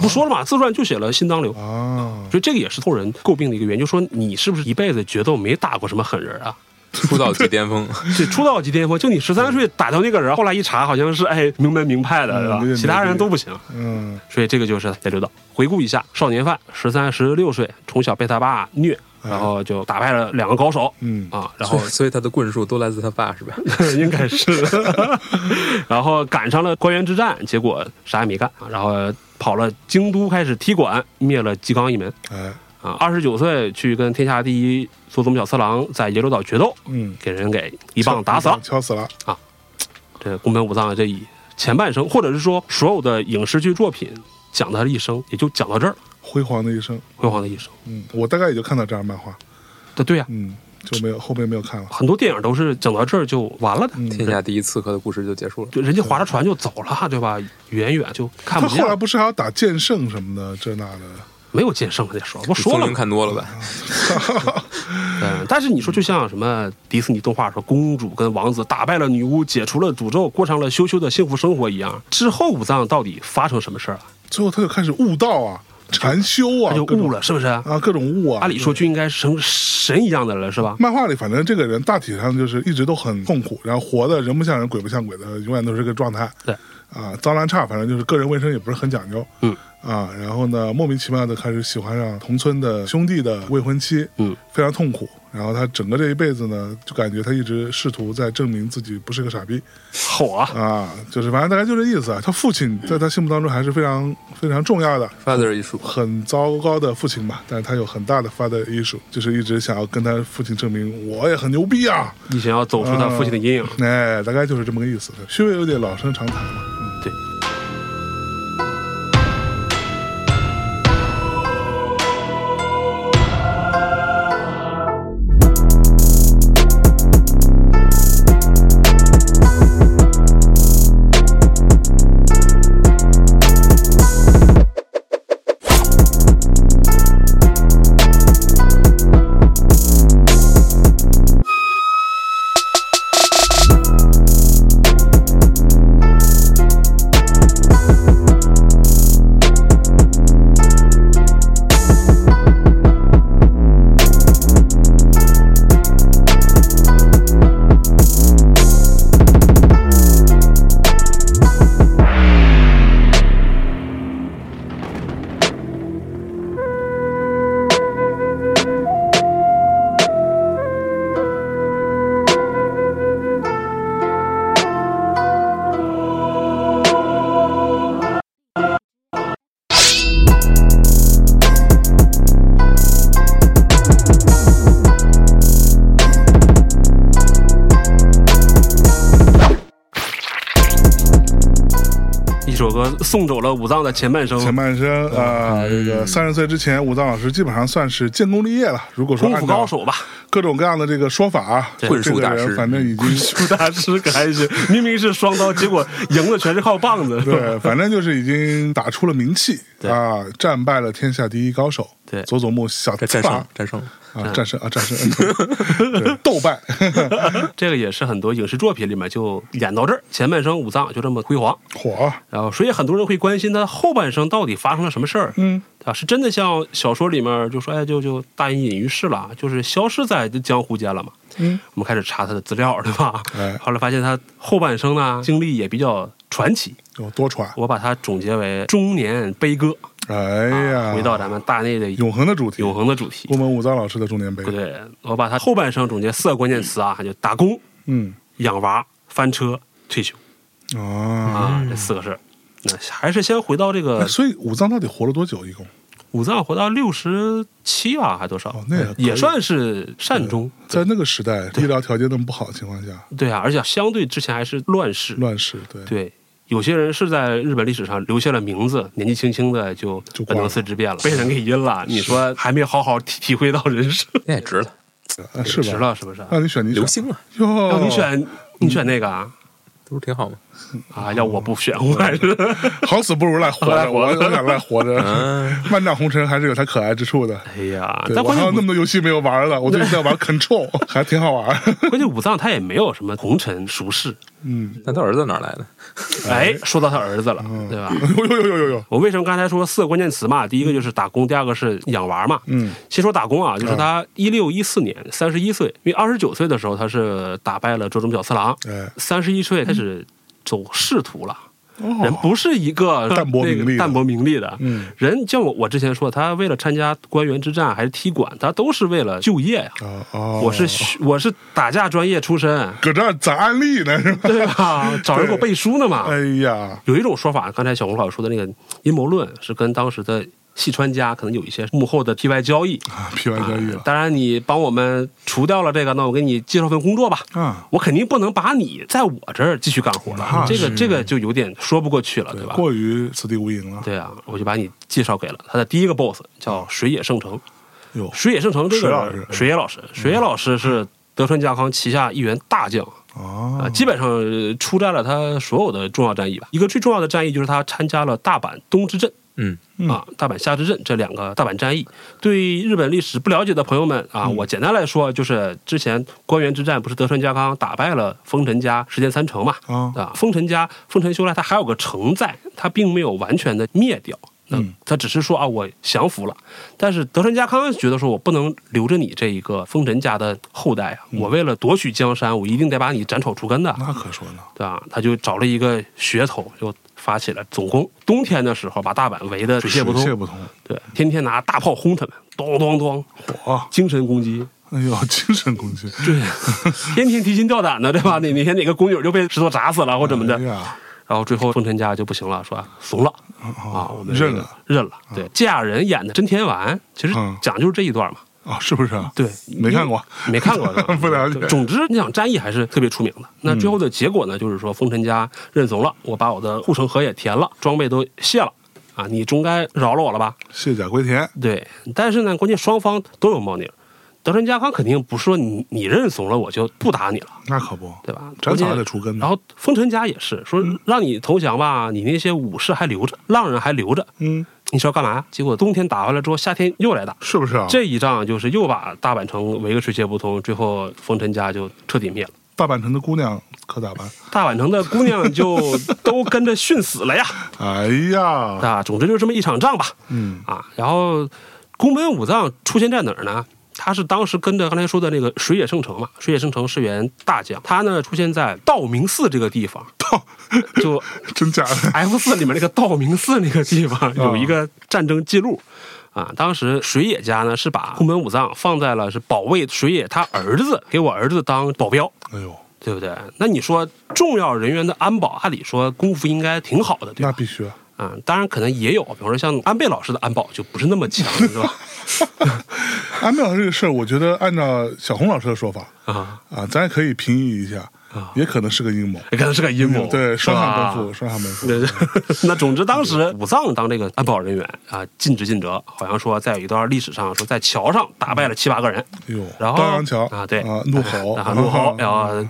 S1: 不说了嘛，自传就写了新当流。
S2: 啊，
S1: 所以这个也是后人诟病的一个原因，就说你是不是一辈子决斗没打过什么狠人啊？
S3: 出道即巅峰，
S1: 这出道即巅峰，就你十三岁打掉那个人，后来一查好像是哎名门名派的，对吧
S2: 嗯对？
S1: 其他人都不行。
S2: 嗯
S1: 所以这个就是得知道。回顾一下，少年犯十三、十六岁，从小被他爸虐，然后就打败了两个高手，
S2: 嗯
S1: 啊，然后
S3: 所以他的棍术都来自他爸是吧？
S1: 应该是， 然后赶上了官员之战，结果啥也没干，啊然后跑了京都开始踢馆，灭了吉冈一门
S2: 哎
S1: 啊。二十九岁去跟天下第一佐佐木小次郎在野柳岛决斗，
S2: 嗯，
S1: 给人给一棒打死了。
S2: 敲死了，
S1: 这宫本武藏这一前半生，或者是说所有的影视剧作品讲他的一生，也就讲到这儿了，
S2: 辉煌的一生。
S1: 辉煌的一生。
S2: 嗯，我大概也就看到这样漫画，
S1: 对对呀、
S2: 嗯，就没有后面没有看了。
S1: 很多电影都是整到这儿就完了的，
S2: 嗯
S3: 天下第一刺客的故事就结束了。
S1: 就人家划着船就走了，对吧？远远就看
S2: 他
S1: 不见
S2: 后来
S1: 了，
S2: 不是还要打剑圣什么的，这那的，
S1: 没有剑圣那时候，我说
S3: 风
S1: 了
S3: 云，看多了吧？
S1: 嗯，但是你说就像什么迪士尼动画说公主跟王子打败了女巫，解除了诅咒，过上了羞羞的幸福生活一样，之后武藏到底发生什么事儿了？
S2: 最后他就开始悟道啊，禅修啊，
S1: 他就
S2: 哦各种
S1: 悟了，是不是？
S2: 啊，各种悟啊。
S1: 按理说就应该成神一样的了，是吧？
S2: 漫画里，反正这个人大体上就是一直都很痛苦，然后活的人不像人，鬼不像鬼的，永远都是这个状态。
S1: 对，
S2: 啊，脏乱差，反正就是个人卫生也不是很讲究。
S1: 嗯，
S2: 啊，然后呢，莫名其妙的开始喜欢上同村的兄弟的未婚妻，
S1: 嗯，
S2: 非常痛苦。然后他整个这一辈子呢，就感觉他一直试图在证明自己不是个傻逼
S1: 好啊，
S2: 啊，就是反正大概就这意思啊。他父亲在他心目当中还是非常非常重要的，
S3: father 一术，
S2: 很糟糕的父亲吧，但是他有很大的 father issue，就是一直想要跟他父亲证明我也很牛逼啊，
S1: 你想要走出他父亲的阴影，
S2: 哎，大概就是这么个意思，稍微有点老生常谈嘛。
S1: 对。一首歌送走了武藏的前半生，
S2: 前半生啊、
S1: 嗯
S2: 这个三十岁之前，武藏老师基本上算是建功立业了。如果说
S1: 功
S2: 按
S1: 夫
S2: 照
S1: 高手吧，
S2: 各种各样的这个说法啊，
S1: 对
S2: 这
S3: 棍术
S2: 个
S3: 大
S2: 人
S3: 师
S2: 反正已经
S1: 朱大师可还行，明明是双刀，结果赢的全是靠棒子。是吧
S2: 对，反正就是已经打出了名气
S1: 对
S2: 啊，战败了天下第一高手，
S1: 对
S2: 佐佐木小
S3: 战
S2: 次
S3: 战胜
S2: 郎，
S3: 战胜，
S2: 啊，战胜啊，战胜， 对斗败，
S1: 这个也是很多影视作品里面就演到这儿，前半生武藏就这么辉煌，
S2: 火，
S1: 然后所以很多人会关心他后半生到底发生了什么事儿，
S2: 嗯，
S1: 啊，是真的像小说里面就说，哎，就就大隐隐于市了，就是消失在这江湖间了嘛。
S2: 嗯，
S1: 我们开始查他的资料，对吧？
S2: 哎
S1: 后来发现他后半生呢经历也比较传奇，
S2: 有哦多传，
S1: 我把它总结为中年悲歌。
S2: 哎呀，
S1: 啊回到咱们大内的
S2: 永恒的主题，
S1: 永恒的主题。
S2: 宫本武藏老师的中年杯
S1: 不，对，我把他后半生总结四个关键词啊，就打工、
S2: 嗯
S1: 养娃、翻车、退休
S2: 啊。
S1: 啊，这四个事儿。那还是先回到这
S2: 那
S1: 个
S2: 所以武藏到底活了多久？一共
S1: 武藏，活到六十七吧，还多少
S2: 哦那也？可以
S1: 也算是善终。
S2: 在那个时代，医疗条件那么不好的情况下，
S1: 对啊，而且相对之前还是乱世。
S2: 乱世对
S1: 对，有些人是在日本历史上留下了名字，年纪轻轻的就
S2: 就挂
S1: 本
S2: 了
S1: 能寺之变了，被人给阴了。你说还没好好体体会到人生，
S3: 那也值了，
S2: 啊是
S1: 值
S2: 吧？嗯
S1: 了是不是？
S2: 让你选你选
S3: 流星啊，
S2: 哟，
S1: 要你选，你选那个啊？
S3: 都是挺好嘛。
S1: 啊，要我不选，
S2: 哦
S1: 我还是。
S2: 好死不如赖活着，我
S1: 赖活着嗯
S2: 我想赖活着。万丈红尘还是有它可爱之处的。
S1: 哎呀，
S2: 对，
S1: 但
S2: 我
S1: 关
S2: 还有那
S1: 键
S2: 么多游戏没有 玩了，我最近在玩 Control，还挺好玩。
S1: 关键武藏他也没有什么红尘俗世，
S2: 嗯，
S3: 那他儿子哪儿来的？
S1: 哎，说到他儿子了，
S2: 嗯
S1: 对吧？
S2: 有有有有有有，
S1: 我为什么刚才说四个关键词嘛？第一个就是打工，第二个是养娃嘛。
S2: 嗯，
S1: 先说打工啊，就是他一六一四年三十一岁，因为二十九岁的时候他是打败了周中小次郎，
S2: 哎，
S1: 三十一岁开始走仕途了。人
S2: 哦，
S1: 不是一个
S2: 淡泊名利的
S1: 那个淡泊名利的，
S2: 嗯，
S1: 人像我我之前说，他为了参加官员之战还是踢馆，他都是为了就业呀、
S2: 哦哦，
S1: 我是学我是打架专业出身，
S2: 搁这儿攒案例呢是吧？
S1: 对 吧？找人给我背书呢嘛。
S2: 哎呀，
S1: 有一种说法，刚才小红老师说的那个阴谋论，是跟当时的细川家可能有一些幕后的 T Y 交易。
S2: 啊，批完交易了
S1: 当然，你帮我们除掉了这个，那我给你介绍份工作吧。
S2: 啊，
S1: 我肯定不能把你在我这儿继续干活了
S2: 那，
S1: 这个
S2: 是
S1: 这个就有点说不过去了，对吧？
S2: 过于此地无银了，
S1: 对啊，我就把你介绍给了他的第一个 boss，叫水野圣城。
S2: 哟，
S1: 水野圣城这
S2: 水
S1: 个
S2: 老师嗯
S1: 水野老师，水野老师是德川家康旗下一员大将啊、
S2: 啊，
S1: 基本上呃出战了他所有的重要战役吧。一个最重要的战役就是他参加了大阪东之阵。
S3: 嗯，
S2: 嗯
S1: 啊，大阪夏之阵这两个大阪战役，对日本历史不了解的朋友们
S2: 嗯
S1: 啊，我简单来说，就是之前官员之战不是德川家康打败了丰臣家石田三成嘛？
S2: 啊
S1: 啊，丰臣家丰臣秀赖他还有个城在，他并没有完全的灭掉。
S2: 嗯，
S1: 他只是说啊，我降服了。但是德川家康觉得说，我不能留着你这一个丰臣家的后代啊，
S2: 嗯
S1: 我为了夺取江山，我一定得把你斩草除根的。
S2: 那可说呢，
S1: 对吧？啊他就找了一个噱头，就发起了总攻。冬天的时候，把大阪围得水泄不
S2: 水泄
S1: 通，
S2: 不通，
S1: 对，天天拿大炮轰他们，咚咚咚，
S2: 哇，
S1: 精神攻击，
S2: 哎呦，精神攻击，
S1: 对， 天天提心吊胆的，对吧？哪哪天哪个工友就被石头砸死了或怎么的
S2: 哎，呀，
S1: 然后最后丰臣家就不行了，说怂了啊，我
S2: 哦
S1: 们
S2: 认了
S1: 认了。对，嫁人演的真田丸，其实
S2: 嗯
S1: 讲就是这一段嘛。
S2: 啊，是不是啊？
S1: 对，
S2: 没看过，
S1: 没看过的，
S2: 不了解
S1: 总之，那场战役还是特别出名的。那最后的结果呢，就是说丰臣家认怂了，我把我的护城河也填了，装备都卸了。啊，你总该饶了我了吧？
S2: 卸甲归田，
S1: 对，但是呢，关键双方都有猫腻儿。德川家康肯定不是说你你认怂了我就不打你了，
S2: 那可不，
S1: 对吧？
S2: 斩草
S1: 关键
S2: 得除根嗯呢
S1: 然后丰臣家也是说让你投降吧，你那些武士还留着，浪人还留着，
S2: 嗯，
S1: 你是要干嘛？结果冬天打完了之后，夏天又来打，
S2: 是不是啊？
S1: 这一仗就是又把大阪城围个水泄不通，最后丰臣家就彻底灭了。
S2: 大阪城的姑娘可咋办？
S1: 大阪城的姑娘就都跟着殉死了呀！
S2: 哎呀，
S1: 啊，总之就是这么一场仗吧。
S2: 嗯，
S1: 啊，然后宫本武藏出现在哪儿呢？啊他是当时跟着刚才说的那个水野圣城嘛，水野圣城是员大将，他呢出现在道明寺这个地方，
S2: 操，
S1: 就
S2: 真假的？
S1: F 四里面那个道明寺那个地
S2: 嗯
S1: 方有一个战争记录。啊，当时水野家呢是把宫本武藏放在了是保卫水野他儿子，给我儿子当保镖，
S2: 哎呦，
S1: 对不对？那你说重要人员的安保，按理说功夫应该挺好的，对
S2: 那
S1: 吧？
S2: 必须啊！
S1: 啊、当然可能也有，比方说像安倍老师的安保就不是那么强，是吧？
S2: 安倍老师这个事儿，我觉得按照小红老师的说法
S1: 啊，
S2: 啊，咱也可以评议一下，也可能是个阴谋，
S1: 也可能是个阴谋，
S2: 嗯对，
S1: 是
S2: 双
S1: 吧
S2: 向奔赴，双向奔 赴，
S1: 对，那总之当
S2: 嗯
S1: 时武藏当这个安保人员啊，尽职尽责，好像说在有一段历史上说在桥上打败了七八个人，
S2: 哎呦，
S1: 然后
S2: 当阳桥
S1: 啊，对
S2: 啊，怒吼
S1: 啊，怒吼，然
S2: 啊
S1: 后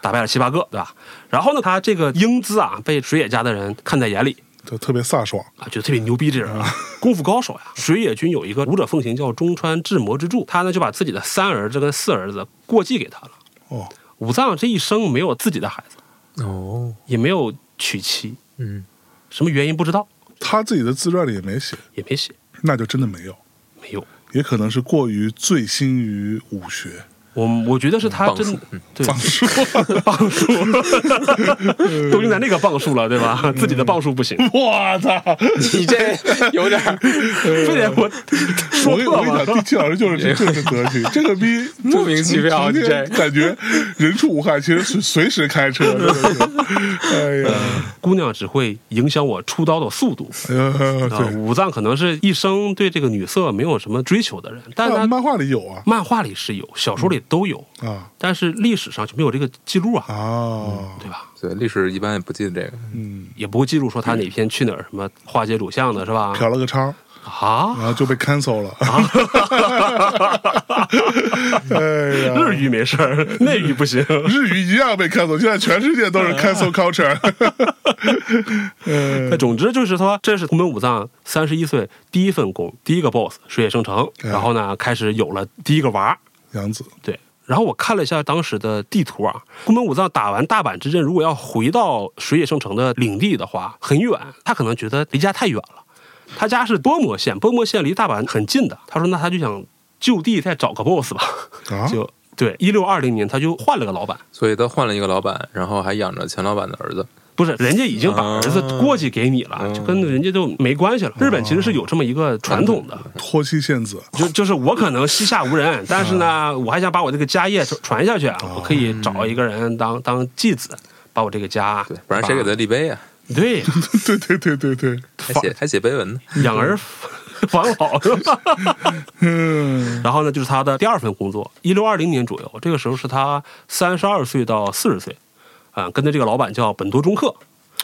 S1: 打败了七八个，对吧？然后呢，他这个英姿啊，被水野家的人看在眼里
S2: 就特别飒爽，
S1: 啊，觉得特别牛逼，这人啊， 功夫高手呀。水野军有一个武者奉行叫中川智磨之助，他呢就把自己的三儿子跟四儿子过继给他了。
S2: 哦，
S1: 武藏这一生没有自己的孩子，
S3: 哦，
S1: 也没有娶妻，
S3: 嗯，
S1: 什么原因不知道，
S2: 他自己的自传里也没写，
S1: 也没写，
S2: 那就真的没有，
S1: 没有。
S2: 也可能是过于醉心于武学，
S1: 我我觉得是他
S3: 棒
S1: 真
S3: 数嗯
S1: 对
S2: 放 说，
S1: 棒数， 都用在那个棒数了，对吧？自己的棒数不行，
S2: 我操！
S3: 你这有点 儿
S1: 非得我
S2: 我
S1: 说
S2: 跟
S1: 破
S2: 我跟你
S1: 嘛
S2: 讲，第七老 师就是这就是德行，这个逼
S3: 莫名其妙
S2: 成天
S3: 你
S2: 感觉人畜无害，其实随随时开车。真的是 哎呀，
S1: 姑娘只会影响我出刀的速度。
S2: 哎呀，
S1: 啊，
S2: 对，
S1: 武藏可能是一生对这个女色没有什么追求的人，但
S2: 漫
S1: 他
S2: 漫画里有啊
S1: 漫画里是有，小说里都有，
S2: 啊
S1: 但是历史上就没有这个记录啊，
S2: 啊，
S1: 对吧？
S3: 对，历史一般也不记得这个。
S2: 嗯，
S1: 也不会记录说他哪天去哪儿什么化解乳相的是吧？
S2: 嫖了个娼，
S1: 啊，
S2: 然后就被 cancel 了。哎呀，
S1: 日语没事儿，内语不行。
S2: 日语一样被 cancel，现在全世界都
S1: 嗯
S2: 是 cancel culture。嗯
S1: 那总之就是说，这是宫本武藏三十一岁第一份工，第一个 boss 水野圣城，
S2: 嗯
S1: 然后呢，开始有了第一个娃儿，
S2: 杨子
S1: 对，然后我看了一下当时的地图啊，宫本武藏打完大阪之阵，如果要回到水野圣城的领地的话，很远，他可能觉得离家太远了。他家是波摩县，波摩县离大阪很近的。他说，那他就想就地再找个 boss 吧，
S2: 啊，
S1: 就。对，一六二零年他就换了个老板，
S3: 所以他换了一个老板，然后还养着前老板的儿子。
S1: 不是人家已经把儿子过继给你了，就跟人家就没关系了。日本其实是有这么一个哦传统的，
S2: 托妻献 子，
S1: 就就是我可能膝下无人，但是呢，我还想把我这个家业传传下去
S3: 哦
S1: 啊，我可以找一个人当当继子，把我这个家，
S3: 对，不然谁给他立碑啊？
S1: 对
S2: 对对对对对，
S3: 还写还写碑文呢？
S1: 养儿防老是吧？
S2: 嗯，
S1: 然后呢，就是他的第二份工作，一六二零年左右，这个时候是他三十二岁到四十岁，啊、跟着这个老板叫本多忠克。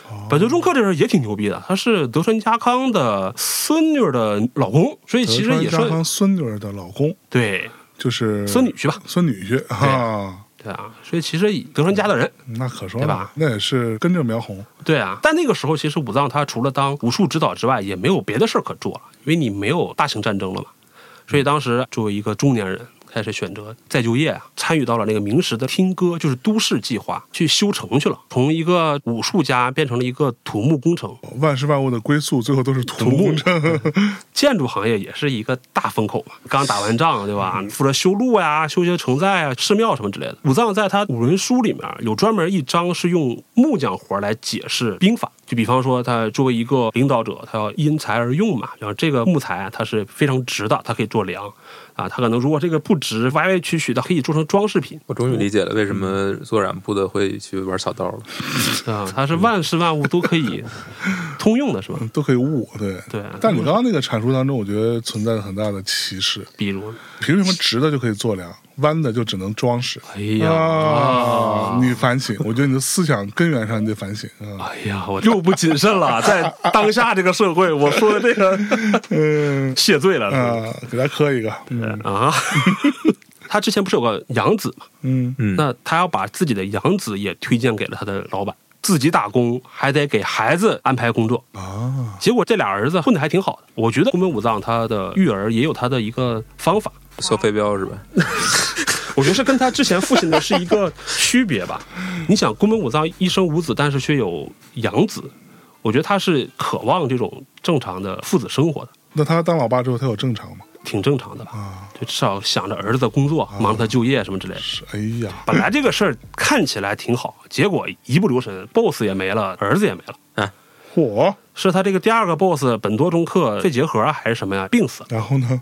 S3: 哦
S1: 本多忠克这人也挺牛逼的，他是德川家康的孙女的老公，所以其实也
S2: 德川家
S1: 算
S2: 康孙女儿的老公
S1: 对
S2: 就是
S1: 孙女婿吧，
S2: 孙女婿啊，
S1: 对啊，所以其实德川家的人，
S2: 那可说
S1: 对
S2: 呢
S1: 吧，
S2: 那也是根正苗红，
S1: 对啊，但那个时候其实武藏他除了当武术指导之外，也没有别的事儿可做了，因为你没有大型战争了嘛。所以当时作为一个中年人，开始选择再就业啊，参与到了那个明石的听歌，就是都市计划，去修城去了，从一个武术家变成了一个土木工程，
S2: 万事万物的归宿最后都是土木工程，
S1: 建筑行业也是一个大风口嘛。刚打完仗，对吧？负责修路呀、修些城寨啊、寺庙什么之类的。武藏在他《五轮书》里面有专门一章是用木匠活来解释兵法，就比方说他作为一个领导者，他要因材而用嘛，然后这个木材啊它是非常直的，它可以做梁。啊，它可能如果这个不直，歪歪曲曲的，可以做成装饰品。
S3: 我终于理解了为什么做染布的会去玩小刀了。
S1: 啊，它是万事万物都可以通用的，是吧？
S2: 都可以误对
S1: 对
S2: 但你刚刚那个阐述当中，我觉得存在着很大的歧视，
S1: 比如，
S2: 凭什么直的就可以做梁，弯的就只能装饰？
S1: 哎呀，
S2: 啊，你反省，我觉得你的思想根源上你得反省啊。
S1: 哎呀，我又不谨慎了，在当下这个社会，我说的这个
S2: 嗯
S1: 谢罪了
S2: 啊，给他磕一个，
S1: 啊。他之前不是有个养子嘛？
S2: 嗯，
S3: 嗯，
S1: 那他要把自己的养子也推荐给了他的老板，自己打工还得给孩子安排工作。
S2: 啊，
S1: 结果这俩儿子混得还挺好的。我觉得宫本武藏他的育儿也有他的一个方法，
S3: 消飞镖是吧？
S1: 我觉得是跟他之前父亲的是一个区别吧。你想，宫本武藏一生无子，但是却有养子，我觉得他是渴望这种正常的父子生活的，
S2: 那他当老爸之后，他有正常吗？
S1: 挺正常的吧？
S2: 啊，
S1: 就至少想着儿子的工作，忙着他就业什么之类的。
S2: 是，哎呀，
S1: 本来这个事儿看起来挺好，结果一不留神，boss 也没了，儿子也没了。
S2: 嚯，
S1: 是他这个第二个 boss 本多忠克肺结核啊还是什么呀，病死了。
S2: 然后呢？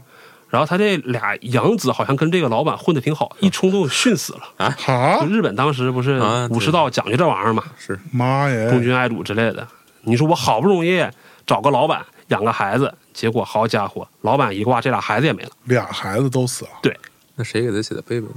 S1: 然后他这俩养子好像跟这个老板混得挺好，一冲动殉死了。就
S2: 哈，
S1: 日本当时不是
S3: 啊
S1: 武士道讲究这玩意儿嘛，
S3: 是
S2: 妈耶！
S1: 忠君爱主之类的。你说我好不容易找个老板养个孩子，结果好家伙，老板一挂，这俩孩子也没了。
S2: 俩孩子都死了，
S1: 对，
S3: 那谁给他写的碑文？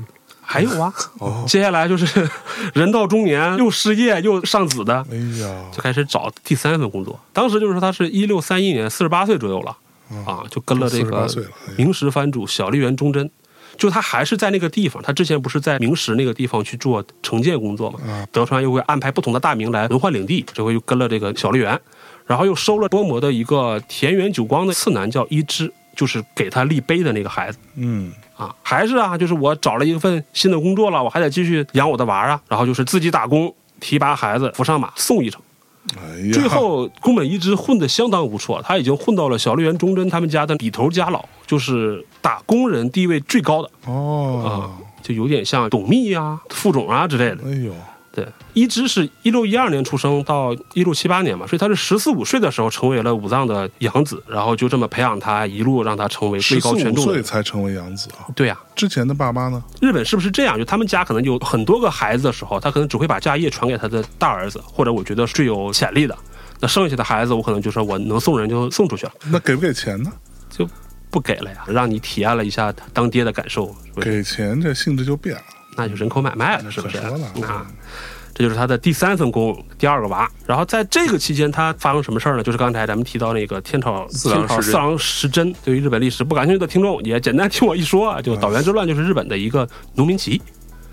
S1: 还有啊， 接下来就是 人到中年又失业又上子的，
S2: 哎呀，
S1: 就开始找第三份工作。当时就是说他是一六三一年四十八岁左右了
S2: 嗯
S1: 啊，就跟了这个
S2: 48岁了哎
S1: 明石藩主小笠原忠贞。就他还是在那个地方，他之前不是在明石那个地方去做承建工作嘛？
S2: 嗯
S1: 德川又会安排不同的大名来轮换领地，这回又跟了这个小笠原，然后又收了波摩的一个田园久光的次男叫伊之，就是给他立碑的那个孩子。
S2: 嗯，
S1: 啊，还是啊，就是我找了一份新的工作了，我还得继续养我的娃儿啊，然后就是自己打工，提拔孩子，扶上马，送一程。
S2: 哎呀，
S1: 最后，宫本一之混得相当不错，他已经混到了小笠原忠贞他们家的笔头家老，就是打工人地位最高的啊
S2: 哦，，
S1: 就有点像董秘啊、副总啊之类的。
S2: 哎呦，
S1: 对，一之是一六一二年出生到一六七八年嘛，所以他是十四五岁的时候成为了武藏的养子，然后就这么培养他，一路让他成为最
S2: 十四
S1: 高权重
S2: 五
S1: 的
S2: 岁
S1: 人。
S2: 才成为养子啊，
S1: 对呀、
S2: 之前的爸妈呢？
S1: 日本是不是这样？就他们家可能有很多个孩子的时候，他可能只会把家业传给他的大儿子，或者我觉得最有潜力的。那剩下的孩子，我可能就说我能送人就送出去了，
S2: 那给不给钱呢？
S1: 就不给了呀，让你体验了一下当爹的感受，是不是
S2: 给钱这性质就变了。
S1: 那就人口买卖了，是不是
S2: 可说呢？
S1: 那这就是他的第三份工，第二个娃。然后在这个期间，他发生什么事儿呢？就是刚才咱们提到那个天朝
S3: 四郎
S1: 天朝
S3: 时针
S1: 四郎时针。对于日本历史不感兴趣的听众，也简单听我一说啊，就岛原之乱就是日本的一个农民起义。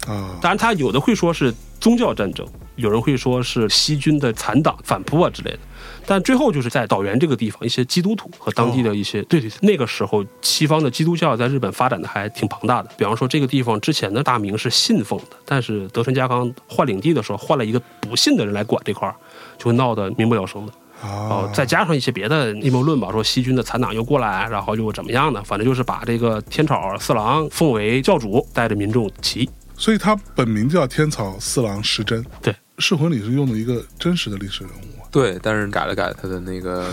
S2: 啊，
S1: 当然，他有的会说是宗教战争，有人会说是西军的残党反扑啊之类的。但最后就是在岛原这个地方，一些基督徒和当地的一些、对对，对那个时候西方的基督教在日本发展的还挺庞大的。比方说，这个地方之前的大明是信奉的，但是德川家康换领地的时候，换了一个不信的人来管这块儿，就会闹得民不聊生的。
S2: 啊
S1: 哦，再加上一些别的阴谋论吧，说西军的残党又过来，然后又怎么样呢？反正就是把这个天草四郎奉为教主，带着民众起义。
S2: 所以他本名叫天草四郎时真。
S1: 对，
S2: 噬魂里是用的一个真实的历史人物啊。
S3: 对，但是改了改他的那 个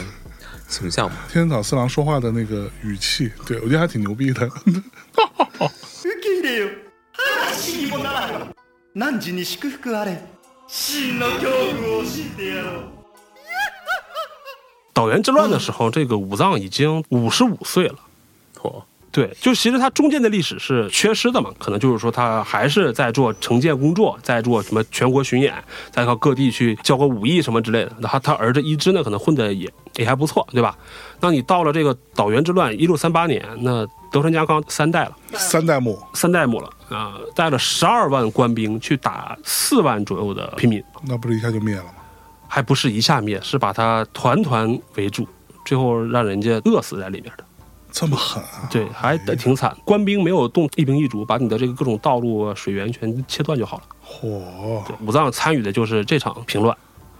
S3: 形象嘛。
S2: 天草四郎说话的那个语气，对我觉得还挺牛逼的。
S5: 受け入れよ話にもならぬ汝に祝福あれ真の恐怖を教えてやろう
S1: 岛原之乱的时候，这个武藏已经五十五岁了。
S3: 嚯，
S1: 对，就其实他中间的历史是缺失的嘛，可能就是说他还是在做承建工作，在做什么全国巡演，在到各地去教个武艺什么之类的。那他他儿子一之呢，可能混的也也还不错，对吧？那你到了这个岛原之乱一六三八年，那德川家康三代了，
S2: 三代目
S1: 三代目了啊、带了十二万官兵去打四万左右的平民，
S2: 那不是一下就灭了吗？
S1: 还不是一下灭，是把他团团围住，最后让人家饿死在里面的。
S2: 这么狠啊！
S1: 对，还得挺惨。官兵没有动一兵一卒，把你的这个各种道路、啊、水源全切断就好了。
S2: 嚯，
S1: 对，武藏参与的就是这场平乱，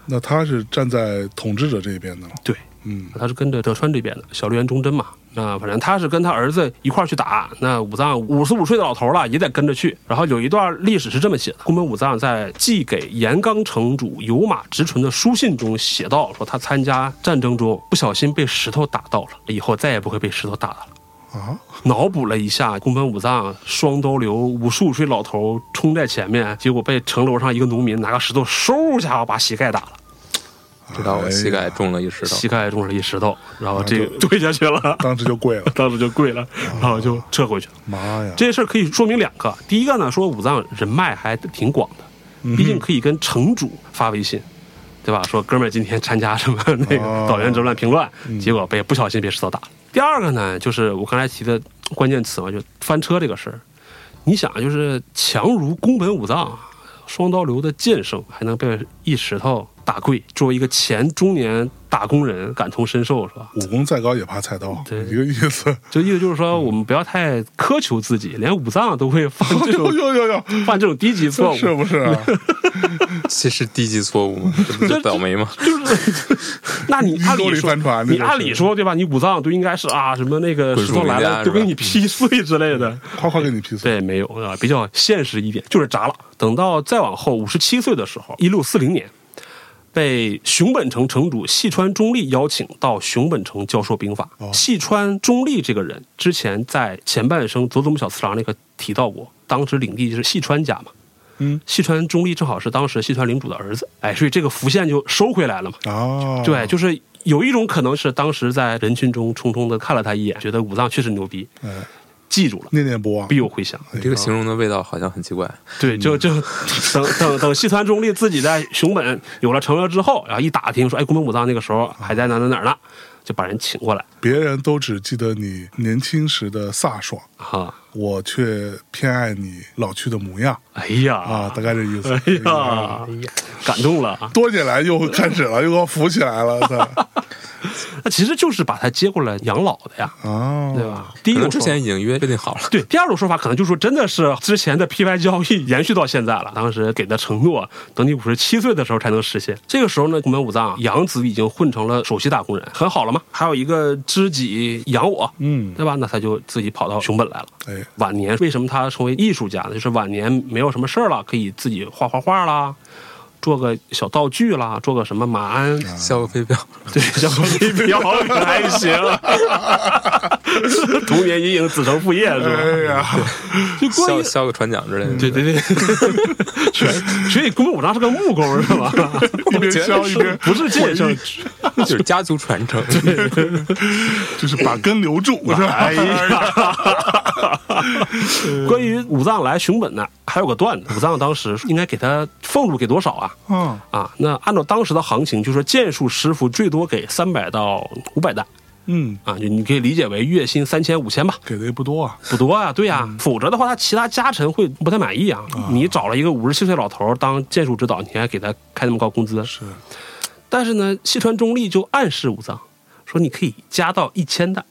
S2: 那他是站在统治者这一边的了。
S1: 对
S2: 嗯，
S1: 他是跟着德川这边的小笠原忠贞嘛。那反正他是跟他儿子一块儿去打，那武藏五十五岁的老头了，也得跟着去。然后有一段历史是这么写的：宫本武藏在寄给岩冈城主有马直纯的书信中写道，说他参加战争中不小心被石头打到了，以后再也不会被石头打了。
S2: 啊，
S1: 脑补了一下宫本武藏双刀流五十五岁老头冲在前面，结果被城楼上一个农民拿个石头嗖一下把膝盖打了，
S3: 知道我膝盖中了一石头。
S1: 膝盖中了一石头，然后这 个跪下去了，。
S2: 当时就跪了
S1: 当时就跪了，然后就撤回去了。
S2: 妈呀！
S1: 这事儿可以说明两个，第一个呢，说武藏人脉还挺广的，毕竟可以跟城主发微信。对吧？说哥们儿今天参加什么那个
S2: 哦
S1: 导员之乱评论，结果被不小心被石头打了。第二个呢，就是我刚才提的关键词嘛，就翻车这个事儿。你想，啊就是强如宫本武藏，双刀流的剑圣，还能被一石头打跪。作为一个前中年打工人，感同身受是吧？
S2: 武功再高也怕菜刀，
S1: 对
S2: 一个意 思。
S1: 就意思就是说，我们不要太苛求自己，连武藏都会犯这种
S2: 呦呦呦呦，
S1: 犯这种低级错误，
S2: 是不是啊？
S3: 这是低级错 误吗？这不
S1: 这
S3: 是倒霉吗？
S1: 就是，那你按
S2: 沟
S1: 理
S2: 里
S1: 说
S2: 翻船，
S1: 你
S2: 这
S1: 按理说对吧？你五脏都应该是啊，什么那个
S3: 滚
S1: 石
S3: 出
S1: 头来
S3: 名家
S1: 了
S3: 是
S1: 都给
S3: 吧嗯
S1: 你劈碎之类的。
S2: 是 夸夸给你劈 死。
S1: 对，没有啊，比较现实一点，就是砸了。等到再往后，五十七岁的时候，一六四零年，被熊本城城主细川中立邀请到熊本城教授兵法。
S2: 哦
S1: 细川中立这个人之前在前半生佐佐木小次郎那个提到过，当时领地就是细川家嘛。
S2: 嗯，
S1: 细川中立正好是当时细川领主的儿子，哎，所以这个福县就收回来了嘛。
S2: 啊，
S1: 对，
S3: 嗯
S1: 就是有一种可能是当时在人群中匆匆的看了他一眼，觉得武藏确实牛逼，
S3: 嗯
S2: 哎
S1: 记住了，
S2: 念念不忘
S1: 必。有回响。
S3: 这个形容的味道好像很奇怪。
S1: 对，
S3: 嗯
S1: 就就等等等西川中立自己在熊本有了成了之后，然后一打听说，哎，宫本武藏那个时候还在哪哪哪儿呢，就把人请过来
S2: 别人都只记得你年轻时的飒爽，
S1: 啊。
S2: 我却偏爱你老去的模样
S1: 哎呀
S2: 啊，大概这意思。
S1: 哎呀，
S3: 嗯
S1: 感动了啊！
S2: 多起来又开始了，又给我扶起来了， 操
S1: 那其实就是把他接过来养老的呀，
S2: 啊！
S1: 对吧？第一
S3: 嗯可能
S1: 种说
S3: 之前已经约定好了，
S1: 对，第二种说法可能就是说，真的是之前的 PY 交易延续到现在了。当时给的承诺，等你五十七岁的时候才能实现。这个时候呢，宫本武藏养子已经混成了首席打工人，很好了嘛。还有一个知己养我，
S2: 嗯
S1: 对吧？那他就自己跑到熊本来了。
S2: 哎，
S1: 晚年为什么他成为艺术家呢？就是晚年没有什么事儿了，可以自己画画画啦，做个小道具啦，做个什么马鞍
S2: 啊
S3: 消个飞镖。
S1: 对，小飞镖还行， 童年阴影子承父业是吧？
S2: 哎呀，
S1: 就过
S3: 削
S1: 于
S3: 削个船桨之类的，
S1: 对对对，全所以宫本武藏是个木工是吧？
S2: 一边削一边
S1: 不是剑圣，
S3: 就是家族传承。
S2: 就是把根留住，是 吧？
S1: 哎呀！关于武藏来熊本呢，还有个段子，武藏当时应该给他俸禄给多少啊？
S2: 嗯，
S1: 啊，那按照当时的行情，就说剑术师傅最多给三百到五百担，
S2: 嗯，
S1: 啊，你你可以理解为月薪三千五千吧，
S2: 给的也不多啊，
S1: 不多啊，对呀、否则的话他其他家臣会不太满意啊。你找了一个五十七岁老头儿当剑术指导，你还给他开那么高工资？
S2: 是
S1: 但是呢，细川中立就暗示武藏说，你可以加到一千担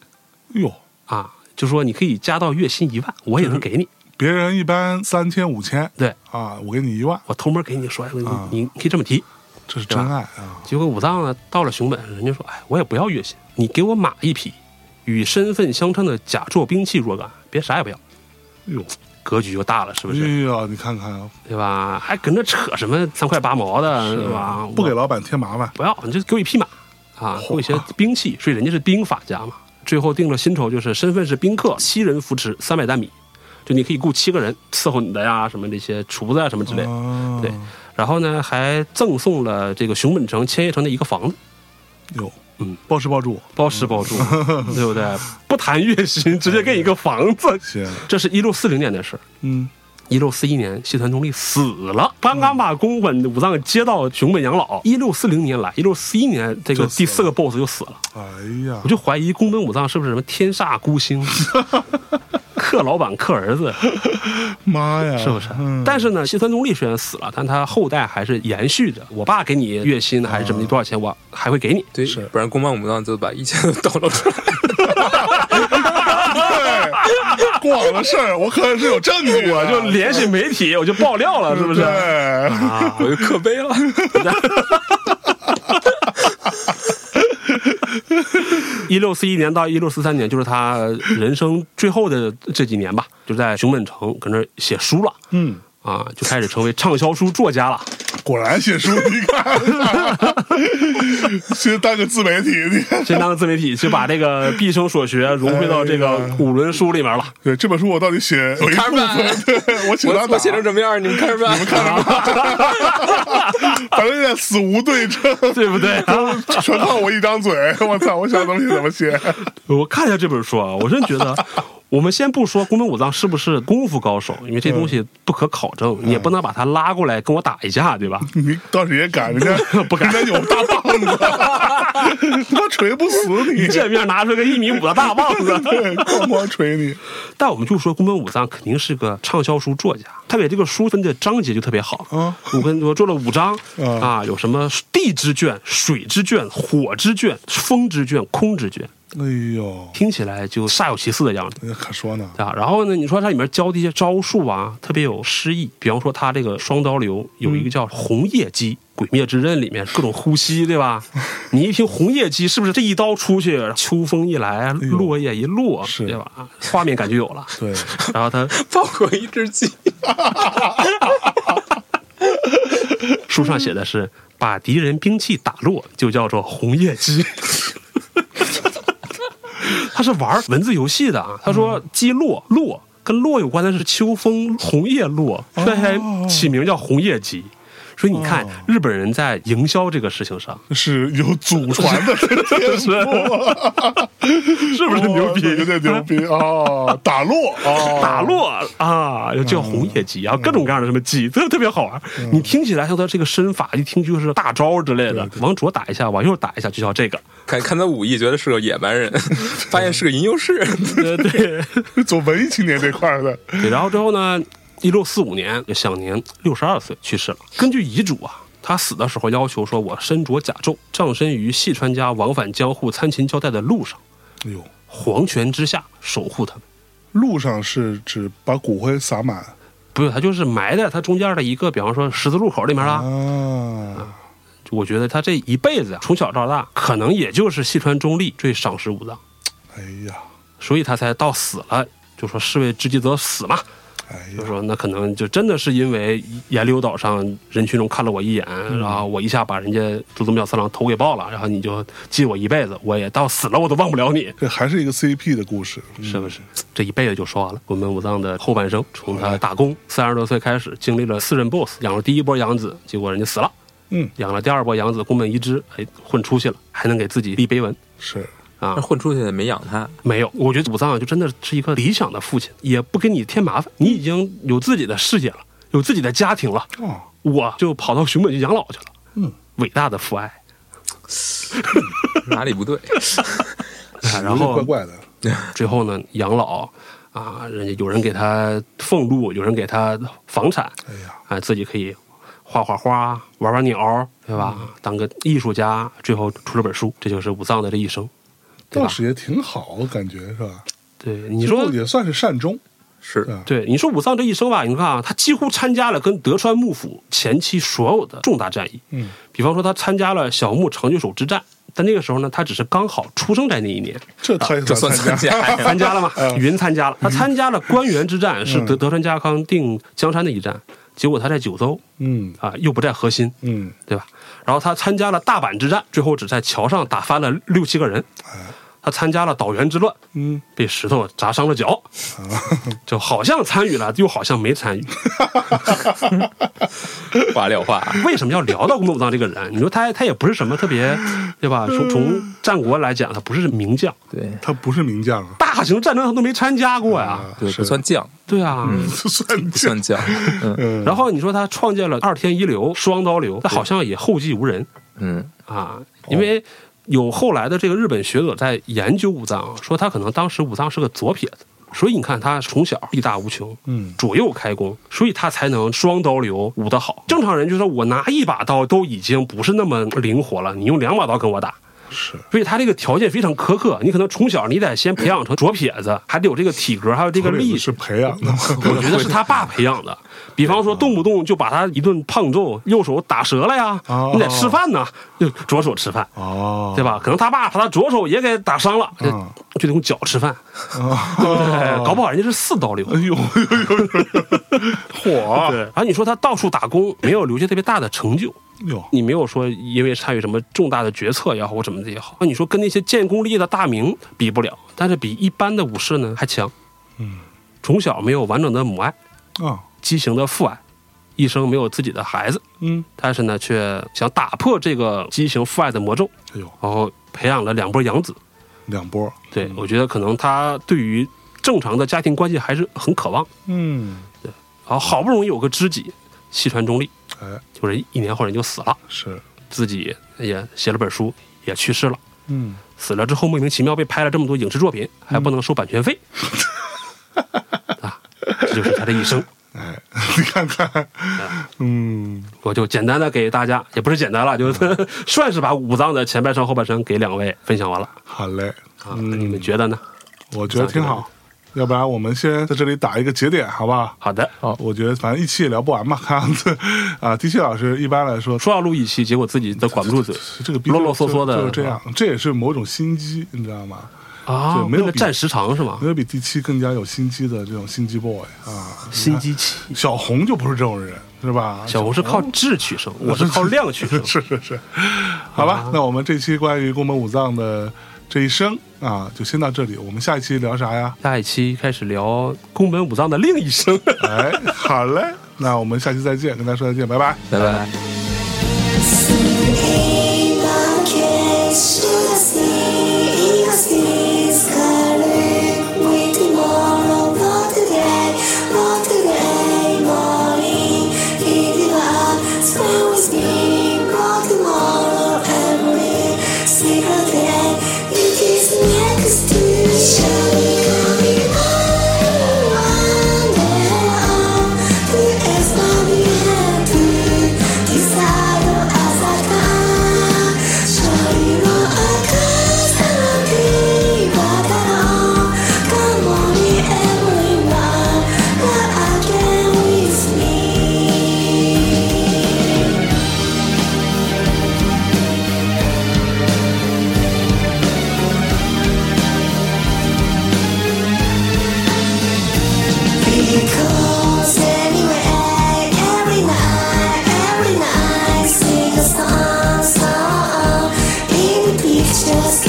S2: 哟，
S1: 啊，就说你可以加到月薪一万，我也能给你。
S2: 别人一般三千五千
S1: 对
S2: 啊，我给你一万，
S1: 我偷摸给你说，你
S2: 啊
S1: 你你可以这么提。
S2: 这是真爱啊，
S1: 结果武藏呢到了熊本，人家说，哎，我也不要月薪，你给我马一匹，与身份相称的甲胄兵器若干，别啥也不要。
S2: 哟，
S1: 格局就大了，是不
S2: 哎
S1: 是？
S2: 呀，你看看啊，
S1: 对吧？还跟那扯什么三块八毛的，对吧？
S2: 不给
S1: 我
S2: 老板添麻烦，
S1: 不要，你就给我一匹马啊，给我一些兵器。所以人家是兵法家嘛。最后定了薪酬，就是身份是宾客，七人扶持三百担米，就你可以雇七个人伺候你的呀，什么这些厨子啊什么之类的。
S2: 啊，
S1: 对，然后呢，还赠送了这个熊本城、千叶城的一个房子，
S2: 哟，
S1: 嗯，
S2: 包吃包住，
S1: 包吃包 住，对不对？不谈月薪，直接给你一个房子。
S2: 行，
S1: 这是一六四零年的事儿。
S2: 嗯，
S1: 一六四一年，西团中立死了。刚刚把宫本武藏接到熊本养老。一六四零年来，一六四一年，这个
S2: 就死了
S1: 第四个 BOSS 就死了。
S2: 哎呀
S1: 我，就怀疑宫本武藏是不是什么天煞孤星， 克老板克儿子，
S2: 妈呀，
S1: 是不是？
S2: 嗯
S1: 但是呢，西团中立虽然死了，但他后代还是延续着。我爸给你月薪还是什么多少钱，我还会给你。
S3: 对，不然公办武藏就把一切都抖露出来。
S2: 对， 过往的事儿，我可是有证据 的，
S1: 我啊就联系媒体，我就爆料了，是不是？
S2: 对，
S1: 啊，
S3: 我就刻碑了。
S1: 一六四一年到一六四三年，就是他人生最后的这几年吧，就在熊本城搁那儿写书了
S2: 嗯，
S1: 啊，就开始成为畅销书作家了。
S2: 果然写书，你看， 先当个自媒体，你看，
S1: 先当自媒体，就把这个毕生所学融汇到这个五轮书里面了。
S2: 对这本书我到底写有一部
S3: 看吧
S2: 分，对我写到
S3: 我
S2: 哪
S3: 我写成什么样，你们看着办。你们看着 办。
S2: 反正有点死无对证，
S1: 对 不对、啊？
S2: 全靠我一张嘴，我操，我想怎么写怎么写，
S1: 我看一下这本书啊，我真觉得， 我们先不说宫本武藏是不是功夫高手，因为这东西不可考证，你也不能把他拉过来跟我打一架，对吧？
S2: 你倒是也敢，人家不敢，人家有大棒子，他妈锤不死 你，
S1: 见面拿出个一米五的大棒子，
S2: 对，咣咣锤你，
S1: 但我们就说宫本武藏肯定是个畅销书作家，他给这个书分的章节就特别好。
S2: 嗯
S1: 我跟我做了五章
S2: 嗯
S1: 啊，有什么地之卷、水之卷、火之卷、风之卷、空之卷，
S2: 哎呦，
S1: 听起来就煞有其事的样子。
S2: 那可说呢，
S1: 啊，然后呢？你说它里面教的一些招数啊，特别有诗意。比方说，它这个双刀流有
S2: 嗯
S1: 一个叫红叶姬，鬼灭之刃》里面各种呼吸，对 吧？你一听红叶姬，是不是这一刀出去，秋风一来，
S2: 哎呦
S1: 落叶一落，
S2: 是
S1: 对吧？画面感就有了。
S2: 对，
S1: 然后他
S3: 放过一只鸡，
S1: 书上写的是把敌人兵器打落，就叫做红叶 击。他是玩文字游戏的啊。他说击落落跟落有关的是秋风红叶落，所以才起名叫红叶击。所以你看，日本人在营销这个事情 上
S2: 是有祖传的天赋，
S1: 是不是牛逼？
S2: 有点牛逼哦，打落哦，
S1: 打落啊，叫红叶鸡啊，各种各样的什么鸡，特特别好玩。你听起来像他这个身法，一听就是大招之类的，往左打一下，往右打一下，就叫这个。
S3: 看看他武艺，觉得是个野蛮人，发现是个吟游士。
S1: 呃， 对。
S2: 走文艺青年这块儿的，
S1: 对，然后之后呢，一六四五年享年六十二岁去世了。根据遗嘱啊，他死的时候要求说：“我身着甲胄，葬身于细川家往返江户参勤交代的路上，
S2: 哎呦，
S1: 黄泉之下守护他们。”
S2: 路上是指把骨灰撒满
S1: 不是，他就是埋在他中间的一个，比方说十字路口里面啦。
S2: 啊，
S1: 我觉得他这一辈子啊，从小到大，可能也就是细川中立最赏识武藏，
S2: 哎呀，
S1: 所以他才到死了，就说士为知己者死嘛。
S2: 哎
S1: 就
S2: 呀，
S1: 说那可能就真的是因为岩流岛上人群中看了我一眼，然后我一下把人家佐佐木小次郎头给爆了，然后你就记我一辈子，我也到死了我都忘不了你，
S2: 这还是一个 CP 的故事，
S1: 是不是？这一辈子就说完了。我们武藏的后半生，从他打工三十多岁开始，经历了四任 BOSS，养了第一波养子，结果人家死了，
S2: 嗯，
S1: 养了第二波养子宫本一之，哎，混出去了，还能给自己立碑文
S2: 是，
S1: 啊
S3: 那。混出去也没养他，
S1: 没有，我觉得武藏就真的是一个理想的父亲，也不给你添麻烦，你已经有自己的事业了，有自己的家庭了。
S2: 哦，
S1: 我就跑到熊本去养老去了。
S2: 嗯，
S1: 伟大的父爱。
S3: 哪里不对？
S1: 看，啊然后
S2: 嗯怪怪的，
S1: 最后呢养老啊，人家有人给他俸禄，有人给他房产，
S2: 哎呀，
S1: 啊，自己可以画画花、玩玩鸟，对吧？
S2: 嗯
S1: 当个艺术家，最后出了本书，这就是武藏的这一生，对
S2: 倒
S1: 吧？
S2: 是也挺好，感觉是吧？
S1: 对，你说
S2: 最后也算是善终，是
S3: 是
S2: 吧？
S1: 对，你说武藏这一生吧，你看啊，他几乎参加了跟德川幕府前期所有的重大战役，
S2: 嗯，
S1: 比方说他参加了小牧长久手之战，但那个时候呢，他只是刚好出生在那一年，
S2: 这他也
S3: 啊这算
S2: 参
S3: 参加呀
S1: 参加了吗？
S2: 嗯
S1: 云参加了，他参加了官员之战，是德德川家康定江山的一战，结果他在九州
S2: 嗯
S1: 啊、又不在核心，
S2: 嗯，
S1: 对吧？然后他参加了大阪之战，最后只在桥上打翻了六七个人。他参加了岛原之乱，
S2: 嗯，
S1: 被石头砸伤了脚，
S2: 啊
S1: 就好像参与了，又好像没参与。
S3: 话撂话，
S1: 为什么要聊到宫本武藏这个人？你说他他也不是什么特别，
S2: 嗯
S1: 对吧？从从战国来讲，他不是名将，
S3: 对
S2: 他不是名将啊，
S1: 大型战争他都没参加过呀。
S3: 对，
S2: 是
S3: 不算犟，
S1: 对啊，
S2: 不算
S3: 不
S2: 将
S3: 算， 犟，嗯
S2: 嗯，
S1: 然后你说他创建了二天一流、双刀流，但好像也后继无人。
S3: 嗯，
S1: 啊，因
S2: 哦
S1: 为有后来的这个日本学者在研究武藏，说他可能当时武藏是个左撇子，所以你看他从小力大无穷，
S2: 嗯
S1: 左右开弓，所以他才能双刀流舞得好。正常人就说我拿一把刀都已经不是那么灵活了，你用两把刀跟我打。
S2: 是
S1: 所以他这个条件非常苛刻，你可能从小你得先培养成左撇子，还得有这个体格，还有这个
S2: 这
S1: 力
S2: 力是培 养的，
S1: 我觉得是他爸培养 的。比方说，动不动就把他一顿胖揍，右手打折了呀
S2: 哦，
S1: 你得吃饭呢，就左手吃饭，
S2: 哦，
S1: 对吧？可能他爸把他左手也给打伤了，就
S2: 嗯
S1: 就得用脚吃饭，哎
S2: 哦？
S1: 搞不好人家是四刀流。啊
S2: 哎 呦， 火
S1: 对，然后你说他到处打工，没有留下特别大的成就，
S2: 哟，
S1: 你没有说因为参与什么重大的决策也好或怎么的也好，那你说跟那些建功立业的大名比不了，但是比一般的武士呢还强。
S2: 嗯，
S1: 从小没有完整的母爱，
S2: 啊，
S1: 畸形的父爱，一生没有自己的孩子，
S2: 嗯，
S1: 但是呢，却想打破这个畸形父爱的魔咒，
S2: 哎呦，
S1: 然后培养了两波养子。
S2: 两波，
S1: 对我觉得可能他对于正常的家庭关系还是很渴望，
S2: 嗯，
S1: 然后好不容易有个知己，细川中立，
S2: 哎，
S1: 就是一年后人就死了，
S2: 是，
S1: 自己也写了本书，也去世了。
S2: 嗯，
S1: 死了之后莫名其妙被拍了这么多影视作品，还不能收版权费，啊，这就是他的一生。
S2: 哎， 你看看，嗯，
S1: 我就简单的给大家，也不是简单了，就是 算是把五藏的前半生、后半生给两位分享完了
S2: 好嘞，
S1: 啊。
S2: 嗯
S1: 你们觉得呢？
S2: 我觉得挺好，要不然我们先在这里打一个节点，好不好？
S1: 好的，
S2: 我觉得反正一期也聊不完嘛， 看样子啊，的确老师一般来说
S1: 说要录一期，结果自己都管不住 嘴
S2: 这个逼
S1: 啰啰嗦嗦的
S2: 就就这样，这也是某种心机，你知道吗？
S1: 啊，
S2: 对没
S1: 为
S2: 有
S1: 了
S2: 比
S1: 占时长是吗
S2: 没？有比第七更加有心机的这种心机 boy 啊，
S1: 心机期，
S2: 小红就不是这种人，是吧？。
S1: 小红是靠质取胜，我是靠量取胜
S2: 嗯 是是是，好吧，那我们这期关于宫本武藏的这一生啊，就先到这里。我们下一期聊啥呀？
S1: 下一期开始聊宫本武藏的另一 生。
S2: 哎，好嘞，那我们下期再见，跟大家说再见，拜拜。
S3: 拜拜。
S6: Desire as I can, show you I can't Come on, everyone, again with me. Because anyway, every night, every night, sing a song, song. In the pictures,